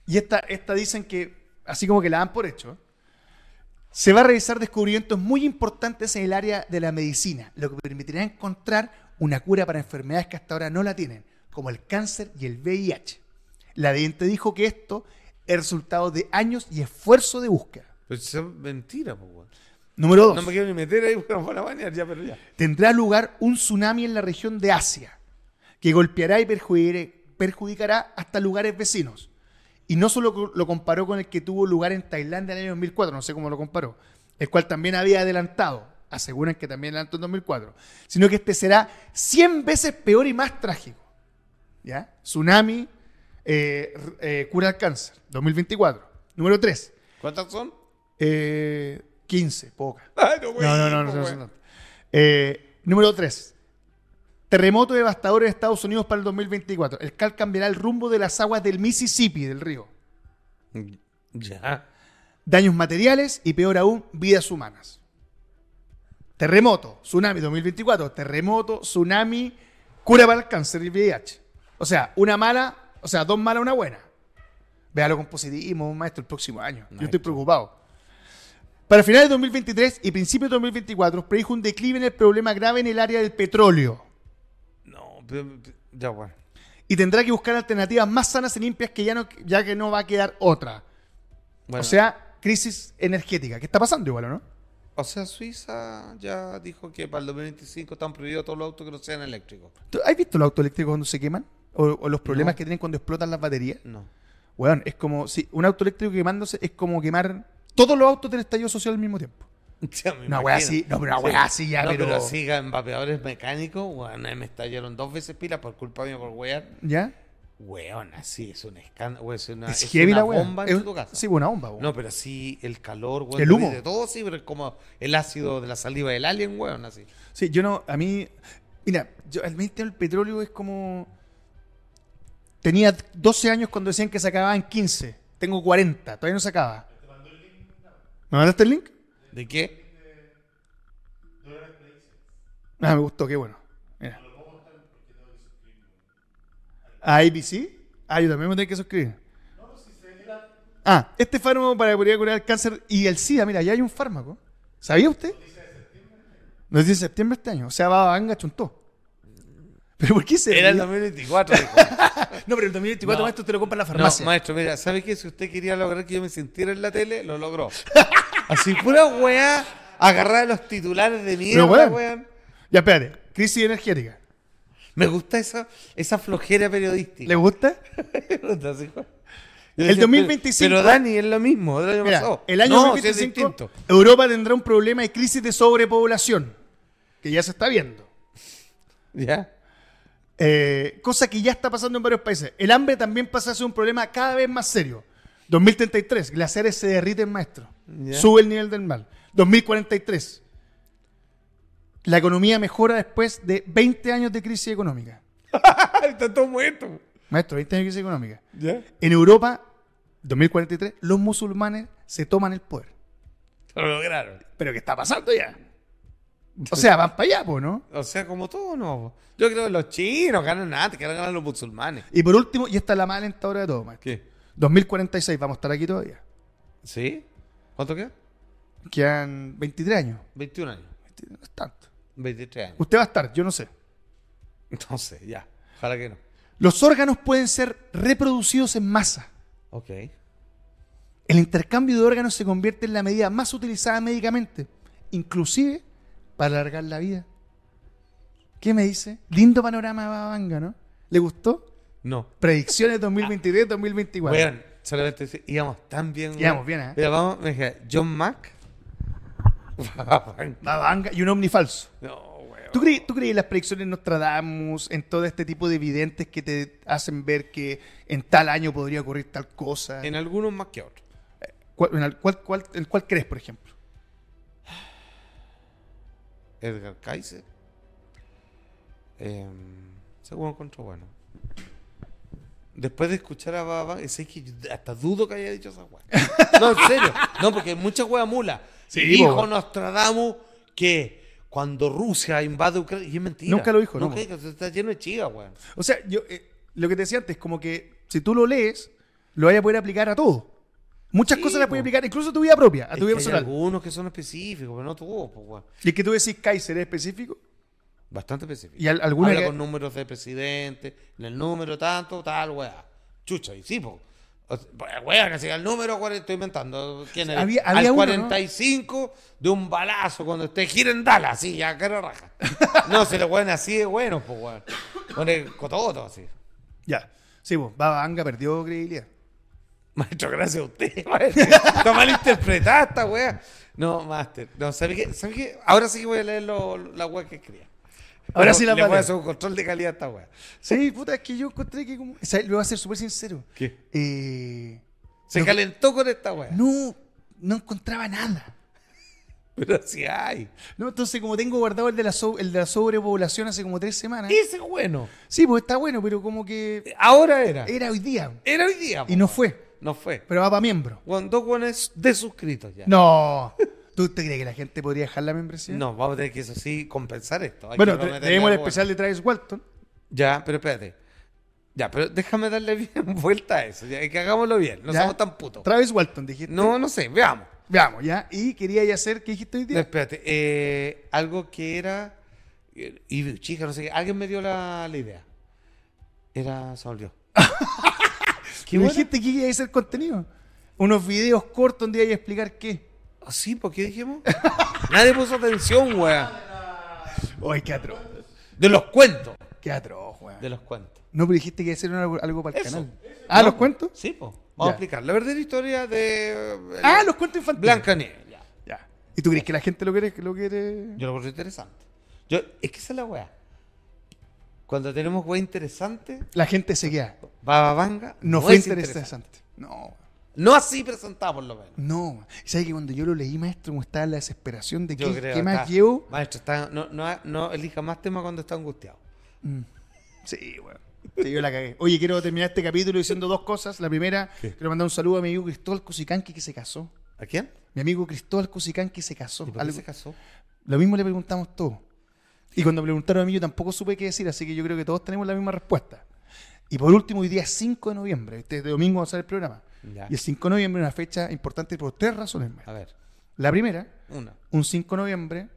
[SPEAKER 1] y esta, esta dicen que, así como que la dan por hecho, ¿eh? se va a realizar descubrimientos muy importantes en el área de la medicina, lo que permitirá encontrar una cura para enfermedades que hasta ahora no la tienen, como el cáncer y el VIH. La diente dijo que esto es resultado de años y esfuerzo de búsqueda.
[SPEAKER 2] Pero eso es mentira, pues, weón.
[SPEAKER 1] Número
[SPEAKER 2] No
[SPEAKER 1] 2.
[SPEAKER 2] me quiero ni meter ahí, *laughs* weón, para bañar, ya, pero ya.
[SPEAKER 1] Tendrá lugar un tsunami en la región de Asia, que golpeará y perjudire- perjudicará hasta lugares vecinos. Y no solo co- lo comparó con el que tuvo lugar en Tailandia en el año 2004, no sé cómo lo comparó, el cual también había adelantado, aseguran que también adelantó en 2004, sino que este será 100 veces peor y más trágico. ¿Ya? Tsunami, eh, r- eh, cura al cáncer, 2024. Número 3,
[SPEAKER 2] ¿Cuántas son?
[SPEAKER 1] eh, 15, poca.
[SPEAKER 2] Ay, no,
[SPEAKER 1] No,
[SPEAKER 2] weón,
[SPEAKER 1] no, no, no,
[SPEAKER 2] pues,
[SPEAKER 1] no,
[SPEAKER 2] weón.
[SPEAKER 1] no. Eh, número 3. Terremoto devastador en Estados Unidos para el 2024. El CAL cambiará el rumbo de las aguas del Mississippi, del río.
[SPEAKER 2] Ya.
[SPEAKER 1] Daños materiales y peor aún, vidas humanas. Terremoto, tsunami 2024. Terremoto, tsunami, cura para el cáncer y VIH. O sea, una mala, o sea, dos malas, una buena. Véalo con positivismo, maestro, el próximo año. Yo estoy
[SPEAKER 2] Maestro.
[SPEAKER 1] preocupado. Para finales de 2023 y principios de 2024, predijo un declive en el problema grave en el área del petróleo
[SPEAKER 2] No, pero- pero- ya, weón.
[SPEAKER 1] y tendrá que buscar alternativas más sanas y limpias que ya, no, ya que no va a quedar otra.
[SPEAKER 2] Bueno,
[SPEAKER 1] O sea, crisis energética. ¿Qué está pasando igual o no?
[SPEAKER 2] o sea, Suiza ya dijo que para el 2025 están prohibidos todos los autos que no sean eléctricos.
[SPEAKER 1] ¿Tú ¿Has visto los autos eléctricos cuando se queman? ¿O, o los problemas
[SPEAKER 2] No.
[SPEAKER 1] que tienen cuando explotan las baterías?
[SPEAKER 2] No.
[SPEAKER 1] Weón, es como si un auto eléctrico quemándose es como quemar todos los autos del estallido social al mismo tiempo.
[SPEAKER 2] *laughs* Ya me
[SPEAKER 1] Una wea
[SPEAKER 2] imagino.
[SPEAKER 1] así- no, pero una wea así ya,
[SPEAKER 2] No, pero...
[SPEAKER 1] pero-
[SPEAKER 2] así, ga- en vapeadores mecánicos, weón, ahí me estallaron dos veces pilas por culpa mía por wear.
[SPEAKER 1] ¿Ya?
[SPEAKER 2] Weón, así, es un escándalo, es una,
[SPEAKER 1] es
[SPEAKER 2] Ah, es
[SPEAKER 1] heavy
[SPEAKER 2] una
[SPEAKER 1] la weá.
[SPEAKER 2] bomba
[SPEAKER 1] Es-
[SPEAKER 2] en tu casa.
[SPEAKER 1] Sí, una bomba, weón.
[SPEAKER 2] No, pero así, el calor, weón.
[SPEAKER 1] El
[SPEAKER 2] te
[SPEAKER 1] humo.
[SPEAKER 2] De todo, sí, pero es como el ácido de la saliva del alien, weón, así.
[SPEAKER 1] Sí, yo no, a mí. Mira, yo, al mí el tema del petróleo es como. Tenía 12 años cuando decían que se acababa en 15. Tengo 40, todavía no se acaba. ¿Me mandaste el link?
[SPEAKER 2] ¿De qué?
[SPEAKER 1] Ah, me gustó, qué bueno. Mira. ¿A ABC? Ah, yo también me tengo que suscribir. Ah, este fármaco para poder curar el cáncer y el SIDA, mira, ya hay un fármaco. ¿Sabía usted? No es de septiembre este año, o sea, va a chuntó. ¿Pero por qué se
[SPEAKER 2] Era el
[SPEAKER 1] ríe? *laughs*
[SPEAKER 2] 2024, dijo.
[SPEAKER 1] No, pero el 2024
[SPEAKER 2] No.
[SPEAKER 1] maestro te lo compra en la
[SPEAKER 2] No,
[SPEAKER 1] farmacia.
[SPEAKER 2] maestro, mira, ¿sabe qué? Si usted quería lograr que yo me sintiera en la tele, lo logró.
[SPEAKER 1] Ah,
[SPEAKER 2] Así, pura weá, agarrar los titulares de mierda,
[SPEAKER 1] Pero, weón.
[SPEAKER 2] weón.
[SPEAKER 1] ya, espérate. Crisis energética.
[SPEAKER 2] Me gusta esa, esa flojera periodística.
[SPEAKER 1] ¿Le
[SPEAKER 2] *laughs*
[SPEAKER 1] gusta?
[SPEAKER 2] Entonces, hijo, yo
[SPEAKER 1] *laughs* El
[SPEAKER 2] decía,
[SPEAKER 1] 2025.
[SPEAKER 2] Pero Dani, es lo mismo. El año
[SPEAKER 1] Mira,
[SPEAKER 2] pasado.
[SPEAKER 1] el año
[SPEAKER 2] No, sí es
[SPEAKER 1] 2025
[SPEAKER 2] distinto.
[SPEAKER 1] Europa tendrá un problema de crisis de sobrepoblación, que ya se está viendo.
[SPEAKER 2] Ya.
[SPEAKER 1] *laughs* Eh, cosa que ya está pasando en varios países. El hambre también pasa a ser un problema cada vez más serio. 2033, glaciares se derriten, maestro.
[SPEAKER 2] Ya.
[SPEAKER 1] Sube el nivel del mar. 2043, la economía mejora después de 20 años de crisis económica.
[SPEAKER 2] Está todo muerto.
[SPEAKER 1] Maestro, 20 años de crisis económica.
[SPEAKER 2] Ya.
[SPEAKER 1] En Europa, 2043, los musulmanes se toman el poder.
[SPEAKER 2] Lo lograron.
[SPEAKER 1] Pero ¿qué está pasando ya? O sea, van para allá, po, ¿no?
[SPEAKER 2] O sea, como todo, no. po. Yo creo que los chinos ganan antes, que ahora ganan los musulmanes.
[SPEAKER 1] Y por último, y esta es la más alentadora de todo, maestro.
[SPEAKER 2] ¿Qué?
[SPEAKER 1] 2046, vamos a estar aquí todavía.
[SPEAKER 2] ¿Sí? ¿Cuánto queda?
[SPEAKER 1] Quedan 23 años.
[SPEAKER 2] 21 años.
[SPEAKER 1] No es tanto.
[SPEAKER 2] 23 años.
[SPEAKER 1] Usted va a estar, yo no sé.
[SPEAKER 2] Entonces, ya. Ojalá que no.
[SPEAKER 1] Los órganos pueden ser reproducidos en masa.
[SPEAKER 2] Ok.
[SPEAKER 1] El intercambio de órganos se convierte en la medida más utilizada médicamente, inclusive para alargar la vida. ¿Qué me dice? Lindo panorama, Babanga, ¿no? ¿Le gustó?
[SPEAKER 2] No.
[SPEAKER 1] Predicciones 2023-2024.
[SPEAKER 2] Weón, solamente dice, íbamos tan bien. weón.
[SPEAKER 1] Íbamos bien, ¿eh?
[SPEAKER 2] Mira, vamos, me dije, John Mac. *laughs*
[SPEAKER 1] Babanga y un ovni falso.
[SPEAKER 2] no, weón.
[SPEAKER 1] ¿Tú crees, ¿Tú crees en las predicciones de Nostradamus, en todo este tipo de videntes que te hacen ver que en tal año podría ocurrir tal cosa?
[SPEAKER 2] En algunos más que otros.
[SPEAKER 1] ¿Cuál, en el, cuál, cuál- en cuál crees, por ejemplo?
[SPEAKER 2] Edgar Kaiser. Eh, según encontró bueno. Después de escuchar a Baba, es que yo hasta dudo que haya dicho
[SPEAKER 1] *laughs*
[SPEAKER 2] esa weá. No, en serio. No, porque hay mucha weá mula.
[SPEAKER 1] Sí, po,
[SPEAKER 2] dijo
[SPEAKER 1] weón.
[SPEAKER 2] Nostradamus que cuando Rusia invade Ucrania. Y es mentira.
[SPEAKER 1] Nunca lo dijo, no,
[SPEAKER 2] Nunca dijo, está lleno de chiga, weón.
[SPEAKER 1] O sea, yo eh, lo que te decía antes, como que si tú lo lees, lo vas a poder aplicar a todo. Muchas
[SPEAKER 2] Sí,
[SPEAKER 1] cosas las puedes
[SPEAKER 2] po.
[SPEAKER 1] aplicar, incluso a tu vida propia, a
[SPEAKER 2] Es
[SPEAKER 1] tu
[SPEAKER 2] que
[SPEAKER 1] vida
[SPEAKER 2] hay
[SPEAKER 1] personal.
[SPEAKER 2] algunos que son específicos, pero no todos, pues, weón.
[SPEAKER 1] Y es que tú decís Kaiser es específico.
[SPEAKER 2] Bastante específicos.
[SPEAKER 1] Y al- alguna
[SPEAKER 2] Habla
[SPEAKER 1] que-
[SPEAKER 2] con números de presidente, en el número tanto, tal, weá. Chucha, y sí, po. O sea, Weón, así que el número 40, estoy inventando. ¿Quién era?
[SPEAKER 1] Había- había uno,
[SPEAKER 2] al 45 de un balazo cuando usted gira en Dallas, sí, ya cara
[SPEAKER 1] *laughs*
[SPEAKER 2] raja. No, se lo weón así de bueno, pues weón. Con el cototo, así. *laughs*
[SPEAKER 1] Ya. Sí, pues, Babanga perdió credibilidad.
[SPEAKER 2] Maestro, gracias a usted, *laughs* maestro. Está mal interpretada esta weá. No, master. No, ¿sabe qué? ¿Sabe qué? Ahora sí que voy a leer lo- la weá que escribía.
[SPEAKER 1] Ahora
[SPEAKER 2] Le-
[SPEAKER 1] sí la
[SPEAKER 2] le
[SPEAKER 1] va a
[SPEAKER 2] voy a
[SPEAKER 1] leer.
[SPEAKER 2] hacer un control de calidad a esta weá.
[SPEAKER 1] Sí, puta, es que yo encontré que como... O sea, lo voy a ser súper sincero.
[SPEAKER 2] ¿Qué?
[SPEAKER 1] Eh,
[SPEAKER 2] Se
[SPEAKER 1] no-
[SPEAKER 2] calentó con esta weá.
[SPEAKER 1] no, no encontraba nada.
[SPEAKER 2] Pero sí hay.
[SPEAKER 1] No, entonces como tengo guardado el de la, so- el de la sobrepoblación hace como tres semanas.
[SPEAKER 2] Ese es bueno.
[SPEAKER 1] Sí, pues está bueno, pero como que
[SPEAKER 2] Ahora era.
[SPEAKER 1] era hoy día.
[SPEAKER 2] Era hoy día.
[SPEAKER 1] Y
[SPEAKER 2] po.
[SPEAKER 1] no fue,
[SPEAKER 2] No fue.
[SPEAKER 1] pero va para miembro.
[SPEAKER 2] Juan dos weones desuscritos ya.
[SPEAKER 1] No. ¿Tú te crees que la gente podría dejar la membresía?
[SPEAKER 2] No, vamos a tener que eso sí compensar esto. Hay
[SPEAKER 1] Bueno,
[SPEAKER 2] que
[SPEAKER 1] te-
[SPEAKER 2] prometerle
[SPEAKER 1] tenemos el
[SPEAKER 2] algo
[SPEAKER 1] especial
[SPEAKER 2] bueno.
[SPEAKER 1] de Travis Walton.
[SPEAKER 2] Ya, pero espérate. Ya, pero déjame darle *laughs* bien vuelta a eso. Ya, que hagámoslo bien. No
[SPEAKER 1] ¿ya?
[SPEAKER 2] somos tan putos.
[SPEAKER 1] Travis Walton, dijiste.
[SPEAKER 2] No, no sé. Veamos.
[SPEAKER 1] Veamos, ¿ya? Y quería ya hacer, ¿qué dijiste hoy
[SPEAKER 2] No,
[SPEAKER 1] día?
[SPEAKER 2] espérate. eh, algo que era. eh, Y chica, no sé qué. Alguien me dio la, la idea. Era. Se me
[SPEAKER 1] *laughs*
[SPEAKER 2] olvidó.
[SPEAKER 1] ¿Qué
[SPEAKER 2] buena.
[SPEAKER 1] dijiste que quería hacer contenido? Unos videos cortos donde iba a explicar qué.
[SPEAKER 2] Ah, Sí, ¿por qué dijimos? Nadie puso atención, weá.
[SPEAKER 1] Ay, qué atroz.
[SPEAKER 2] De los cuentos.
[SPEAKER 1] Qué atroz, weón.
[SPEAKER 2] De los cuentos.
[SPEAKER 1] No, pero dijiste que iba a hacer algo, algo para el
[SPEAKER 2] Eso.
[SPEAKER 1] canal. Ah,
[SPEAKER 2] No,
[SPEAKER 1] ¿los cuentos?
[SPEAKER 2] Sí, po.
[SPEAKER 1] Ya.
[SPEAKER 2] Vamos a explicar. La verdadera historia de. eh,
[SPEAKER 1] Ah, los cuentos infantiles.
[SPEAKER 2] Blanca Nieve.
[SPEAKER 1] Ya. ¿Y tú crees que la gente lo quiere? Lo quiere?
[SPEAKER 2] Yo lo encontré interesante. Yo, es que esa es la weá. Cuando tenemos weá interesante,
[SPEAKER 1] La gente se queda.
[SPEAKER 2] Bababanga
[SPEAKER 1] No, fue
[SPEAKER 2] es
[SPEAKER 1] interesante. No,
[SPEAKER 2] No así presentado, por lo menos.
[SPEAKER 1] no. ¿Sabes que cuando yo lo leí, maestro, como estaba la desesperación de
[SPEAKER 2] Yo
[SPEAKER 1] qué,
[SPEAKER 2] creo
[SPEAKER 1] qué más
[SPEAKER 2] está-
[SPEAKER 1] llevo?
[SPEAKER 2] Maestro, está- no, no, no elija más temas cuando está angustiado.
[SPEAKER 1] Sí, weón. Sí, yo la cagué. Oye, quiero terminar este capítulo diciendo dos cosas. La primera, quiero mandar un saludo a mi amigo Cristóbal Cusicanqui que se casó.
[SPEAKER 2] ¿A quién?
[SPEAKER 1] Mi amigo Cristóbal Cusicanqui se casó.
[SPEAKER 2] ¿Y por qué
[SPEAKER 1] Algo-
[SPEAKER 2] se casó?
[SPEAKER 1] Lo mismo le preguntamos todos. Y cuando me preguntaron a mí, yo tampoco supe qué decir, así que yo creo que todos tenemos la misma respuesta. Y por último, hoy día es 5 de noviembre, este domingo vamos a hacer el programa.
[SPEAKER 2] Ya.
[SPEAKER 1] Y el 5 de noviembre es una fecha importante por tres razones.
[SPEAKER 2] A ver,
[SPEAKER 1] La primera,
[SPEAKER 2] una.
[SPEAKER 1] un 5 de noviembre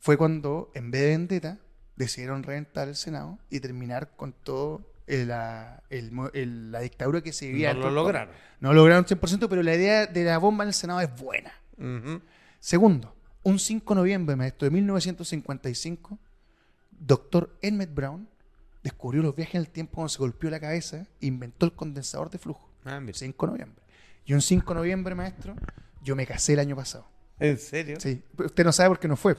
[SPEAKER 1] fue cuando, en vez de Vendetta, decidieron reventar el Senado y terminar con todo el- la, el mo- el- la dictadura que se vivía.
[SPEAKER 2] No lo
[SPEAKER 1] dentro del
[SPEAKER 2] lograron.
[SPEAKER 1] país. No lograron 100%, pero la idea de la bomba en el Senado es buena.
[SPEAKER 2] Ujú.
[SPEAKER 1] Segundo, un 5 de noviembre maestro, de 1955, doctor Emmett Brown descubrió los viajes en el tiempo cuando se golpeó la cabeza e inventó el condensador de flujo.
[SPEAKER 2] Ah,
[SPEAKER 1] El
[SPEAKER 2] mira.
[SPEAKER 1] 5 de noviembre. Y un 5 de noviembre, maestro, yo me casé el año pasado.
[SPEAKER 2] ¿En serio?
[SPEAKER 1] Sí, pero usted no sabe por qué no fue.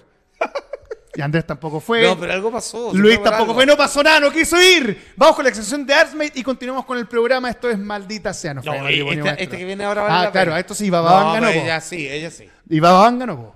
[SPEAKER 1] Y Andrés tampoco fue.
[SPEAKER 2] No, pero algo pasó. si
[SPEAKER 1] Pues, Luis
[SPEAKER 2] fue por
[SPEAKER 1] tampoco
[SPEAKER 2] algo.
[SPEAKER 1] fue, no pasó nada, no quiso ir. Vamos con la sección de Artsmate y continuamos con el programa. Esto es maldita sea, no fue
[SPEAKER 2] No,
[SPEAKER 1] matrimonio,
[SPEAKER 2] esta,
[SPEAKER 1] maestro.
[SPEAKER 2] esta que viene ahora vale
[SPEAKER 1] Ah,
[SPEAKER 2] la
[SPEAKER 1] claro,
[SPEAKER 2] pena.
[SPEAKER 1] esto sí, Bababán
[SPEAKER 2] No,
[SPEAKER 1] ganó.
[SPEAKER 2] pero
[SPEAKER 1] po.
[SPEAKER 2] ella sí, ella sí.
[SPEAKER 1] Y Bababán ganó. po.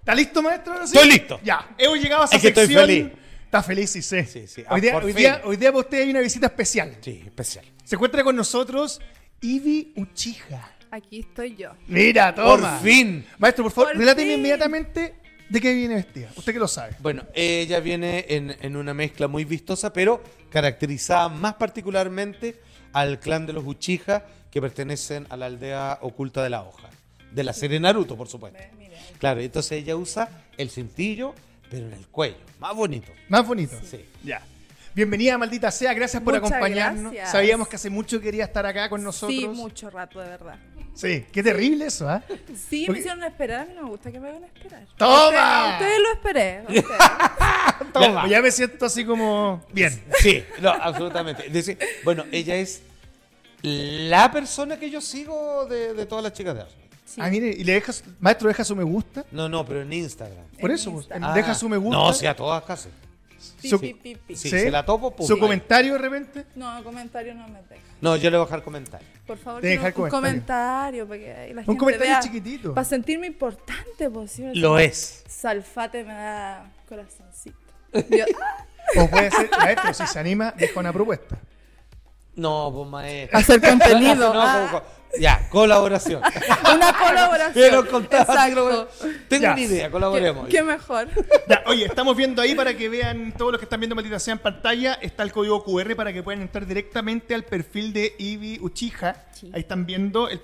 [SPEAKER 1] ¿Está listo, maestro? Ahora sí?
[SPEAKER 2] Estoy listo.
[SPEAKER 1] Ya, hemos llegado a esa
[SPEAKER 2] Es que estoy
[SPEAKER 1] sección.
[SPEAKER 2] feliz.
[SPEAKER 1] Está feliz, sí, sí.
[SPEAKER 2] Sí, sí. Ah,
[SPEAKER 1] Hoy, día,
[SPEAKER 2] por
[SPEAKER 1] hoy,
[SPEAKER 2] fin.
[SPEAKER 1] día, hoy día para usted hay una visita especial.
[SPEAKER 2] Sí, especial.
[SPEAKER 1] Se encuentra con nosotros Ivy Uchija.
[SPEAKER 4] Aquí estoy yo.
[SPEAKER 1] Mira, toma.
[SPEAKER 2] Por fin.
[SPEAKER 1] Maestro, por favor,
[SPEAKER 4] Por
[SPEAKER 1] reláteme
[SPEAKER 4] fin.
[SPEAKER 1] inmediatamente de qué viene vestida. Usted que lo sabe.
[SPEAKER 2] Bueno, ella viene en, en una mezcla muy vistosa, pero caracterizada más particularmente al clan de los Uchiha, que pertenecen a la aldea oculta de la hoja. De la serie Naruto, por supuesto. Claro, entonces ella usa el cintillo, pero en el cuello. Más bonito.
[SPEAKER 1] Más bonito.
[SPEAKER 2] Sí.
[SPEAKER 1] Ya. Bienvenida, maldita sea. Gracias por
[SPEAKER 4] Muchas
[SPEAKER 1] acompañarnos.
[SPEAKER 4] gracias.
[SPEAKER 1] Sabíamos que hace mucho quería estar acá con nosotros.
[SPEAKER 4] Sí, mucho rato, de verdad.
[SPEAKER 1] Sí, qué terrible eso,
[SPEAKER 4] *laughs*
[SPEAKER 1] ¿ah?
[SPEAKER 4] Sí,
[SPEAKER 1] Porque-
[SPEAKER 4] me hicieron esperar. A mí no me gusta que me hagan esperar.
[SPEAKER 1] ¡Toma!
[SPEAKER 4] A ustedes lo
[SPEAKER 1] *laughs*
[SPEAKER 4] esperé. a ustedes.
[SPEAKER 1] Toma. Ya, me siento así como. Bien.
[SPEAKER 2] Sí, no, absolutamente. Es decir, bueno, ella es la persona que yo sigo de, de todas las chicas de Arsenal.
[SPEAKER 4] Sí.
[SPEAKER 1] Ah, mire, y le dejas. Maestro, deja su me gusta.
[SPEAKER 2] No, no, pero en Instagram. Ah,
[SPEAKER 1] Por
[SPEAKER 4] En
[SPEAKER 1] eso, pues,
[SPEAKER 4] Insta.
[SPEAKER 1] deja su me gusta.
[SPEAKER 2] No, sí, a todas casi.
[SPEAKER 4] Pi,
[SPEAKER 1] su-
[SPEAKER 4] pi, pi, pi.
[SPEAKER 2] Sí, se la topo, pum.
[SPEAKER 1] Su
[SPEAKER 2] Sí.
[SPEAKER 1] comentario de repente.
[SPEAKER 4] No, comentario no me deja.
[SPEAKER 2] No, yo le voy a dejar comentarios.
[SPEAKER 4] Por favor,
[SPEAKER 1] Te
[SPEAKER 4] que
[SPEAKER 1] deja
[SPEAKER 4] no-
[SPEAKER 1] el
[SPEAKER 4] un comentario. para que la gente
[SPEAKER 1] comentario
[SPEAKER 4] vea,
[SPEAKER 1] chiquitito.
[SPEAKER 4] Para sentirme importante, pues, posible.
[SPEAKER 2] Lo es.
[SPEAKER 4] Salfate me da corazoncito. Yo, *laughs* ah,
[SPEAKER 1] O puede ser, *laughs* maestro, si se anima, deja una propuesta.
[SPEAKER 2] No, pues maestro.
[SPEAKER 4] hacer
[SPEAKER 2] *laughs*
[SPEAKER 4] contenido.
[SPEAKER 2] No,
[SPEAKER 4] ah,
[SPEAKER 2] co- co- ya, colaboración.
[SPEAKER 4] una colaboración.
[SPEAKER 2] Pero contaba así,
[SPEAKER 4] Exacto.
[SPEAKER 2] colabor- Tengo
[SPEAKER 1] Ya.
[SPEAKER 2] una idea, colaboremos.
[SPEAKER 4] ¿Qué, qué mejor.
[SPEAKER 1] Ya, oye, estamos viendo ahí para que vean todos los que están viendo Maldita Sea en pantalla. Está el código QR para que puedan entrar directamente al perfil de Ivy Uchija.
[SPEAKER 4] Sí.
[SPEAKER 1] Ahí están viendo el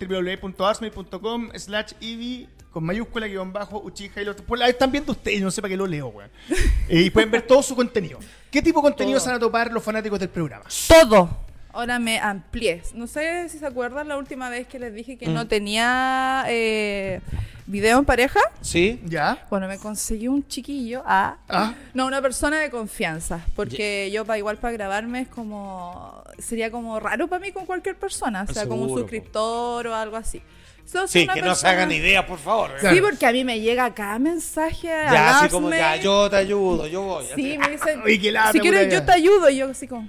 [SPEAKER 1] www.arsmay.com slash Ivy con mayúscula guión bajo Uchija y lo otro. Pues Ahí están viendo ustedes, yo no sé para qué lo leo,
[SPEAKER 4] *laughs*
[SPEAKER 1] weón. Eh, y pueden ver todo su contenido. ¿Qué tipo de contenido
[SPEAKER 4] Todo.
[SPEAKER 1] se van a topar los fanáticos del programa?
[SPEAKER 4] Todo. Ahora me amplié. No sé si se acuerdan la última vez que les dije que
[SPEAKER 2] Mm.
[SPEAKER 4] no tenía eh, video en pareja.
[SPEAKER 2] ¿Sí?
[SPEAKER 1] ¿Ya?
[SPEAKER 4] Bueno, me conseguí un chiquillo a...
[SPEAKER 1] Ah.
[SPEAKER 4] No, una persona de confianza. Porque yo para igual para grabarme es como... Sería como raro para mí con cualquier persona. O sea, como un
[SPEAKER 2] Seguro, po.
[SPEAKER 4] suscriptor o algo así. Entonces,
[SPEAKER 2] Sí,
[SPEAKER 4] una
[SPEAKER 2] que no se
[SPEAKER 4] persona-
[SPEAKER 2] hagan ideas, por favor.
[SPEAKER 4] Sí, porque a mí me llega cada mensaje a
[SPEAKER 2] Ya, así como,
[SPEAKER 4] darme.
[SPEAKER 2] ya, yo te ayudo, yo voy.
[SPEAKER 4] Sí, me dicen,
[SPEAKER 1] Oye, qué lata,
[SPEAKER 4] si quieres
[SPEAKER 1] puta, ya".
[SPEAKER 4] yo te ayudo. Y yo así como,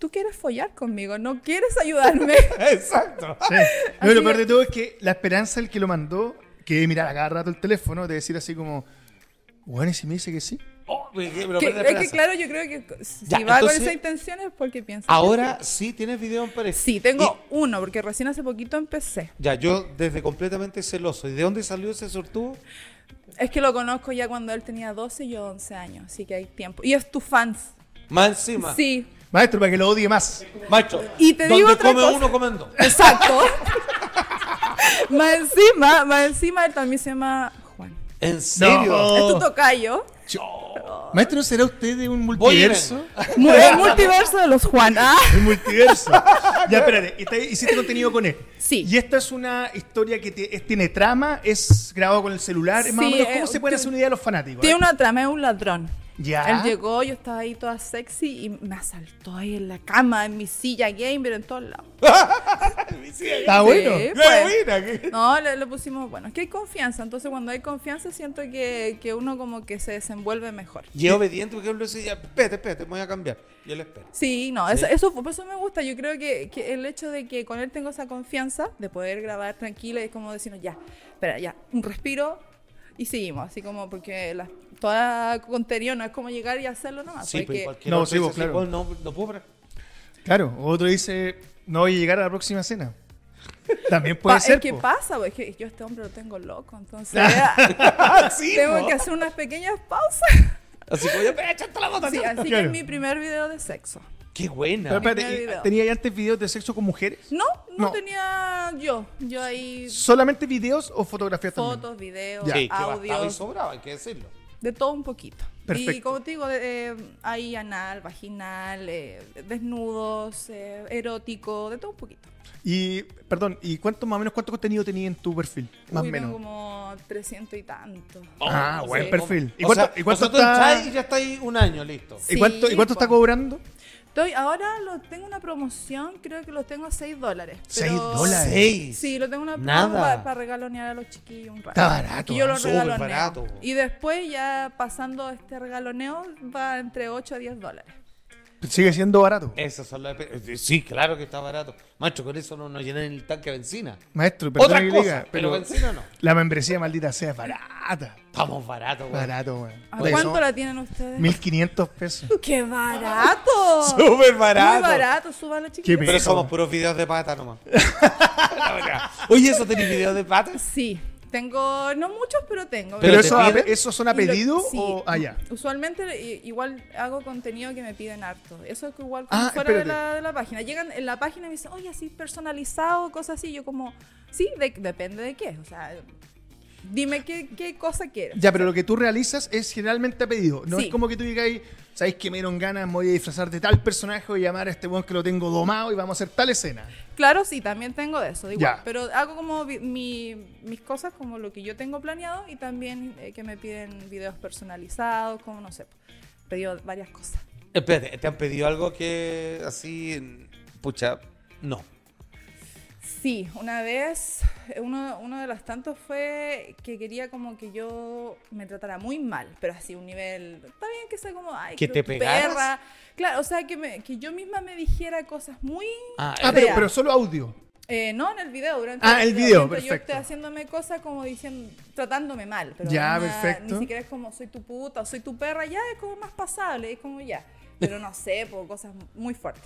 [SPEAKER 4] tú quieres follar conmigo, no quieres ayudarme.
[SPEAKER 2] *laughs* *laughs* Exacto.
[SPEAKER 1] Sí. No, lo peor de todo es que la esperanza del que lo mandó, que debe mirar a cada rato el teléfono, de decir así como, bueno, ¿y si me dice que sí?
[SPEAKER 2] Oh, me- me lo
[SPEAKER 4] Que-
[SPEAKER 2] perdí de
[SPEAKER 4] es que
[SPEAKER 2] plaza.
[SPEAKER 4] claro, yo creo que si
[SPEAKER 2] Ya,
[SPEAKER 4] va
[SPEAKER 2] entonces-
[SPEAKER 4] con esas intenciones es porque piensa. que
[SPEAKER 2] Ahora sí tienes video en pareja.
[SPEAKER 4] Sí, Sí, tengo uno, porque recién hace poquito empecé.
[SPEAKER 2] Y- ya, yo desde completamente celoso. ¿Y de dónde salió ese sortudo?
[SPEAKER 4] Es que lo conozco ya cuando él tenía 12 y yo 11 años, así que hay tiempo. Y es tu fans.
[SPEAKER 2] Más encima.
[SPEAKER 4] Sí,
[SPEAKER 1] Maestro, para que lo odie más.
[SPEAKER 2] Macho.
[SPEAKER 4] Y te
[SPEAKER 2] donde
[SPEAKER 4] digo otra
[SPEAKER 2] come
[SPEAKER 4] cosa.
[SPEAKER 2] uno, comen dos.
[SPEAKER 4] exacto. *laughs* más encima, más encima, él también se llama Juan.
[SPEAKER 2] ¿En serio?
[SPEAKER 1] *laughs*
[SPEAKER 4] Es tu
[SPEAKER 2] *laughs*
[SPEAKER 4] tocayo.
[SPEAKER 1] Maestro, ¿será usted de un
[SPEAKER 2] Voy y
[SPEAKER 1] multiverso?
[SPEAKER 2] vengo.
[SPEAKER 4] Mu- El multiverso de los Juan. Ah.
[SPEAKER 1] El
[SPEAKER 2] *laughs*
[SPEAKER 1] multiverso. ya, espérate, y te- hiciste contenido con él.
[SPEAKER 4] Sí.
[SPEAKER 1] Y esta es una historia que te- es- tiene trama, es grabado con el celular. es más o
[SPEAKER 4] Sí,
[SPEAKER 1] menos, ¿Cómo
[SPEAKER 4] eh,
[SPEAKER 1] se puede
[SPEAKER 4] tiene-
[SPEAKER 1] hacer una idea de los fanáticos?
[SPEAKER 4] Tiene
[SPEAKER 1] eh?
[SPEAKER 4] una trama, es un ladrón.
[SPEAKER 1] Ya.
[SPEAKER 4] Él llegó, yo estaba ahí toda sexy y me asaltó ahí en la cama, en mi silla gamer, en todos lados.
[SPEAKER 1] ¿Eh? Está bueno.
[SPEAKER 4] Sí,
[SPEAKER 2] ¡Qué
[SPEAKER 4] pues.
[SPEAKER 2] buena! qué-
[SPEAKER 4] No, le, le pusimos, bueno, es que hay confianza, entonces cuando hay confianza siento que, que uno como que se desenvuelve mejor.
[SPEAKER 2] Y es obediente, porque él decía, espérate, espérate, me voy a cambiar. Yo le espero.
[SPEAKER 4] Sí, no, Eso, eso, por eso me gusta, yo creo que, que el hecho de que con él tengo esa confianza de poder grabar tranquila y es como decirnos, ya, espera, ya, un respiro y seguimos, así como porque la, toda contenido no es como llegar y hacerlo nomás.
[SPEAKER 2] Sí,
[SPEAKER 4] pues hay
[SPEAKER 2] pero
[SPEAKER 4] que-
[SPEAKER 2] cualquier
[SPEAKER 1] No,
[SPEAKER 2] otro
[SPEAKER 1] sí, vos,
[SPEAKER 2] dice así,
[SPEAKER 1] claro.
[SPEAKER 2] "Bueno, pues, no, no puedo. parar".
[SPEAKER 1] Claro, otro dice, no voy a llegar a la próxima cena. También
[SPEAKER 4] Pa-
[SPEAKER 1] puede ser.
[SPEAKER 4] Es que
[SPEAKER 1] po. *laughs*
[SPEAKER 4] pasa, pues, que yo a este hombre lo tengo loco, entonces
[SPEAKER 1] Ah, Sí,
[SPEAKER 4] tengo
[SPEAKER 1] po.
[SPEAKER 4] que hacer unas pequeñas pausas.
[SPEAKER 2] Así que, oye, echaste la bota.
[SPEAKER 4] Sí,
[SPEAKER 2] tío".
[SPEAKER 4] así que
[SPEAKER 1] Claro.
[SPEAKER 4] es mi primer video de sexo.
[SPEAKER 2] Qué buena.
[SPEAKER 1] Pero espérate,
[SPEAKER 4] Primer
[SPEAKER 1] ¿y
[SPEAKER 4] video.
[SPEAKER 1] ¿tenía ya antes videos de sexo con mujeres?
[SPEAKER 4] No, no,
[SPEAKER 1] No.
[SPEAKER 4] tenía yo. Yo ahí
[SPEAKER 1] ¿Solamente videos o fotografías también?
[SPEAKER 4] fotos, videos,
[SPEAKER 2] Sí, que bastaba y
[SPEAKER 4] audios,
[SPEAKER 2] sobraba, hay que decirlo.
[SPEAKER 4] de todo un poquito. Y
[SPEAKER 1] Perfecto.
[SPEAKER 4] como te digo, de- eh, hay anal, vaginal, eh, desnudos, eh, erótico, de todo un poquito.
[SPEAKER 1] Y, perdón, ¿y cuánto más o menos cuánto contenido tenía en tu perfil? Más o
[SPEAKER 4] Uy,
[SPEAKER 1] menos.
[SPEAKER 4] tengo como 300 y tanto.
[SPEAKER 1] Ah,
[SPEAKER 4] sí.
[SPEAKER 1] buen perfil.
[SPEAKER 2] ¿Y cuánto, o sea, o sea, tú
[SPEAKER 1] está-
[SPEAKER 2] entras y ya está ahí un año, listo.
[SPEAKER 1] ¿Y cuánto,
[SPEAKER 4] Sí,
[SPEAKER 1] ¿y cuánto
[SPEAKER 4] po.
[SPEAKER 1] está cobrando?
[SPEAKER 4] Estoy, ahora lo, tengo una promoción, creo que los tengo a 6 dólares.
[SPEAKER 1] ¿Seis
[SPEAKER 4] pero-
[SPEAKER 1] dólares?
[SPEAKER 2] Seis.
[SPEAKER 4] Sí, lo tengo una promo
[SPEAKER 2] Nada.
[SPEAKER 4] para, regalonear a los chiquillos un rato.
[SPEAKER 1] Está barato,
[SPEAKER 4] Y yo lo
[SPEAKER 2] súper
[SPEAKER 4] regaloneo.
[SPEAKER 2] barato.
[SPEAKER 4] Y después ya pasando este regaloneo va entre 8 a 10 dólares.
[SPEAKER 1] Sigue siendo barato.
[SPEAKER 2] Esas son las... eh, Sí, claro que está barato. Macho, con eso no nos llenan el tanque de benzina.
[SPEAKER 1] Maestro, perdón
[SPEAKER 2] Otra
[SPEAKER 1] que
[SPEAKER 2] cosa, eh,
[SPEAKER 1] diga,
[SPEAKER 2] pero, benzina no.
[SPEAKER 1] La membresía maldita sea es barata.
[SPEAKER 2] Estamos baratos, güey.
[SPEAKER 1] Barato, weón.
[SPEAKER 4] ¿A
[SPEAKER 1] Puta que
[SPEAKER 4] cuánto
[SPEAKER 1] son
[SPEAKER 4] la tienen ustedes?
[SPEAKER 1] 1500 pesos. *laughs*
[SPEAKER 4] ¡Qué barato!
[SPEAKER 2] Súper barato.
[SPEAKER 4] Muy barato, suban los
[SPEAKER 1] Qué
[SPEAKER 4] chiquillos.
[SPEAKER 2] Pero
[SPEAKER 1] Pero
[SPEAKER 2] somos
[SPEAKER 1] no.
[SPEAKER 2] puros videos de
[SPEAKER 1] *laughs*
[SPEAKER 2] pata nomás. La verdad. Oye, ¿eso tenés videos de pata?
[SPEAKER 4] Sí, tengo, no muchos, pero tengo.
[SPEAKER 1] ¿Pero,
[SPEAKER 2] ¿Pero te
[SPEAKER 1] eso, a-
[SPEAKER 2] piden?
[SPEAKER 1] esos son a
[SPEAKER 4] Y lo-
[SPEAKER 1] pedido
[SPEAKER 4] sí,
[SPEAKER 1] o ah, allá?
[SPEAKER 4] Usualmente i- igual hago contenido que me piden harto. Eso es que igual
[SPEAKER 1] Ah,
[SPEAKER 4] fuera de
[SPEAKER 1] espérate.
[SPEAKER 4] la, de la página. Llegan en la página y me dicen, oye, así personalizado, cosas así. Yo como, sí, de- depende de qué. O sea, dime qué, qué cosa quieres.
[SPEAKER 1] Ya, pero lo que tú realizas es generalmente a pedido. No
[SPEAKER 4] Sí.
[SPEAKER 1] es como que tú digáis, ¿sabéis que me dieron ganas? Me voy a disfrazar de tal personaje, voy a llamar a este weón que lo tengo domado y vamos a hacer tal escena.
[SPEAKER 4] Claro, sí, también tengo de eso. Igual,
[SPEAKER 1] Ya.
[SPEAKER 4] pero hago como vi- mi- mis cosas, como lo que yo tengo planeado y también eh, que me piden videos personalizados, como no sé. Pedido varias cosas.
[SPEAKER 2] Espérate, ¿te han pedido algo que así... Pucha, no.
[SPEAKER 4] Sí, una vez, eh, uno, uno de los tantos fue que quería como que yo me tratara muy mal, pero así un nivel, está bien que sea como, ay,
[SPEAKER 2] ¿Que
[SPEAKER 4] creo
[SPEAKER 2] te pegaras?
[SPEAKER 4] perra. Claro, o sea, que, me- que yo misma me dijera cosas muy...
[SPEAKER 2] Ah,
[SPEAKER 1] Ah, pero, pero solo audio.
[SPEAKER 4] Eh, no, en el video, durante
[SPEAKER 1] Ah, el video,
[SPEAKER 4] mientras
[SPEAKER 1] perfecto.
[SPEAKER 4] Yo estoy haciéndome cosas como diciendo, tratándome mal, pero
[SPEAKER 1] Ya,
[SPEAKER 4] nada-
[SPEAKER 1] perfecto.
[SPEAKER 4] ni siquiera es como soy tu puta o soy tu perra, ya es como más pasable, es como ya, pero no sé, por cosas muy fuertes.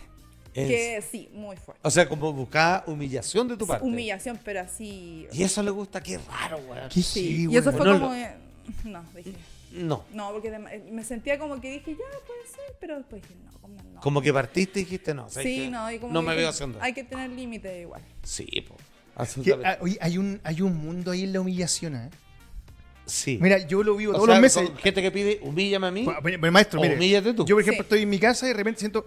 [SPEAKER 2] Es-
[SPEAKER 4] Que sí, muy fuerte.
[SPEAKER 2] O sea, como buscaba humillación de tu parte.
[SPEAKER 4] Humillación, pero así...
[SPEAKER 2] Y eso le gusta, qué raro, weón.
[SPEAKER 1] Qué
[SPEAKER 4] Sí,
[SPEAKER 1] sí,
[SPEAKER 4] y eso
[SPEAKER 1] weón.
[SPEAKER 4] fue
[SPEAKER 2] No
[SPEAKER 4] como.
[SPEAKER 2] lo-
[SPEAKER 4] eh, *laughs* No, dije.
[SPEAKER 2] No.
[SPEAKER 4] No, porque dema- eh, me sentía como que dije, ya puede ser, pero después dije, no, como no.
[SPEAKER 2] Como que partiste y dijiste no. ¿sabes
[SPEAKER 4] sí,
[SPEAKER 2] qué?
[SPEAKER 4] no, y como
[SPEAKER 2] No
[SPEAKER 4] que
[SPEAKER 2] me
[SPEAKER 4] hay
[SPEAKER 2] veo
[SPEAKER 4] que-
[SPEAKER 2] haciendo.
[SPEAKER 4] Hay que tener límites igual. *laughs*
[SPEAKER 2] Sí, po.
[SPEAKER 1] Que,
[SPEAKER 2] Absolutamente.
[SPEAKER 1] ah, oye, hay un, hay un mundo ahí en la humillación, ¿eh?
[SPEAKER 2] sí.
[SPEAKER 1] Mira, yo lo vivo
[SPEAKER 2] O
[SPEAKER 1] todos
[SPEAKER 2] sea,
[SPEAKER 1] los meses.
[SPEAKER 2] con Gente que pide, humíllame a mí.
[SPEAKER 1] Pa- pa- pa- Maestro,
[SPEAKER 2] O
[SPEAKER 1] mire,
[SPEAKER 2] humíllate tú.
[SPEAKER 1] Yo, por ejemplo,
[SPEAKER 4] Sí.
[SPEAKER 1] estoy en mi casa y de repente siento.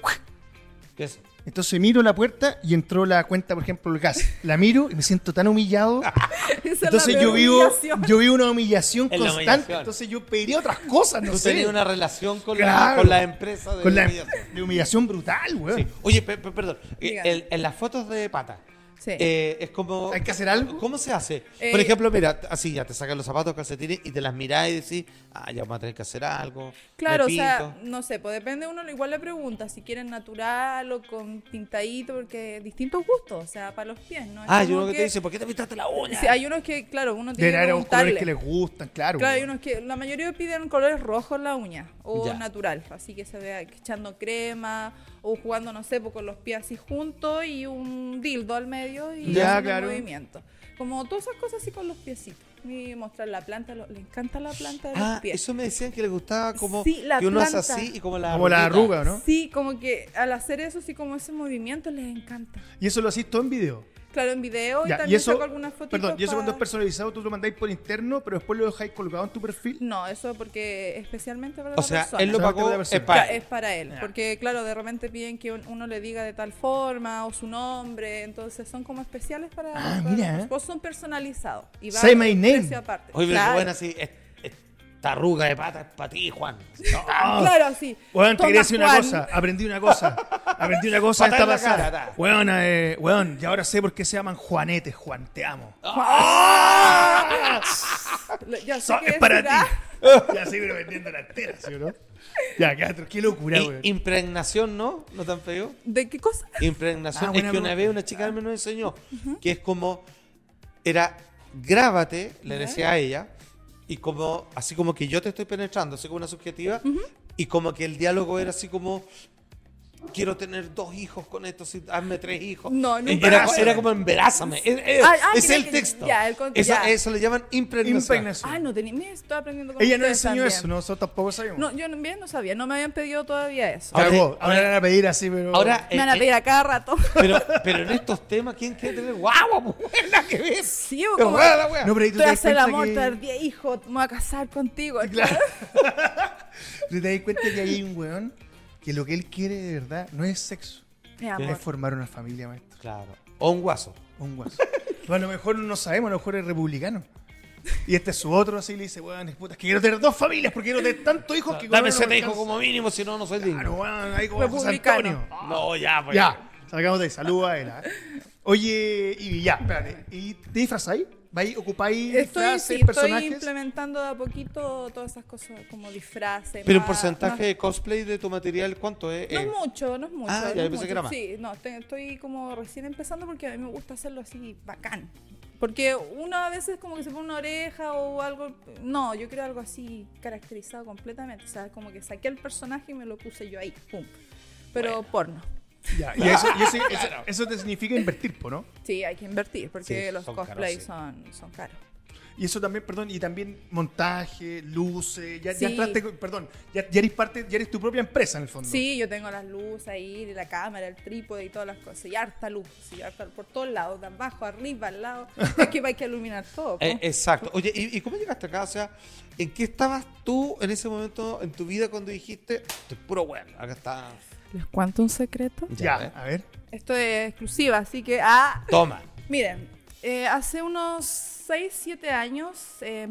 [SPEAKER 2] ¿Qué es?
[SPEAKER 1] Entonces miro la puerta y entró la cuenta, por ejemplo, el gas. La miro y me siento tan
[SPEAKER 2] *laughs*
[SPEAKER 1] humillado.
[SPEAKER 4] Esa es la
[SPEAKER 1] Entonces yo
[SPEAKER 4] peor
[SPEAKER 1] vivo,
[SPEAKER 4] humillación.
[SPEAKER 1] yo vivo una humillación
[SPEAKER 2] Es la
[SPEAKER 1] constante.
[SPEAKER 2] humillación.
[SPEAKER 1] Entonces yo pediría otras cosas, no
[SPEAKER 2] Tú
[SPEAKER 1] sé.
[SPEAKER 2] tenías una relación con, la,
[SPEAKER 1] Claro.
[SPEAKER 2] con la empresa de
[SPEAKER 1] Con la *laughs*
[SPEAKER 2] humillación.
[SPEAKER 1] de humillación brutal, weón.
[SPEAKER 2] Sí. Oye, pe- pe- perdón. Eh,
[SPEAKER 4] Dígame.
[SPEAKER 2] el- en las fotos de pata.
[SPEAKER 4] Sí.
[SPEAKER 2] eh, es como.
[SPEAKER 1] ¿Hay que hacer algo?
[SPEAKER 2] ¿Cómo se hace?
[SPEAKER 4] Eh,
[SPEAKER 2] Por ejemplo, mira, así ya te sacan los zapatos, calcetines y te las mirás y decís, ah, ya vamos a tener que hacer algo. me
[SPEAKER 4] Claro, o
[SPEAKER 2] pinto.
[SPEAKER 4] sea, no sé, pues depende uno, igual le pregunta si quieren natural o con tintadito, porque distintos gustos, o sea, para los pies, ¿no? Es
[SPEAKER 2] Ah, yo
[SPEAKER 4] como
[SPEAKER 2] lo que te dice, ¿por qué te pintaste la uña?
[SPEAKER 4] Sí, hay unos que, claro, uno tiene
[SPEAKER 1] Deben
[SPEAKER 4] que
[SPEAKER 1] haber unos colores que pues.
[SPEAKER 4] preguntarle.
[SPEAKER 1] les gustan, claro.
[SPEAKER 4] Claro, hay
[SPEAKER 1] weón.
[SPEAKER 4] unos que la mayoría piden colores rojos en la uña o
[SPEAKER 2] Ya.
[SPEAKER 4] natural, así que se vea que echando crema o jugando, no sé, pues, con los pies así juntos y un dildo al medio y
[SPEAKER 1] Ya,
[SPEAKER 4] haciendo
[SPEAKER 1] claro.
[SPEAKER 4] movimiento. Como todas esas cosas así con los piecitos. Y mostrar la planta, lo- le encanta la planta de los
[SPEAKER 2] Ah,
[SPEAKER 4] pies.
[SPEAKER 2] eso me decían que le gustaba como
[SPEAKER 4] Sí, la
[SPEAKER 2] que uno hace
[SPEAKER 4] planta.
[SPEAKER 2] así y como la
[SPEAKER 1] Como la
[SPEAKER 2] arruguita.
[SPEAKER 1] arruga, ¿no?
[SPEAKER 4] Sí, como que al hacer eso, sí, como ese movimiento les encanta.
[SPEAKER 1] Y eso lo hacís todo en video.
[SPEAKER 4] Claro, en video y
[SPEAKER 1] Ya,
[SPEAKER 4] también saco algunas fotos.
[SPEAKER 1] Perdón, y eso cuando es personalizado, tú lo mandáis por interno, pero después lo dejáis colgado en tu perfil.
[SPEAKER 4] No, eso porque especialmente para
[SPEAKER 2] O
[SPEAKER 4] la
[SPEAKER 2] sea,
[SPEAKER 4] persona.
[SPEAKER 2] él lo
[SPEAKER 1] Solamente
[SPEAKER 2] pagó
[SPEAKER 1] la
[SPEAKER 2] es
[SPEAKER 1] persona.
[SPEAKER 2] para
[SPEAKER 4] Ca-
[SPEAKER 2] él.
[SPEAKER 4] es para él. Porque, claro, de repente piden que un- uno le diga de tal forma o su nombre. Entonces son como especiales para.
[SPEAKER 1] Ah,
[SPEAKER 4] para-
[SPEAKER 1] mira.
[SPEAKER 4] O son personalizados. Y va
[SPEAKER 1] Say my
[SPEAKER 4] el
[SPEAKER 1] name.
[SPEAKER 4] precio aparte.
[SPEAKER 2] Oye, pero
[SPEAKER 4] claro,
[SPEAKER 2] bueno, así, es- esta arruga de pata es para ti, Juan.
[SPEAKER 4] *laughs*
[SPEAKER 1] Ah,
[SPEAKER 4] claro, sí.
[SPEAKER 1] Weón, te
[SPEAKER 4] Toma,
[SPEAKER 1] quería decir una
[SPEAKER 4] Juan.
[SPEAKER 1] cosa, aprendí una cosa, aprendí una cosa
[SPEAKER 2] Patada
[SPEAKER 1] esta
[SPEAKER 2] en la cara,
[SPEAKER 1] pasada.
[SPEAKER 2] ta.
[SPEAKER 1] Weón, eh, weón, y ahora sé por qué se llaman Juanetes, Juan, te amo.
[SPEAKER 2] Ah.
[SPEAKER 4] Lo- Ya sé
[SPEAKER 1] So-
[SPEAKER 4] Ah, que
[SPEAKER 1] es para
[SPEAKER 4] decir, ah,
[SPEAKER 1] ti. Ya sí, pero vendiendo la entera, ¿sí o no? Ya, Castro, qué locura,
[SPEAKER 2] Y-
[SPEAKER 1] weón.
[SPEAKER 2] impregnación, ¿no? ¿No te han pedido?
[SPEAKER 4] ¿De qué cosa?
[SPEAKER 1] Ah,
[SPEAKER 2] Impregnación. es
[SPEAKER 1] buena
[SPEAKER 2] que una
[SPEAKER 1] pregunta.
[SPEAKER 2] vez una chica me lo enseñó, que es como, era, grábate, le decía a ella, y como, así como que yo te estoy penetrando, así como una subjetiva, y como que el diálogo era así como, quiero tener dos hijos con esto, si, hazme tres hijos.
[SPEAKER 4] No, nunca.
[SPEAKER 2] era, era como emberázame. Es, es-
[SPEAKER 4] Ah, ah,
[SPEAKER 2] es
[SPEAKER 4] mira
[SPEAKER 2] el
[SPEAKER 4] que-
[SPEAKER 2] texto.
[SPEAKER 4] ya, el con-
[SPEAKER 2] Esa-
[SPEAKER 4] ya.
[SPEAKER 2] Eso le llaman impregnación.
[SPEAKER 1] Impregnación.
[SPEAKER 4] Ah, no tenía. Mira, estoy aprendiendo con
[SPEAKER 1] Ella no
[SPEAKER 4] ustedes
[SPEAKER 1] enseñó
[SPEAKER 4] también.
[SPEAKER 1] eso, nosotros tampoco sabemos.
[SPEAKER 4] No, yo no- bien no sabía, no me habían pedido todavía eso.
[SPEAKER 2] Ahora-
[SPEAKER 1] Cagó. ahora, le van a pedir así, pero. *laughs*
[SPEAKER 2] Ahora,
[SPEAKER 4] Me
[SPEAKER 2] eh,
[SPEAKER 4] van a
[SPEAKER 2] eh,
[SPEAKER 4] pedir a cada rato. *laughs*
[SPEAKER 2] pero, pero en estos temas, ¿quién quiere tener guagua? po? Es la que ves.
[SPEAKER 4] Sí,
[SPEAKER 2] es
[SPEAKER 4] o como-
[SPEAKER 2] rara la wea.
[SPEAKER 1] No, pero ahí tú
[SPEAKER 4] Tú
[SPEAKER 1] te das
[SPEAKER 4] haces el
[SPEAKER 1] cuenta
[SPEAKER 4] amor,
[SPEAKER 1] que-
[SPEAKER 4] te das 10 hijos, me voy a casar contigo.
[SPEAKER 1] *laughs* Pero te das cuenta que ahí hay un weón que lo que él quiere de verdad no es sexo,
[SPEAKER 4] Mi amor.
[SPEAKER 1] es formar una familia, maestro.
[SPEAKER 2] Claro. O un guaso.
[SPEAKER 1] Un guaso. Pero a lo mejor no sabemos, a lo mejor es republicano. Y este es su otro, así le dice, weón, es puta, es que quiero tener dos familias porque quiero tener tantos hijos que con
[SPEAKER 2] Dame
[SPEAKER 1] uno no
[SPEAKER 2] siete
[SPEAKER 1] me
[SPEAKER 2] hijos
[SPEAKER 1] alcanza".
[SPEAKER 2] como mínimo, si no, no soy digno.
[SPEAKER 1] Claro, weón, ahí como José
[SPEAKER 4] Republicano.
[SPEAKER 1] Antonio.
[SPEAKER 2] No, ya, pues.
[SPEAKER 1] Ya, salgamos de ahí, saluda a él. ¿ah? Oye, y ya, espérate, ¿y te disfrazáis? ¿Vais, ocupáis
[SPEAKER 4] Estoy,
[SPEAKER 1] disfraces,
[SPEAKER 4] sí, estoy
[SPEAKER 1] personajes?
[SPEAKER 4] implementando de a poquito todas esas cosas como disfraces.
[SPEAKER 2] Pero un
[SPEAKER 4] más-
[SPEAKER 2] porcentaje
[SPEAKER 4] más-
[SPEAKER 2] de cosplay de tu material, ¿cuánto es?
[SPEAKER 4] No
[SPEAKER 2] Eh,
[SPEAKER 4] es mucho, no es mucho.
[SPEAKER 2] Ah,
[SPEAKER 4] no
[SPEAKER 2] ya,
[SPEAKER 4] es
[SPEAKER 2] yo pensé
[SPEAKER 4] mucho.
[SPEAKER 2] que era más.
[SPEAKER 4] Sí, no, te- estoy como recién empezando porque a mí me gusta hacerlo así bacán. Porque uno a veces como que se pone una oreja o algo. No, yo quiero algo así caracterizado completamente. O sea, como que saqué el personaje y me lo puse yo ahí. Pum. Pero porno.
[SPEAKER 1] Ya, y eso,
[SPEAKER 2] *laughs*
[SPEAKER 1] y eso, eso- eso te significa invertir, po, ¿no?
[SPEAKER 4] Sí, hay que invertir porque
[SPEAKER 2] Sí,
[SPEAKER 4] los
[SPEAKER 2] son
[SPEAKER 4] cosplays
[SPEAKER 2] caros,
[SPEAKER 4] son, son caros.
[SPEAKER 1] Y eso también, perdón, y también montaje, luces, ya,
[SPEAKER 4] Sí.
[SPEAKER 1] ya entraste, con- perdón, ya, ya eres parte, ya eres tu propia empresa en el fondo.
[SPEAKER 4] Sí, yo tengo las luces ahí, la cámara, el trípode y todas las cosas. Y harta luz, sí, harta- por todos lados, de abajo, arriba,
[SPEAKER 2] *laughs*
[SPEAKER 4] al lado. Es que hay que iluminar todo. po.
[SPEAKER 2] eh, exacto. Oye, ¿y, y cómo llegaste acá? O sea, ¿en qué estabas tú en ese momento en tu vida cuando dijiste, estoy puro bueno, acá está.
[SPEAKER 4] ¿Les cuento un secreto?
[SPEAKER 1] Ya,
[SPEAKER 2] eh.
[SPEAKER 1] a ver.
[SPEAKER 4] Esto es exclusiva, así que... Ah,
[SPEAKER 2] Toma. *laughs*
[SPEAKER 4] miren, eh, hace unos 6, 7 años eh,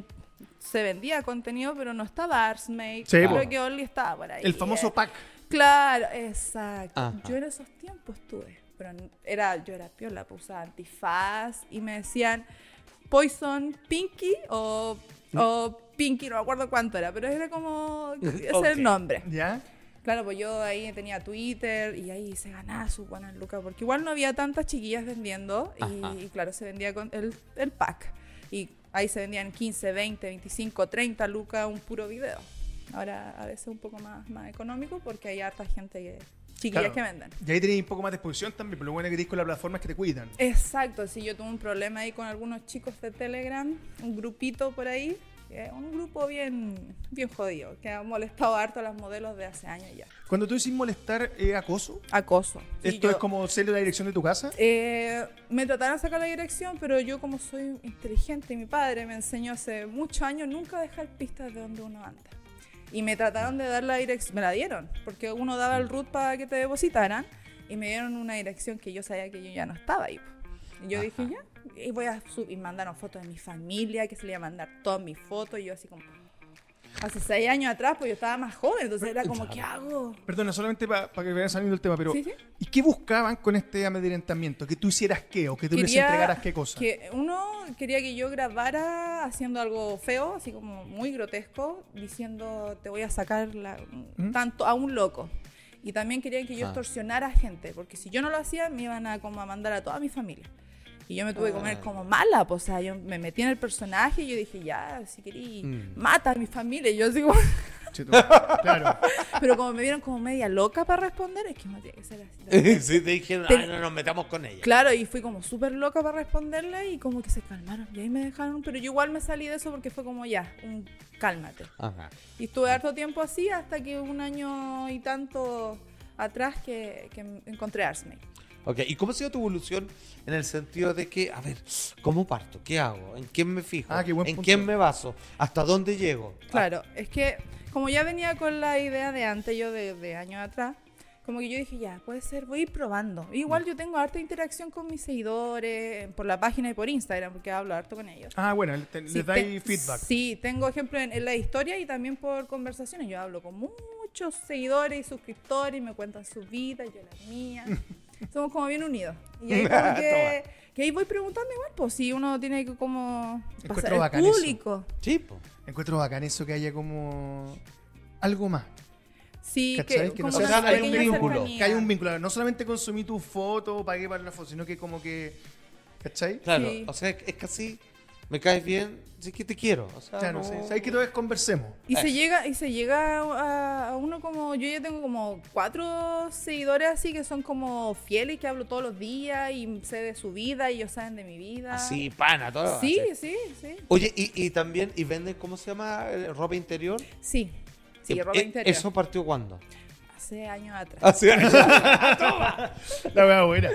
[SPEAKER 4] se vendía contenido, pero no estaba Artsmake.
[SPEAKER 1] Sí,
[SPEAKER 2] po.
[SPEAKER 4] creo que Only estaba por ahí.
[SPEAKER 1] El famoso
[SPEAKER 4] eh.
[SPEAKER 1] pack.
[SPEAKER 4] Claro, exacto.
[SPEAKER 2] Ajá.
[SPEAKER 4] Yo en esos tiempos tuve, pero n- era, yo era piola, pues usaba antifaz y me decían Poison Pinky o, o Pinky, no me acuerdo cuánto era, pero era como ese era
[SPEAKER 2] Ok.
[SPEAKER 4] el nombre.
[SPEAKER 1] ¿Ya?
[SPEAKER 4] Claro, pues yo ahí tenía Twitter y ahí se ganaba su buena lucas, porque igual no había tantas chiquillas vendiendo
[SPEAKER 2] Ajá.
[SPEAKER 4] y, y claro, se vendía con el, el pack. Y ahí se vendían 15, 20, 25, 30 lucas un puro video. Ahora a veces un poco más, más económico porque hay harta gente que, chiquillas
[SPEAKER 1] Claro.
[SPEAKER 4] que venden.
[SPEAKER 1] Y ahí tenéis un poco más de exposición también, pero lo bueno que tenéis con la plataforma es que te cuidan.
[SPEAKER 4] Exacto, sí, yo tuve un problema ahí con algunos chicos de Telegram, un grupito por ahí, eh, un grupo bien, bien jodido, que ha molestado harto a las modelos de hace años ya.
[SPEAKER 1] Cuando tú decís molestar eh, acoso,
[SPEAKER 4] Acoso. Sí,
[SPEAKER 1] esto es
[SPEAKER 4] yo-
[SPEAKER 1] como ser la dirección de tu casa.
[SPEAKER 4] Eh, me trataron de sacar la dirección, pero yo como soy inteligente y mi padre me enseñó hace muchos años nunca dejar pistas de donde uno anda. Y me trataron de dar la dirección, me la dieron, porque uno daba el root para que te depositaran y me dieron una dirección que yo sabía que yo ya no estaba ahí. po. Y yo dije, ya, y voy a subir, y mandaron fotos de mi familia, que se le iba a mandar todas mis fotos, y yo así como... Hace seis años atrás, pues yo estaba más joven, entonces era como, ¿qué hago?
[SPEAKER 1] Perdona, solamente para que vayan saliendo el tema, pero
[SPEAKER 4] Sí, sí.
[SPEAKER 1] ¿y qué buscaban con este amedrentamiento? ¿Que tú hicieras qué o que tú les
[SPEAKER 4] Quería
[SPEAKER 1] entregaras qué cosa?
[SPEAKER 4] Que uno quería que yo grabara haciendo algo feo, así como muy grotesco, diciendo te voy a sacar la- tanto a un loco. Y también querían que yo
[SPEAKER 2] Ah.
[SPEAKER 4] extorsionara gente, porque si yo no lo hacía me iban a como a mandar a toda mi familia. Y yo me tuve que comer como mala, pues, o sea, yo me metí en el personaje y yo dije, ya, si querí, mata a mi familia. Y yo digo,
[SPEAKER 1] Sí, tú- *laughs* claro.
[SPEAKER 4] *laughs* pero como me vieron como media loca para responder, es que no tiene que ser así.
[SPEAKER 2] *laughs* sí, te dijeron,
[SPEAKER 4] Te-
[SPEAKER 2] "Ay, no nos metamos con ella.
[SPEAKER 4] Claro, y fui como súper loca para responderle y como que se calmaron y ahí me dejaron, pero yo igual me salí de eso porque fue como ya, un cálmate.
[SPEAKER 2] Ajá.
[SPEAKER 4] Y estuve harto tiempo así hasta que un año y tanto atrás que, que encontré Arsme.
[SPEAKER 2] Ok, ¿y cómo ha sido tu evolución en el sentido de que, a ver, ¿cómo parto? ¿Qué hago? ¿En quién me fijo?
[SPEAKER 1] Ah, qué buen
[SPEAKER 2] ¿En
[SPEAKER 1] punto.
[SPEAKER 2] quién me baso? ¿Hasta dónde llego?
[SPEAKER 4] Claro, es que como ya venía con la idea de antes, yo de, de años atrás, como que yo dije, ya, puede ser, voy a ir probando. Igual yo tengo harta interacción con mis seguidores, por la página y por Instagram, porque hablo harto con ellos.
[SPEAKER 1] Ah, bueno, te-
[SPEAKER 4] Sí,
[SPEAKER 1] les dais
[SPEAKER 4] te-
[SPEAKER 1] feedback.
[SPEAKER 4] Sí, tengo ejemplo en, en la historia y también por conversaciones. Yo hablo con muchos seguidores y suscriptores y me cuentan sus vidas, yo las
[SPEAKER 1] *laughs*
[SPEAKER 4] mías. Somos como bien unidos. Y ahí
[SPEAKER 1] Ah,
[SPEAKER 4] como que, que ahí voy preguntando igual, pues si uno tiene que como
[SPEAKER 1] Encuentro
[SPEAKER 4] pasar al
[SPEAKER 1] bacán eso.
[SPEAKER 4] público.
[SPEAKER 2] Sí, po.
[SPEAKER 1] Encuentro bacán eso que haya como algo más.
[SPEAKER 4] Sí,
[SPEAKER 1] ¿Cachai?
[SPEAKER 4] que,
[SPEAKER 1] Que no
[SPEAKER 4] como
[SPEAKER 1] sea
[SPEAKER 4] una
[SPEAKER 2] solo hay un
[SPEAKER 4] pequeña
[SPEAKER 2] vínculo.
[SPEAKER 4] cercanía.
[SPEAKER 1] Que haya un vínculo. No solamente consumí tu foto, pagué para la foto, sino que como que. ¿Cachai?
[SPEAKER 2] Claro,
[SPEAKER 4] Sí.
[SPEAKER 2] o sea, es es casi me caes bien, sí que te quiero. O sea,
[SPEAKER 1] Claro,
[SPEAKER 2] no-
[SPEAKER 1] sí. Hay que todos conversemos.
[SPEAKER 4] Y
[SPEAKER 2] Eso.
[SPEAKER 4] se llega, y se llega a, a uno como, yo ya tengo como cuatro seguidores así que son como fieles, que hablo todos los días y sé de su vida y ellos saben de mi vida.
[SPEAKER 2] Así, pana, todo.
[SPEAKER 4] Sí,
[SPEAKER 2] así.
[SPEAKER 4] sí, sí.
[SPEAKER 2] Oye, y, y también, ¿y venden, cómo se llama? eh, ¿Ropa interior?
[SPEAKER 4] Sí. Sí,
[SPEAKER 2] Eh,
[SPEAKER 4] ropa
[SPEAKER 2] eh,
[SPEAKER 4] interior.
[SPEAKER 2] ¿Eso Ah. partió cuándo? *laughs*
[SPEAKER 4] Hace años atrás.
[SPEAKER 2] Así
[SPEAKER 1] La verdad, buena.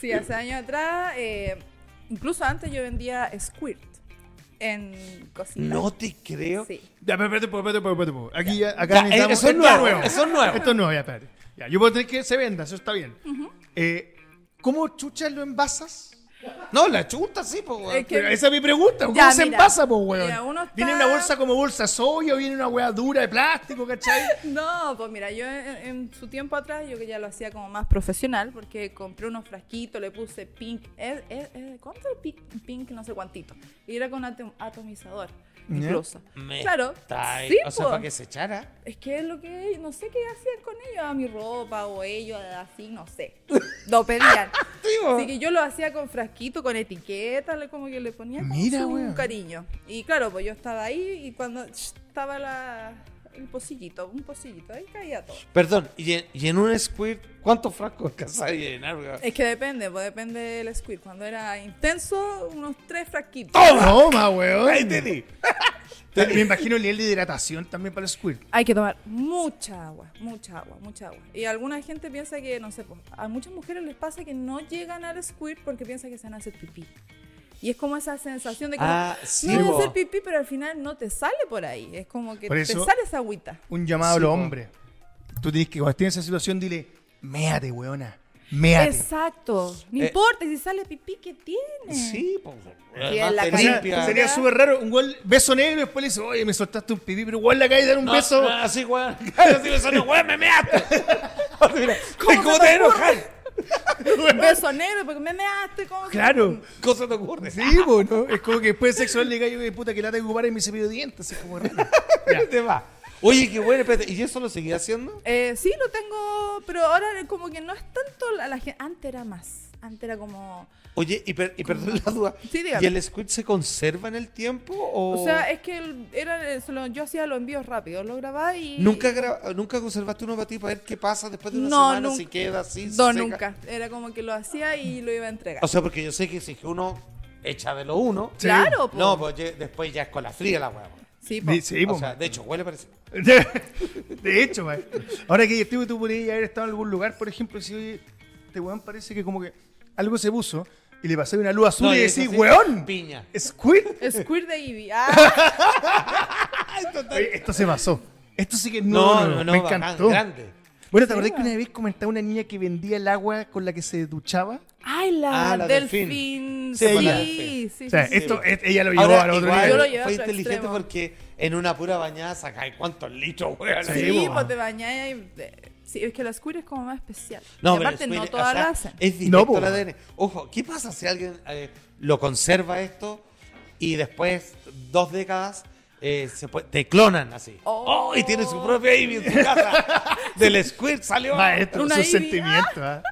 [SPEAKER 4] Sí, hace años atrás. eh, incluso antes yo vendía Squirt en cocina.
[SPEAKER 2] No te creo.
[SPEAKER 4] Sí.
[SPEAKER 1] Ya, pero espérate, pues, espérate, espérate, espérate, espérate. Aquí ya, acá
[SPEAKER 2] Ya, eh,
[SPEAKER 1] necesitamos-
[SPEAKER 2] eso es
[SPEAKER 1] esto
[SPEAKER 2] nuevo, eso es nuevo.
[SPEAKER 1] Esto es nuevo, ya, espérate. Ya, yo puedo tener que se venda, eso está bien. Eh, ¿Cómo chuchas lo envasas?
[SPEAKER 2] No, la chuta sí, pues, weón.
[SPEAKER 4] Es que-
[SPEAKER 1] Pero esa es mi pregunta, ¿cómo
[SPEAKER 4] Ya,
[SPEAKER 1] se
[SPEAKER 4] mira.
[SPEAKER 1] envasa, po, weón?
[SPEAKER 4] Mira, uno está-
[SPEAKER 1] ¿Viene una bolsa como bolsa soya o viene una weá dura de plástico, cachai?
[SPEAKER 4] *laughs* No, pues mira, yo en, en su tiempo atrás, yo que ya lo hacía como más profesional, porque compré unos frasquitos, le puse pink, eh, eh, eh, ¿cuánto era pink, pink? No sé cuántito. Y era con atom- atomizador, incluso.
[SPEAKER 2] Me
[SPEAKER 4] Claro,
[SPEAKER 2] estáis-
[SPEAKER 4] sí, pues.
[SPEAKER 2] O sea,
[SPEAKER 4] po.
[SPEAKER 2] para que se echara.
[SPEAKER 4] Es que es lo que, no sé qué hacían con ellos, a mi ropa o ellos, así, no
[SPEAKER 1] *laughs*
[SPEAKER 4] sé. Lo pedían. así que yo lo hacía con frasquito, con etiqueta, le- como que le ponía como
[SPEAKER 1] Mira,
[SPEAKER 4] su
[SPEAKER 1] weón.
[SPEAKER 4] cariño. Y claro, pues yo estaba ahí y cuando estaba la, el pocillito, un pocillito, ahí caía todo.
[SPEAKER 2] Perdón, y en, y en un squirt, ¿cuántos frascos alcanzás a llenar, weón?
[SPEAKER 4] Es que depende, pues depende del squirt. Cuando era intenso, unos tres frasquitos.
[SPEAKER 1] Toma, weón.
[SPEAKER 2] Ahí te
[SPEAKER 4] eh.
[SPEAKER 2] di.
[SPEAKER 1] Me imagino el nivel de hidratación también para el squirt.
[SPEAKER 4] Hay que tomar mucha agua, mucha agua, mucha agua. Y alguna gente piensa que, no sé, pues, a muchas mujeres les pasa que no llegan al squirt porque piensan que se van a hacer pipí. Y es como esa sensación de que
[SPEAKER 2] Ah,
[SPEAKER 4] no,
[SPEAKER 2] sí,
[SPEAKER 4] no voy a
[SPEAKER 2] po.
[SPEAKER 4] hacer pipí, pero al final no te sale por ahí. Es como que
[SPEAKER 1] Por
[SPEAKER 4] te
[SPEAKER 1] eso-
[SPEAKER 4] sale esa agüita.
[SPEAKER 1] Un llamado a
[SPEAKER 2] Sí,
[SPEAKER 1] los
[SPEAKER 2] po.
[SPEAKER 1] hombres. Tú tienes que, cuando estés en esa situación, dile, méate, weona, méate.
[SPEAKER 4] Exacto. No
[SPEAKER 2] Eh.
[SPEAKER 4] importa, si sale pipí, ¿qué tiene?
[SPEAKER 2] Sí, pues.
[SPEAKER 4] en la
[SPEAKER 2] te
[SPEAKER 4] cara.
[SPEAKER 2] limpia.
[SPEAKER 4] Sería-
[SPEAKER 1] Sería súper raro, un gol beso negro y después le dice, oye, me soltaste un pipí, pero igual le acabas de dar un
[SPEAKER 2] No,
[SPEAKER 1] beso.
[SPEAKER 2] no, así, *laughs* weón. Así me sale, weón, me measte. *laughs*
[SPEAKER 1] *laughs*
[SPEAKER 2] Mira, ¿Cómo te enojar?
[SPEAKER 4] Beso negro, porque me measte. ¿cómo que-
[SPEAKER 1] Claro.
[SPEAKER 2] Cosa te ocurre.
[SPEAKER 1] Sí, po, ¿no? Es como que después de sexual le caigo de puta que lata que ocupar y me cepillo de dientes. Así como
[SPEAKER 2] *laughs*
[SPEAKER 1] raro.
[SPEAKER 2] Ya. Te va. Oye, qué bueno, espérate. ¿Y eso lo seguía haciendo?
[SPEAKER 4] Eh, sí, lo tengo, pero ahora como que no es tanto la, gente. Antes era más. Antes era como.
[SPEAKER 2] Oye, y, per- y perdón la duda.
[SPEAKER 4] Sí, dígame.
[SPEAKER 2] ¿Y el squirt se conserva en el tiempo? O,
[SPEAKER 4] O sea, es que el- era, eh, se lo- yo hacía los envíos rápidos, lo grababa y.
[SPEAKER 2] ¿Nunca, gra- ¿Nunca conservaste uno para ti para ver qué pasa después de una
[SPEAKER 4] No,
[SPEAKER 2] semana?
[SPEAKER 4] nunca.
[SPEAKER 2] Si queda así, si
[SPEAKER 4] No,
[SPEAKER 2] seca?
[SPEAKER 4] nunca. Era como que lo hacía y lo iba a entregar.
[SPEAKER 2] O sea, porque yo sé que si es que uno echa de lo uno.
[SPEAKER 4] Claro, po.
[SPEAKER 2] No, pues ye- después ya es con la fría la hueá.
[SPEAKER 4] sí, po.
[SPEAKER 1] Sí, sí, po.
[SPEAKER 2] O sea, de hecho, huele parecido.
[SPEAKER 1] *laughs* De hecho, maestro. Ahora que estuve, tú podrías haber estado en algún lugar, por ejemplo, si oye, este weón parece que como que algo se puso y le pasé una luz azul
[SPEAKER 2] No,
[SPEAKER 1] y
[SPEAKER 2] y
[SPEAKER 1] decís,
[SPEAKER 2] eso sí,
[SPEAKER 1] weón,
[SPEAKER 2] piña.
[SPEAKER 1] Squid.
[SPEAKER 4] Squirt de Ivy.
[SPEAKER 2] *laughs*
[SPEAKER 4] Ah,
[SPEAKER 1] Oye, esto se pasó. Esto sí que no,
[SPEAKER 2] No, no, no,
[SPEAKER 1] me
[SPEAKER 2] bacán,
[SPEAKER 1] encantó.
[SPEAKER 2] grande.
[SPEAKER 1] Bueno, ¿te
[SPEAKER 4] Sí,
[SPEAKER 1] acordás que
[SPEAKER 4] weón.
[SPEAKER 1] una vez comentaba una niña que vendía el agua con la que se duchaba?
[SPEAKER 4] ay, la,
[SPEAKER 2] Ah, la
[SPEAKER 4] delfín.
[SPEAKER 2] delfín.
[SPEAKER 4] Sí,
[SPEAKER 2] Sí,
[SPEAKER 4] sí,
[SPEAKER 2] la
[SPEAKER 4] sí,
[SPEAKER 2] delfín.
[SPEAKER 4] sí,
[SPEAKER 1] O sea,
[SPEAKER 4] sí.
[SPEAKER 1] esto, es- ella lo llevó
[SPEAKER 2] Ahora,
[SPEAKER 1] al otro
[SPEAKER 2] igual,
[SPEAKER 4] Yo lo
[SPEAKER 1] nivel.
[SPEAKER 4] llevé a
[SPEAKER 2] fue
[SPEAKER 4] otro
[SPEAKER 2] inteligente
[SPEAKER 4] extremo.
[SPEAKER 2] porque en una pura bañada sacáis cuántos litros, weón.
[SPEAKER 4] Sí,
[SPEAKER 1] Sí, po.
[SPEAKER 4] pues te bañás y. eh, Sí, es que la squirt es como más especial.
[SPEAKER 2] No,
[SPEAKER 4] y
[SPEAKER 2] pero
[SPEAKER 4] aparte,
[SPEAKER 2] es-
[SPEAKER 4] no
[SPEAKER 2] o
[SPEAKER 4] todas
[SPEAKER 2] sea,
[SPEAKER 4] la hacen.
[SPEAKER 2] Es
[SPEAKER 1] No,
[SPEAKER 2] directo
[SPEAKER 1] po.
[SPEAKER 2] al ADN. Ojo, ¿qué pasa si alguien eh, lo conserva esto y después, dos décadas, eh, se puede- te clonan así?
[SPEAKER 4] Oh.
[SPEAKER 2] Oh. y tiene su propia Ivy en su
[SPEAKER 4] *laughs*
[SPEAKER 2] casa. Del Squirt salió.
[SPEAKER 1] Maestro,
[SPEAKER 4] Una
[SPEAKER 1] sus
[SPEAKER 4] Ivy.
[SPEAKER 1] sentimientos. ¿ah?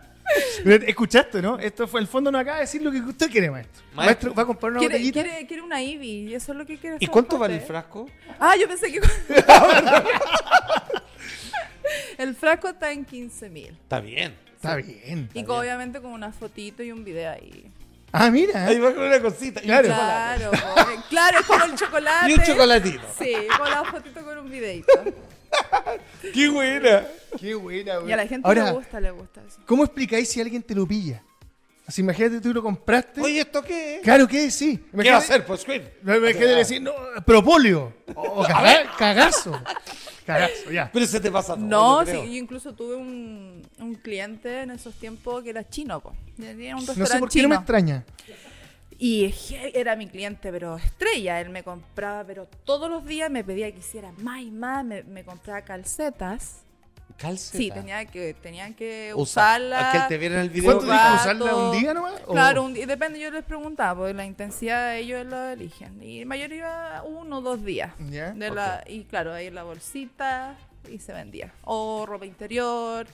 [SPEAKER 1] Escuchaste, ¿no? Esto fue el fondo, nos acaba de decir lo que usted quiere, maestro. Maestro,
[SPEAKER 2] Maestro.
[SPEAKER 1] va a comprar una
[SPEAKER 4] Quiere,
[SPEAKER 1] botellita.
[SPEAKER 4] quiere, quiere una Ivy, y eso es lo que quiere.
[SPEAKER 2] ¿Y
[SPEAKER 4] hacer
[SPEAKER 2] cuánto
[SPEAKER 4] Jorge.
[SPEAKER 2] vale el frasco?
[SPEAKER 4] Ah, yo pensé
[SPEAKER 2] *laughs*
[SPEAKER 4] que. *laughs* el frasco está en 15 mil.
[SPEAKER 2] Está bien.
[SPEAKER 1] Está bien.
[SPEAKER 4] Y con- obviamente con una fotito y un video ahí.
[SPEAKER 1] Ah, mira.
[SPEAKER 2] Ahí va con una cosita. y un
[SPEAKER 1] Claro.
[SPEAKER 2] chocolate.
[SPEAKER 4] Claro, po. claro, es como el chocolate.
[SPEAKER 2] Y un chocolatito.
[SPEAKER 4] Sí, con la fotito con un videito.
[SPEAKER 2] ¡Qué buena!
[SPEAKER 1] Qué buena, güey.
[SPEAKER 4] Y a la gente
[SPEAKER 1] Ahora,
[SPEAKER 4] le gusta, le gusta eso.
[SPEAKER 1] ¿cómo explicáis si alguien te lo pilla? Así, imagínate tú lo compraste.
[SPEAKER 2] Oye, ¿esto qué es?
[SPEAKER 1] Claro que sí.
[SPEAKER 2] ¿Qué va
[SPEAKER 1] Imagínate-
[SPEAKER 2] a hacer, pues, Squirt?
[SPEAKER 1] No, Imagínate decir, no, propóleo.
[SPEAKER 2] Oh,
[SPEAKER 1] O caga- cagazo. Cagazo, ya.
[SPEAKER 2] Pero se te pasa todo.
[SPEAKER 4] No,
[SPEAKER 2] yo
[SPEAKER 4] sí,
[SPEAKER 2] creo.
[SPEAKER 4] yo incluso tuve un, un cliente en esos tiempos que era chino, po. Tenía un
[SPEAKER 1] No sé
[SPEAKER 4] restaurante
[SPEAKER 1] por qué no
[SPEAKER 4] chino.
[SPEAKER 1] me extraña.
[SPEAKER 4] Y es que era mi cliente, pero estrella. Él me compraba, pero todos los días me pedía que hiciera más y más. Me, me compraba calcetas.
[SPEAKER 2] Calceta.
[SPEAKER 4] Sí, tenía que, tenían que
[SPEAKER 2] Usa-
[SPEAKER 4] usarla.
[SPEAKER 2] Que él te viera en el video.
[SPEAKER 1] ¿Cuánto
[SPEAKER 4] un
[SPEAKER 1] tienes que
[SPEAKER 4] rato.
[SPEAKER 1] usarla un día nomás? ¿O-
[SPEAKER 4] Claro, un día- depende, yo les preguntaba, porque la intensidad de ellos lo eligen. Y la mayoría uno o dos días.
[SPEAKER 1] Ya,
[SPEAKER 4] De la- Y claro, ahí la bolsita y se vendía. O ropa interior,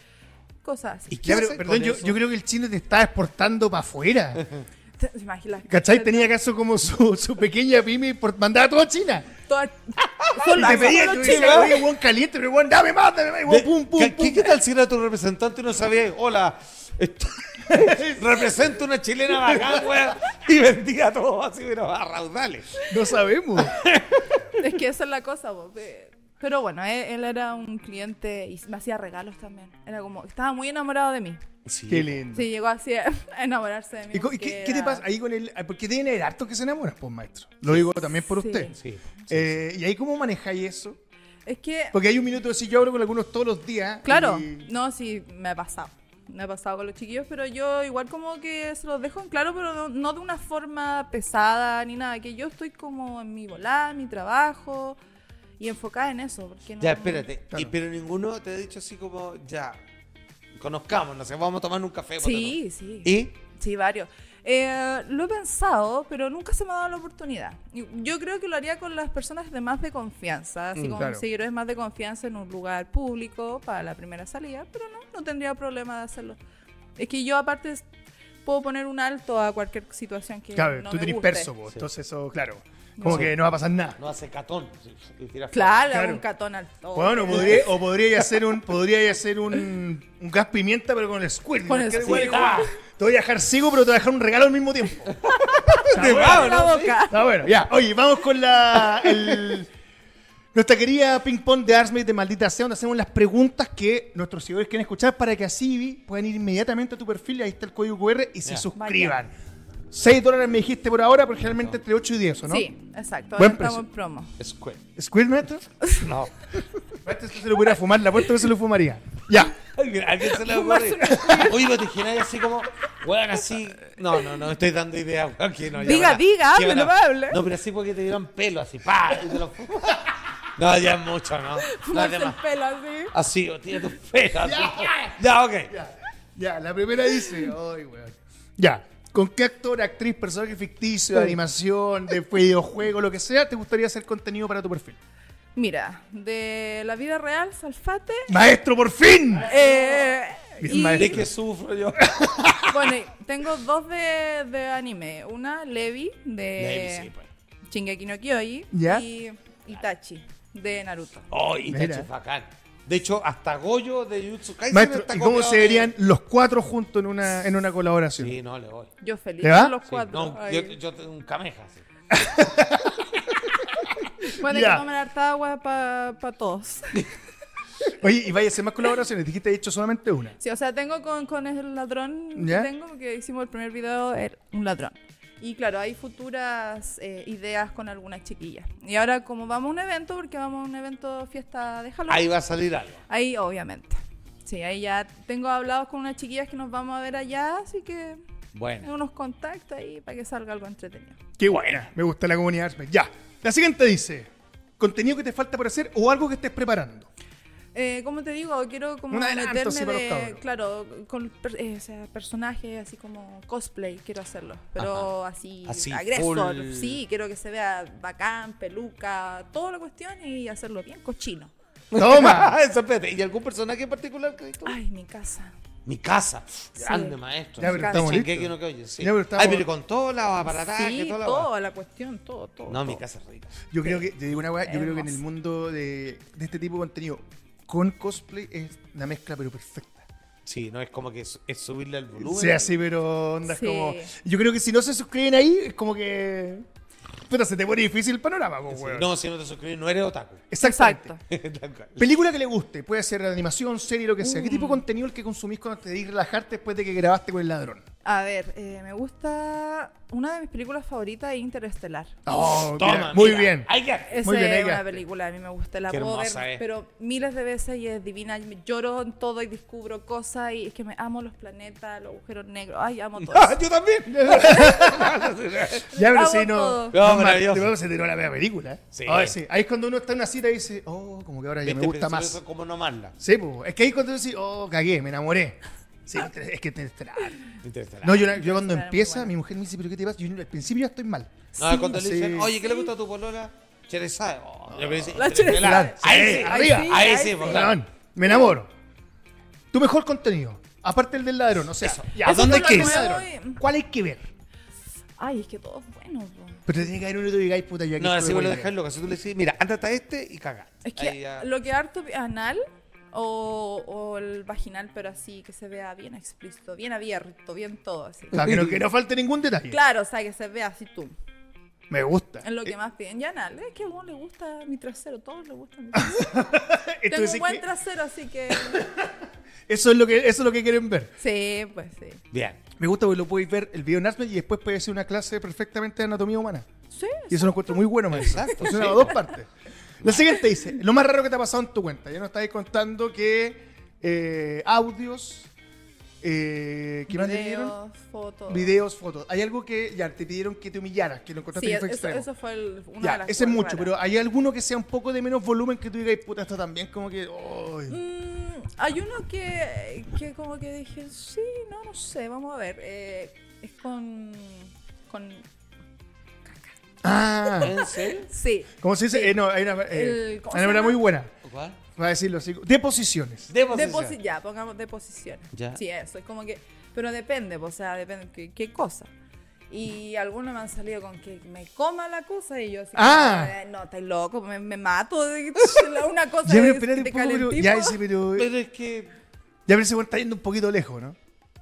[SPEAKER 4] cosas así.
[SPEAKER 2] ¿Y qué
[SPEAKER 1] Ya, pero,
[SPEAKER 2] haces
[SPEAKER 1] perdón,
[SPEAKER 2] con
[SPEAKER 1] yo,
[SPEAKER 2] eso?
[SPEAKER 1] yo creo que el chino te está exportando para afuera.
[SPEAKER 4] *laughs* ¿Te imaginas? *laughs*
[SPEAKER 1] ¿Cachai? Tenía acaso como su, su pequeña pyme por mandar a toda China.
[SPEAKER 4] Todas- son
[SPEAKER 1] Y te
[SPEAKER 4] las-
[SPEAKER 1] pedía
[SPEAKER 4] son
[SPEAKER 1] que
[SPEAKER 4] los
[SPEAKER 1] hubiese
[SPEAKER 4] chinos.
[SPEAKER 1] oye, weón caliente, pero weón, dame más, dame más, y weón,
[SPEAKER 2] De-
[SPEAKER 1] pum, pum,
[SPEAKER 2] ¿Qué,
[SPEAKER 1] pum.
[SPEAKER 2] qué tal si era tu representante y no sabía? Hola, *laughs* esto- represento una chilena bacán, weón. Y vendía todo así, pero a raudales.
[SPEAKER 1] No sabemos.
[SPEAKER 4] *laughs* Es que esa es la cosa, po, pe- Pero bueno, él, él era un cliente y me hacía regalos también. Era como, estaba muy enamorado de mí.
[SPEAKER 2] Sí,
[SPEAKER 1] Qué lindo.
[SPEAKER 4] Sí, llegó así a *laughs* a enamorarse de mí.
[SPEAKER 1] Mm. ¿Y, co- y
[SPEAKER 4] porque
[SPEAKER 1] qué, qué te
[SPEAKER 4] era-
[SPEAKER 1] pasa ahí con el...? ah, Porque tiene el harto que se enamora, pues, maestro. Lo digo también por
[SPEAKER 4] Sí.
[SPEAKER 1] usted.
[SPEAKER 2] sí.
[SPEAKER 1] Eh, ¿Y ahí cómo manejáis eso?
[SPEAKER 4] Es que,
[SPEAKER 1] Porque hay un minuto así, yo hablo con algunos todos los días.
[SPEAKER 4] claro,
[SPEAKER 1] y-
[SPEAKER 4] no, sí, me ha pasado. Me ha pasado con los chiquillos, pero yo igual como que se los dejo en claro, pero no, no de una forma pesada ni nada. Que yo estoy como en mi volada, en mi trabajo y enfocada en eso. Porque no,
[SPEAKER 2] Ya, espérate.
[SPEAKER 1] Claro.
[SPEAKER 2] Y, pero ninguno te ha dicho así como, ya, conozcamos, no sé, vamos a tomar un café.
[SPEAKER 4] Sí, sí.
[SPEAKER 2] Y
[SPEAKER 4] Sí, varios. Eh, lo he pensado, pero nunca se me ha dado la oportunidad. Y Yo creo que lo haría con las personas de más de confianza, así
[SPEAKER 1] Mm,
[SPEAKER 4] como
[SPEAKER 1] claro.
[SPEAKER 4] mis seguidores más de confianza en un lugar público para la primera salida, pero no, no tendría problema de hacerlo. Es que yo aparte es- puedo poner un alto a cualquier situación que
[SPEAKER 1] Claro,
[SPEAKER 4] no
[SPEAKER 1] tú
[SPEAKER 4] me
[SPEAKER 1] tenés
[SPEAKER 4] guste.
[SPEAKER 1] perso, po, entonces eso, claro. Como que no va a pasar nada.
[SPEAKER 2] no hace catón. sí, y tira
[SPEAKER 4] Claro,
[SPEAKER 1] Claro.
[SPEAKER 4] un catón alto.
[SPEAKER 1] Bueno, o
[SPEAKER 4] *laughs*
[SPEAKER 1] podría, o podría hacer un, podría hacer un, un gas pimienta, pero con el squirt.
[SPEAKER 4] Con
[SPEAKER 1] ¿no?
[SPEAKER 4] el
[SPEAKER 1] Que
[SPEAKER 4] squirt.
[SPEAKER 1] huele como- Te voy a dejar ciego, pero te voy a dejar un regalo al mismo
[SPEAKER 4] *laughs*
[SPEAKER 1] tiempo.
[SPEAKER 2] fuera.
[SPEAKER 4] Claro,
[SPEAKER 2] Vámonos,
[SPEAKER 4] la
[SPEAKER 2] sí.
[SPEAKER 4] boca.
[SPEAKER 1] Está bueno, ya. Oye, vamos con la. el- nuestra querida ping pong de Arsmate de Maldita Sea, donde hacemos las preguntas que nuestros seguidores quieren escuchar para que así puedan ir inmediatamente a tu perfil. Ahí está el código QR y se
[SPEAKER 2] Ya.
[SPEAKER 1] suscriban. 6 dólares me dijiste por ahora, pero generalmente entre 8 y 10, ¿o ¿no?
[SPEAKER 4] Sí, exacto.
[SPEAKER 1] Buen
[SPEAKER 4] ahora estamos
[SPEAKER 1] precio.
[SPEAKER 4] en promo.
[SPEAKER 2] Square.
[SPEAKER 1] ¿Squirt Maestro?
[SPEAKER 2] No.
[SPEAKER 1] Maestro, esto Este se lo pudiera fumar, la puerta no se lo fumaría. Ya.
[SPEAKER 2] Alguien alguien se le
[SPEAKER 4] Fumarse
[SPEAKER 2] ocurre. Oye, lo imagináis así como, weón, así. No, no, no, estoy dando ideas, weón, que no. ya
[SPEAKER 4] Diga,
[SPEAKER 2] van a-
[SPEAKER 4] diga,
[SPEAKER 2] que van
[SPEAKER 4] hable,
[SPEAKER 2] a-
[SPEAKER 4] no hable.
[SPEAKER 2] No, pero así porque te dieron pelo, así, pa, y te lo fumas. No, ya es mucho, ¿no? No, es
[SPEAKER 4] Fumarse el
[SPEAKER 2] demás.
[SPEAKER 4] pelo así.
[SPEAKER 2] Así, o tira tus pelos. así. Ya, ok.
[SPEAKER 1] Ya, la primera *laughs* dice. Ay, weón. Ya. ¿Con qué actor, actriz, personaje ficticio, de animación, de videojuego, lo que sea, te gustaría hacer contenido para tu perfil?
[SPEAKER 4] Mira, de la vida real, Salfate.
[SPEAKER 1] ¡Maestro, por fin!
[SPEAKER 4] Eh,
[SPEAKER 1] Bien,
[SPEAKER 4] y-
[SPEAKER 2] De
[SPEAKER 1] maestro.
[SPEAKER 2] que sufro yo.
[SPEAKER 4] Bueno, y tengo dos de, de anime. Una, Levi,
[SPEAKER 2] Levi, sí,
[SPEAKER 4] de
[SPEAKER 2] pues.
[SPEAKER 4] Shingeki no Kyoji.
[SPEAKER 1] Ya.
[SPEAKER 4] Y Itachi, de Naruto.
[SPEAKER 2] Oh, y
[SPEAKER 1] Mira.
[SPEAKER 2] te bacán. De hecho, hasta Goyo de Jutsu Kaisen
[SPEAKER 1] Maestro,
[SPEAKER 2] está
[SPEAKER 1] ¿y cómo
[SPEAKER 2] copiado
[SPEAKER 1] se
[SPEAKER 2] de-
[SPEAKER 1] verían los cuatro juntos en una, en una colaboración?
[SPEAKER 2] Sí, no, le voy. Sí,
[SPEAKER 4] Yo feliz
[SPEAKER 1] ¿Te va?
[SPEAKER 4] con los cuatro.
[SPEAKER 2] no, yo,
[SPEAKER 4] Ay.
[SPEAKER 2] yo tengo un cameja. así.
[SPEAKER 4] Bueno, hay
[SPEAKER 1] Ya.
[SPEAKER 4] que comer harta agua para todos.
[SPEAKER 1] Oye, y vaya a hacer más colaboraciones. Dijiste, he hecho solamente una.
[SPEAKER 4] Sí, o sea, tengo con, con el ladrón
[SPEAKER 1] ¿Ya?
[SPEAKER 4] que tengo, porque hicimos el primer video, era un ladrón. Y claro, hay futuras eh, ideas con algunas chiquillas. Y ahora, como vamos a un evento, porque vamos a un evento fiesta de Halloween.
[SPEAKER 2] Ahí va a salir algo.
[SPEAKER 4] Ahí, obviamente. Sí, ahí ya tengo hablados con unas chiquillas que nos vamos a ver allá, así que
[SPEAKER 2] Bueno.
[SPEAKER 4] tengo unos contactos ahí para que salga algo entretenido.
[SPEAKER 1] ¡Qué buena! Me gusta la comunidad Artsmith. Ya. La siguiente dice, contenido que te falta por hacer o algo que estés preparando.
[SPEAKER 4] Eh, como te digo, quiero como
[SPEAKER 1] Un adelanto,
[SPEAKER 4] meterme
[SPEAKER 1] sí, para los
[SPEAKER 4] de,
[SPEAKER 1] cabros.
[SPEAKER 4] claro, con per- eh, o sea, personajes así como cosplay, quiero hacerlo, pero así,
[SPEAKER 2] Así,
[SPEAKER 4] agresor,
[SPEAKER 2] full.
[SPEAKER 4] sí, quiero que se vea bacán, peluca, toda la cuestión y hacerlo bien cochino.
[SPEAKER 1] ¡Toma!
[SPEAKER 2] Eso, espérate. ¿Y algún personaje en particular que visto?
[SPEAKER 4] Ay, mi casa.
[SPEAKER 2] Mi casa. Grande maestro.
[SPEAKER 1] Ya, pero estamos
[SPEAKER 2] Dicen que
[SPEAKER 1] listos.
[SPEAKER 2] hay uno que oye, sí.
[SPEAKER 1] Ya, pero estamos-
[SPEAKER 2] Ay, pero con todos los aparatajes,
[SPEAKER 4] sí,
[SPEAKER 2] toda la
[SPEAKER 4] toda la cuestión, todo, todo.
[SPEAKER 2] guay. No, mi
[SPEAKER 4] todo.
[SPEAKER 2] casa es rica.
[SPEAKER 1] Yo creo que, te digo una weá, yo creo que en el
[SPEAKER 4] Hermoso.
[SPEAKER 1] mundo de, de este tipo de contenido, con cosplay es una mezcla pero perfecta.
[SPEAKER 2] Sí, no es como que es, es subirle el volumen.
[SPEAKER 1] Sea así, pero onda es
[SPEAKER 4] Sí.
[SPEAKER 1] como. Yo creo que si no se suscriben ahí, es como que. Puta, se te pone difícil el panorama, po,
[SPEAKER 2] Sí,
[SPEAKER 1] weón.
[SPEAKER 2] No, si no te suscribes, no eres otaku. *laughs*
[SPEAKER 1] Exactamente.
[SPEAKER 4] Exacto.
[SPEAKER 2] Tal cual.
[SPEAKER 1] Película que le guste, puede ser animación, serie, lo que sea. ¿Qué tipo de
[SPEAKER 4] Mm.
[SPEAKER 1] contenido el que consumís cuando te decidís relajarte después de que grabaste con el ladrón?
[SPEAKER 4] A ver, eh, me gusta una de mis películas favoritas, Interestelar.
[SPEAKER 1] Oh,
[SPEAKER 2] Toma,
[SPEAKER 1] mira, muy
[SPEAKER 2] mira,
[SPEAKER 1] bien.
[SPEAKER 2] ahí queda.
[SPEAKER 4] *laughs* Esa
[SPEAKER 1] Muy bien, ahí
[SPEAKER 4] es una
[SPEAKER 1] quedaste.
[SPEAKER 4] película, a mí me gusta, la
[SPEAKER 2] Qué
[SPEAKER 4] puedo ver,
[SPEAKER 2] hermosa eh. es.
[SPEAKER 4] pero miles de veces y es divina, y me- lloro en todo y descubro cosas y es que me amo los planetas, los agujeros negros, ay, amo todo.
[SPEAKER 2] Ah, yo también.
[SPEAKER 1] Ya, pero
[SPEAKER 4] Hago
[SPEAKER 1] si no.
[SPEAKER 4] todo.
[SPEAKER 2] No,
[SPEAKER 1] no,
[SPEAKER 2] maravilloso.
[SPEAKER 1] te vamos a tirar la media película.
[SPEAKER 2] Sí.
[SPEAKER 1] Ay, sí. Ahí es cuando uno está en una cita y dice, oh, como que ahora ya me
[SPEAKER 2] Viste,
[SPEAKER 1] gusta
[SPEAKER 2] pero
[SPEAKER 1] más.
[SPEAKER 2] eso es como no amarla.
[SPEAKER 1] Sí, po. es que ahí cuando decís, oh, cagué, me enamoré.
[SPEAKER 4] *laughs*
[SPEAKER 1] Sí, es que te estrenar.
[SPEAKER 2] Interestelar.
[SPEAKER 1] No, yo, yo cuando
[SPEAKER 4] Interestelar es muy
[SPEAKER 1] empieza,
[SPEAKER 4] buena.
[SPEAKER 1] mi mujer me dice, pero ¿qué te pasa? Yo al principio ya estoy mal.
[SPEAKER 2] No, cuando le dicen,
[SPEAKER 1] sí.
[SPEAKER 2] oye, ¿qué le gusta a tu polola? Cherezade. Oh, yo creo que dice,
[SPEAKER 4] La
[SPEAKER 2] Interestelar.
[SPEAKER 4] Cherezade.
[SPEAKER 2] *laughs* Ahí sí,
[SPEAKER 1] Sí,
[SPEAKER 2] arriba.
[SPEAKER 4] ahí sí,
[SPEAKER 2] Ahí
[SPEAKER 4] ahí
[SPEAKER 2] sí,
[SPEAKER 4] sí.
[SPEAKER 2] pues, claro.
[SPEAKER 1] Ladrón, me enamoro. Tu mejor contenido, aparte el del ladrón, o sea,
[SPEAKER 2] ¿A dónde
[SPEAKER 1] hablando del
[SPEAKER 2] quieres?
[SPEAKER 1] ladrón, ¿Cuál hay que ver?
[SPEAKER 4] Ay, es que todo es bueno. po.
[SPEAKER 1] Pero tiene que haber uno y tú digáis, puta, yo aquí
[SPEAKER 2] No, así
[SPEAKER 1] estuve
[SPEAKER 2] vos lo
[SPEAKER 1] buena
[SPEAKER 2] dejáis loca. Si tú le decís, mira, anda hasta este y caga.
[SPEAKER 4] Es que
[SPEAKER 2] Ahí ya-
[SPEAKER 4] lo que harto anal o, o el vaginal, pero así que se vea bien explícito, bien abierto, bien todo así.
[SPEAKER 1] idea. O sea,
[SPEAKER 2] *laughs*
[SPEAKER 1] que no, que no falte ningún detalle.
[SPEAKER 4] Claro, o sea, que se vea así tú.
[SPEAKER 1] Me gusta.
[SPEAKER 4] Es lo
[SPEAKER 1] *laughs*
[SPEAKER 4] que más piden. Ya anal, es que a uno le gusta mi trasero, todos le
[SPEAKER 1] *laughs*
[SPEAKER 4] gusta mi trasero.
[SPEAKER 1] Esto
[SPEAKER 4] Tengo
[SPEAKER 1] sí
[SPEAKER 4] un buen
[SPEAKER 1] que-
[SPEAKER 4] trasero, así
[SPEAKER 1] *laughs*
[SPEAKER 4] que.
[SPEAKER 1] eso, es lo que, eso es lo que quieren ver.
[SPEAKER 4] Sí, pues sí.
[SPEAKER 2] Bien.
[SPEAKER 1] Me gusta porque lo podéis ver el video en Arsman y después puede ser una clase perfectamente de anatomía humana.
[SPEAKER 4] Sí,
[SPEAKER 1] Y eso lo encuentro muy bueno, man.
[SPEAKER 2] Exacto,
[SPEAKER 1] Funciona
[SPEAKER 2] sí.
[SPEAKER 1] a dos partes. La siguiente dice, lo más raro que te ha pasado en tu cuenta. Ya nos estáis contando que eh, audios, eh, ¿qué más te pidieron?
[SPEAKER 4] videos, fotos.
[SPEAKER 1] Videos, fotos. Hay algo que ya te pidieron que te humillaras, que lo encontraste
[SPEAKER 4] Sí,
[SPEAKER 1] que fue
[SPEAKER 4] eso,
[SPEAKER 1] extremo.
[SPEAKER 4] eso fue el, una
[SPEAKER 1] ya,
[SPEAKER 4] de las
[SPEAKER 1] ese es
[SPEAKER 4] cosas
[SPEAKER 1] mucho,
[SPEAKER 4] raras.
[SPEAKER 1] pero hay alguno que sea un poco de menos volumen que tú digas, puta, esto también como que... ¡ay!
[SPEAKER 4] Mm, hay uno que, que como que dije, sí, no, no sé, vamos a ver. eh, es con, con...
[SPEAKER 1] Ah,
[SPEAKER 2] ¿En serio?
[SPEAKER 4] Sí.
[SPEAKER 1] ¿cómo se dice? Eh, no, hay una, eh,
[SPEAKER 4] El- ¿cómo
[SPEAKER 1] hay una
[SPEAKER 4] se
[SPEAKER 1] manera
[SPEAKER 4] llama?
[SPEAKER 1] muy buena.
[SPEAKER 2] ¿Cuál?
[SPEAKER 1] Va a decirlo así. De posiciones.
[SPEAKER 2] De
[SPEAKER 4] De
[SPEAKER 2] posición.
[SPEAKER 4] posi- ya, pongamos de posiciones.
[SPEAKER 2] Ya.
[SPEAKER 4] Sí, eso, es como que... Pero depende, o sea, depende qué, qué cosa. Y algunos me han salido con que me coma la cosa y yo así,
[SPEAKER 1] Ah.
[SPEAKER 4] como, eh, no, estás loco, me, me mato. de- *laughs* Una cosa
[SPEAKER 1] Ya, pero
[SPEAKER 4] es
[SPEAKER 1] espérate
[SPEAKER 4] te
[SPEAKER 1] un poco, pero,
[SPEAKER 4] calentipo.
[SPEAKER 1] ya, ese, pero, ya,
[SPEAKER 2] Pero es que.
[SPEAKER 1] pero ese weón está yendo un poquito lejos, ¿no?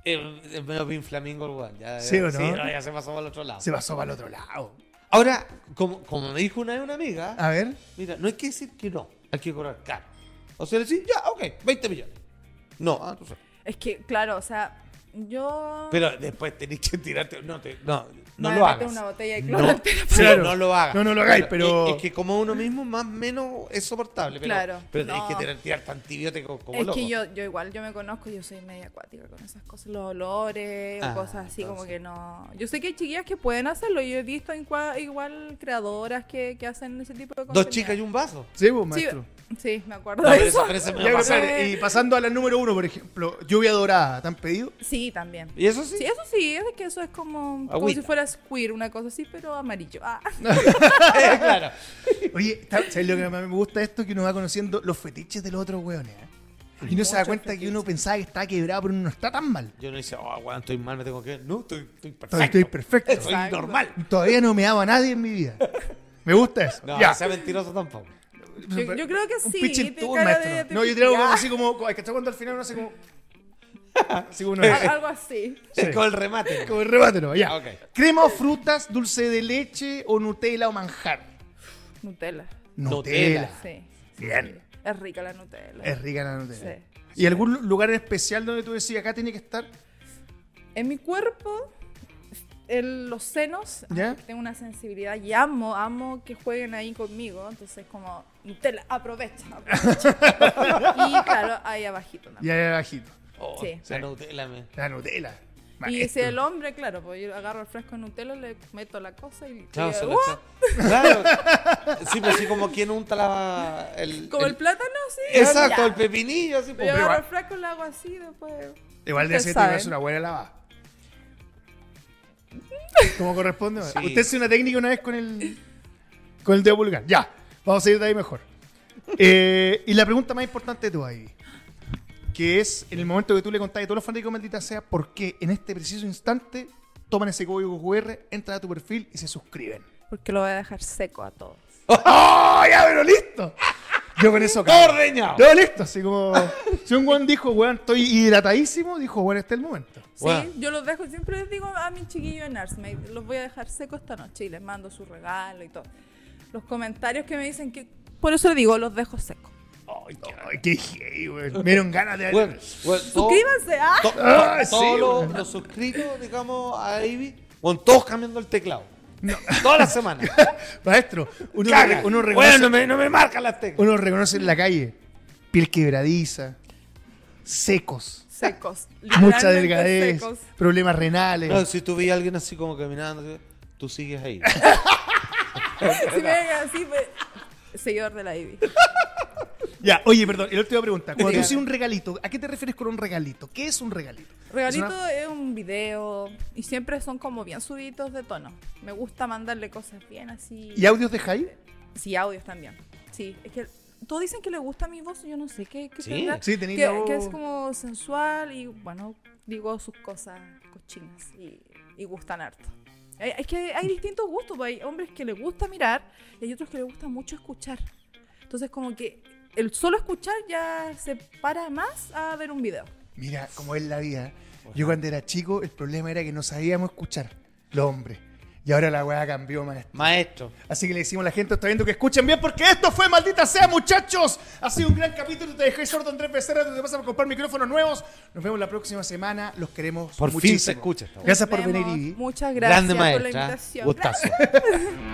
[SPEAKER 2] eh, Es menos bien flamingo el weón, ya-
[SPEAKER 1] ¿Sí o no?
[SPEAKER 2] ya se pasó al otro lado.
[SPEAKER 1] Se pasó para el otro lado.
[SPEAKER 2] Ahora, como, como me dijo una vez una amiga,
[SPEAKER 1] A ver.
[SPEAKER 2] mira, no hay que decir que no, hay que cobrar caro. O sea, decir, ya, ok, 20 millones. No, ah, no sé.
[SPEAKER 4] Es que, claro, o sea, yo...
[SPEAKER 2] Pero después tenés que tirarte. No, te- no, no
[SPEAKER 4] me
[SPEAKER 2] lo
[SPEAKER 4] metí
[SPEAKER 2] hagas.
[SPEAKER 4] una botella de
[SPEAKER 2] No, *laughs*
[SPEAKER 4] cloro entera
[SPEAKER 2] sí,
[SPEAKER 1] Claro.
[SPEAKER 2] no lo hagas.
[SPEAKER 1] No, no lo hagáis, pero-
[SPEAKER 2] Es, es que como uno mismo, más o menos es soportable. Pero,
[SPEAKER 4] Claro,
[SPEAKER 2] Pero tenés
[SPEAKER 4] no.
[SPEAKER 2] que tirar, tirarte antibióticos como
[SPEAKER 4] Es
[SPEAKER 2] loco.
[SPEAKER 4] que yo, yo igual, yo me conozco, yo soy media acuática con esas cosas, los olores,
[SPEAKER 2] Ah,
[SPEAKER 4] cosas así como
[SPEAKER 2] entonces.
[SPEAKER 4] que no... Yo sé que hay chiquillas que pueden hacerlo, yo he visto en cua- igual creadoras que, que hacen ese tipo de cosas.
[SPEAKER 2] Dos chicas y un vaso.
[SPEAKER 1] Sí, vos,
[SPEAKER 4] Sí,
[SPEAKER 1] maestro.
[SPEAKER 4] sí, me acuerdo
[SPEAKER 2] No,
[SPEAKER 4] de
[SPEAKER 2] pero
[SPEAKER 4] eso.
[SPEAKER 2] eso- pero eso
[SPEAKER 1] Ya,
[SPEAKER 2] me va a
[SPEAKER 1] pero,
[SPEAKER 2] pasar.
[SPEAKER 1] espérate, y pasando a la número uno, por ejemplo, lluvia dorada, ¿te han pedido?
[SPEAKER 4] Sí, también.
[SPEAKER 2] Y eso sí.
[SPEAKER 4] Sí, eso sí, es que eso es como, como
[SPEAKER 2] Agüita.
[SPEAKER 4] si fuera queer, una cosa así, pero amarillo.
[SPEAKER 2] *laughs*
[SPEAKER 4] Ah,
[SPEAKER 2] *laughs* claro.
[SPEAKER 1] Oye, ¿ta- ¿sabes lo que más me gusta de esto? Que uno va conociendo los fetiches de los otros weones. ¿eh? Y no se da
[SPEAKER 4] muchos
[SPEAKER 1] cuenta que uno pensaba que estaba quebrado, pero no está tan mal.
[SPEAKER 2] Yo no dice, oh, weón, estoy mal, me tengo que ir. No, estoy, estoy perfecto.
[SPEAKER 1] Todavía estoy perfecto.
[SPEAKER 2] Soy
[SPEAKER 4] Exacto.
[SPEAKER 2] normal.
[SPEAKER 1] Todavía no me daba a nadie en mi vida. Me gusta eso.
[SPEAKER 2] No,
[SPEAKER 1] ya.
[SPEAKER 2] no sea mentiroso tampoco.
[SPEAKER 4] Yo- yo creo que
[SPEAKER 1] Un
[SPEAKER 4] sí,
[SPEAKER 1] pitching
[SPEAKER 4] tiene
[SPEAKER 1] tour,
[SPEAKER 4] cara
[SPEAKER 1] maestro.
[SPEAKER 4] de- ah, de
[SPEAKER 1] no, yo tiraba
[SPEAKER 4] picar.
[SPEAKER 1] así como. Es que está cuando al final uno hace como. Así como uno.
[SPEAKER 4] al- *laughs* algo así.
[SPEAKER 1] Sí.
[SPEAKER 2] Es con el remate.
[SPEAKER 1] Como el remátelo, *laughs* ya.
[SPEAKER 2] Ah, ok.
[SPEAKER 1] Crema o frutas, dulce de leche o Nutella o manjar.
[SPEAKER 4] Nutella,
[SPEAKER 2] Nutella.
[SPEAKER 1] Nutella.
[SPEAKER 4] sí.
[SPEAKER 1] Bien.
[SPEAKER 4] Es rica la Nutella.
[SPEAKER 1] Es rica la Nutella.
[SPEAKER 4] Sí.
[SPEAKER 1] ¿Y algún lu- lugar en especial donde tú decías acá tiene que estar?
[SPEAKER 4] En mi cuerpo, en los senos,
[SPEAKER 1] ¿Ya?
[SPEAKER 4] ah, tengo una sensibilidad y amo, amo que jueguen ahí conmigo. Entonces, como, Nutella, aprovecha.
[SPEAKER 1] *laughs*
[SPEAKER 4] aprovecha. y claro, ahí abajito
[SPEAKER 1] Y
[SPEAKER 4] también.
[SPEAKER 1] ahí abajito.
[SPEAKER 2] Oh,
[SPEAKER 4] Sí.
[SPEAKER 2] La Nutella me.
[SPEAKER 1] La Nutella.
[SPEAKER 4] Y si
[SPEAKER 1] Maestro.
[SPEAKER 4] el hombre, claro, pues yo agarro el fresco de Nutella, le meto la cosa y.
[SPEAKER 2] Claro,
[SPEAKER 4] y-
[SPEAKER 2] se lo
[SPEAKER 4] ¡Uh!
[SPEAKER 2] echa- Claro. Sí, pues sí, como quien unta la. El,
[SPEAKER 4] Como el,
[SPEAKER 2] el-
[SPEAKER 4] plátano, sí.
[SPEAKER 2] Exacto,
[SPEAKER 4] ya.
[SPEAKER 2] el pepinillo, así
[SPEAKER 4] Yo
[SPEAKER 2] pues.
[SPEAKER 4] agarro el fresco, lo hago así, después.
[SPEAKER 1] Igual de
[SPEAKER 4] Ustedes
[SPEAKER 1] aceite no es
[SPEAKER 4] saben.
[SPEAKER 1] una buena *laughs* lavada. ¿Cómo corresponde?
[SPEAKER 2] Sí.
[SPEAKER 1] Usted hizo una técnica una vez con el. Con el dedo pulgar. Ya. Vamos a ir de ahí mejor. Eh, y la pregunta más importante de tu Ivy. Que es en el momento que tú le contaste a todos los fanáticos maldita sea por qué en este preciso instante toman ese código QR, entran a tu perfil y se suscriben.
[SPEAKER 4] Porque lo voy a dejar seco a todos.
[SPEAKER 1] *laughs* ¡Oh! Ya, pero listo. Yo con eso
[SPEAKER 2] Todo
[SPEAKER 1] cago.
[SPEAKER 2] ordeñado.
[SPEAKER 1] No, listo. Así como. Si un weón dijo, weón, estoy hidratadísimo, dijo, weón, este es el momento.
[SPEAKER 4] Sí,
[SPEAKER 2] Bueno.
[SPEAKER 4] yo los dejo, siempre les digo a mis chiquillos en Arsmate, los voy a dejar secos esta noche y les mando su regalo y todo. Los comentarios que me dicen que, por eso les digo, los dejo secos.
[SPEAKER 1] Ay, qué, ay, qué gay, güey. Me dieron ganas de.
[SPEAKER 2] Bueno, bueno,
[SPEAKER 1] Oh.
[SPEAKER 2] todo-
[SPEAKER 4] Suscríbanse, ah,
[SPEAKER 2] to- to-
[SPEAKER 1] Ah, sí,
[SPEAKER 2] todos los-
[SPEAKER 1] bueno.
[SPEAKER 2] los suscritos, digamos, a Ivy, con todos cambiando el teclado. Toda la semana.
[SPEAKER 1] Maestro, *laughs* uno,
[SPEAKER 2] Caga.
[SPEAKER 1] re- uno reconoce,
[SPEAKER 2] Bueno, no me, no me marcan las teclas.
[SPEAKER 1] uno reconoce en la calle. Piel quebradiza, secos,
[SPEAKER 4] secos.
[SPEAKER 1] *laughs* mucha
[SPEAKER 4] literalmente
[SPEAKER 1] delgadez,
[SPEAKER 4] secos.
[SPEAKER 1] problemas renales.
[SPEAKER 2] No, si tú vi a alguien así como caminando, así, tú sigues ahí.
[SPEAKER 4] Si me ven así, pues, seguidor de la Ivy.
[SPEAKER 1] Ya, oye, perdón, y la última pregunta. Cuando tú
[SPEAKER 4] Dígame.
[SPEAKER 1] dices un regalito, ¿a qué te refieres con un regalito? ¿Qué es un regalito?
[SPEAKER 4] Regalito
[SPEAKER 1] Es una-
[SPEAKER 4] es un video y siempre son como bien subidos de tono. Me gusta mandarle cosas bien así.
[SPEAKER 1] ¿Y audios de Jai?
[SPEAKER 4] Sí, audios también. Sí, es que todos dicen que le gusta mi voz, yo no sé qué, qué
[SPEAKER 2] Sí.
[SPEAKER 4] tendrá.
[SPEAKER 1] Sí, tenéis la
[SPEAKER 4] que,
[SPEAKER 1] voz-
[SPEAKER 4] que es como sensual y bueno, digo sus cosas cochinas y, y gustan harto. Hay- Es que hay distintos gustos, pues, hay hombres que les gusta mirar y hay otros que les gusta mucho escuchar. Entonces como que el solo escuchar ya se para más a ver un video.
[SPEAKER 1] Mira cómo es la vida. Yo cuando era chico, el problema era que no sabíamos escuchar los hombres. Y ahora la weá cambió, maestro.
[SPEAKER 2] *laughs* Maestro.
[SPEAKER 1] Así que le decimos a la gente, está viendo que escuchen bien, porque esto fue maldita sea, muchachos. Ha sido un gran capítulo. Te dejé sordo Andrés Becerra, te vas a comprar micrófonos nuevos. Nos vemos la próxima semana. Los queremos
[SPEAKER 2] Por fin
[SPEAKER 1] muchísimo.
[SPEAKER 2] se escucha esta weá.
[SPEAKER 1] Gracias por
[SPEAKER 4] Nos
[SPEAKER 1] venir,
[SPEAKER 4] vemos.
[SPEAKER 1] Ivy.
[SPEAKER 4] Muchas gracias
[SPEAKER 2] Grande
[SPEAKER 4] por la
[SPEAKER 2] maestra. ¿eh?
[SPEAKER 4] invitación.
[SPEAKER 2] Gustazo.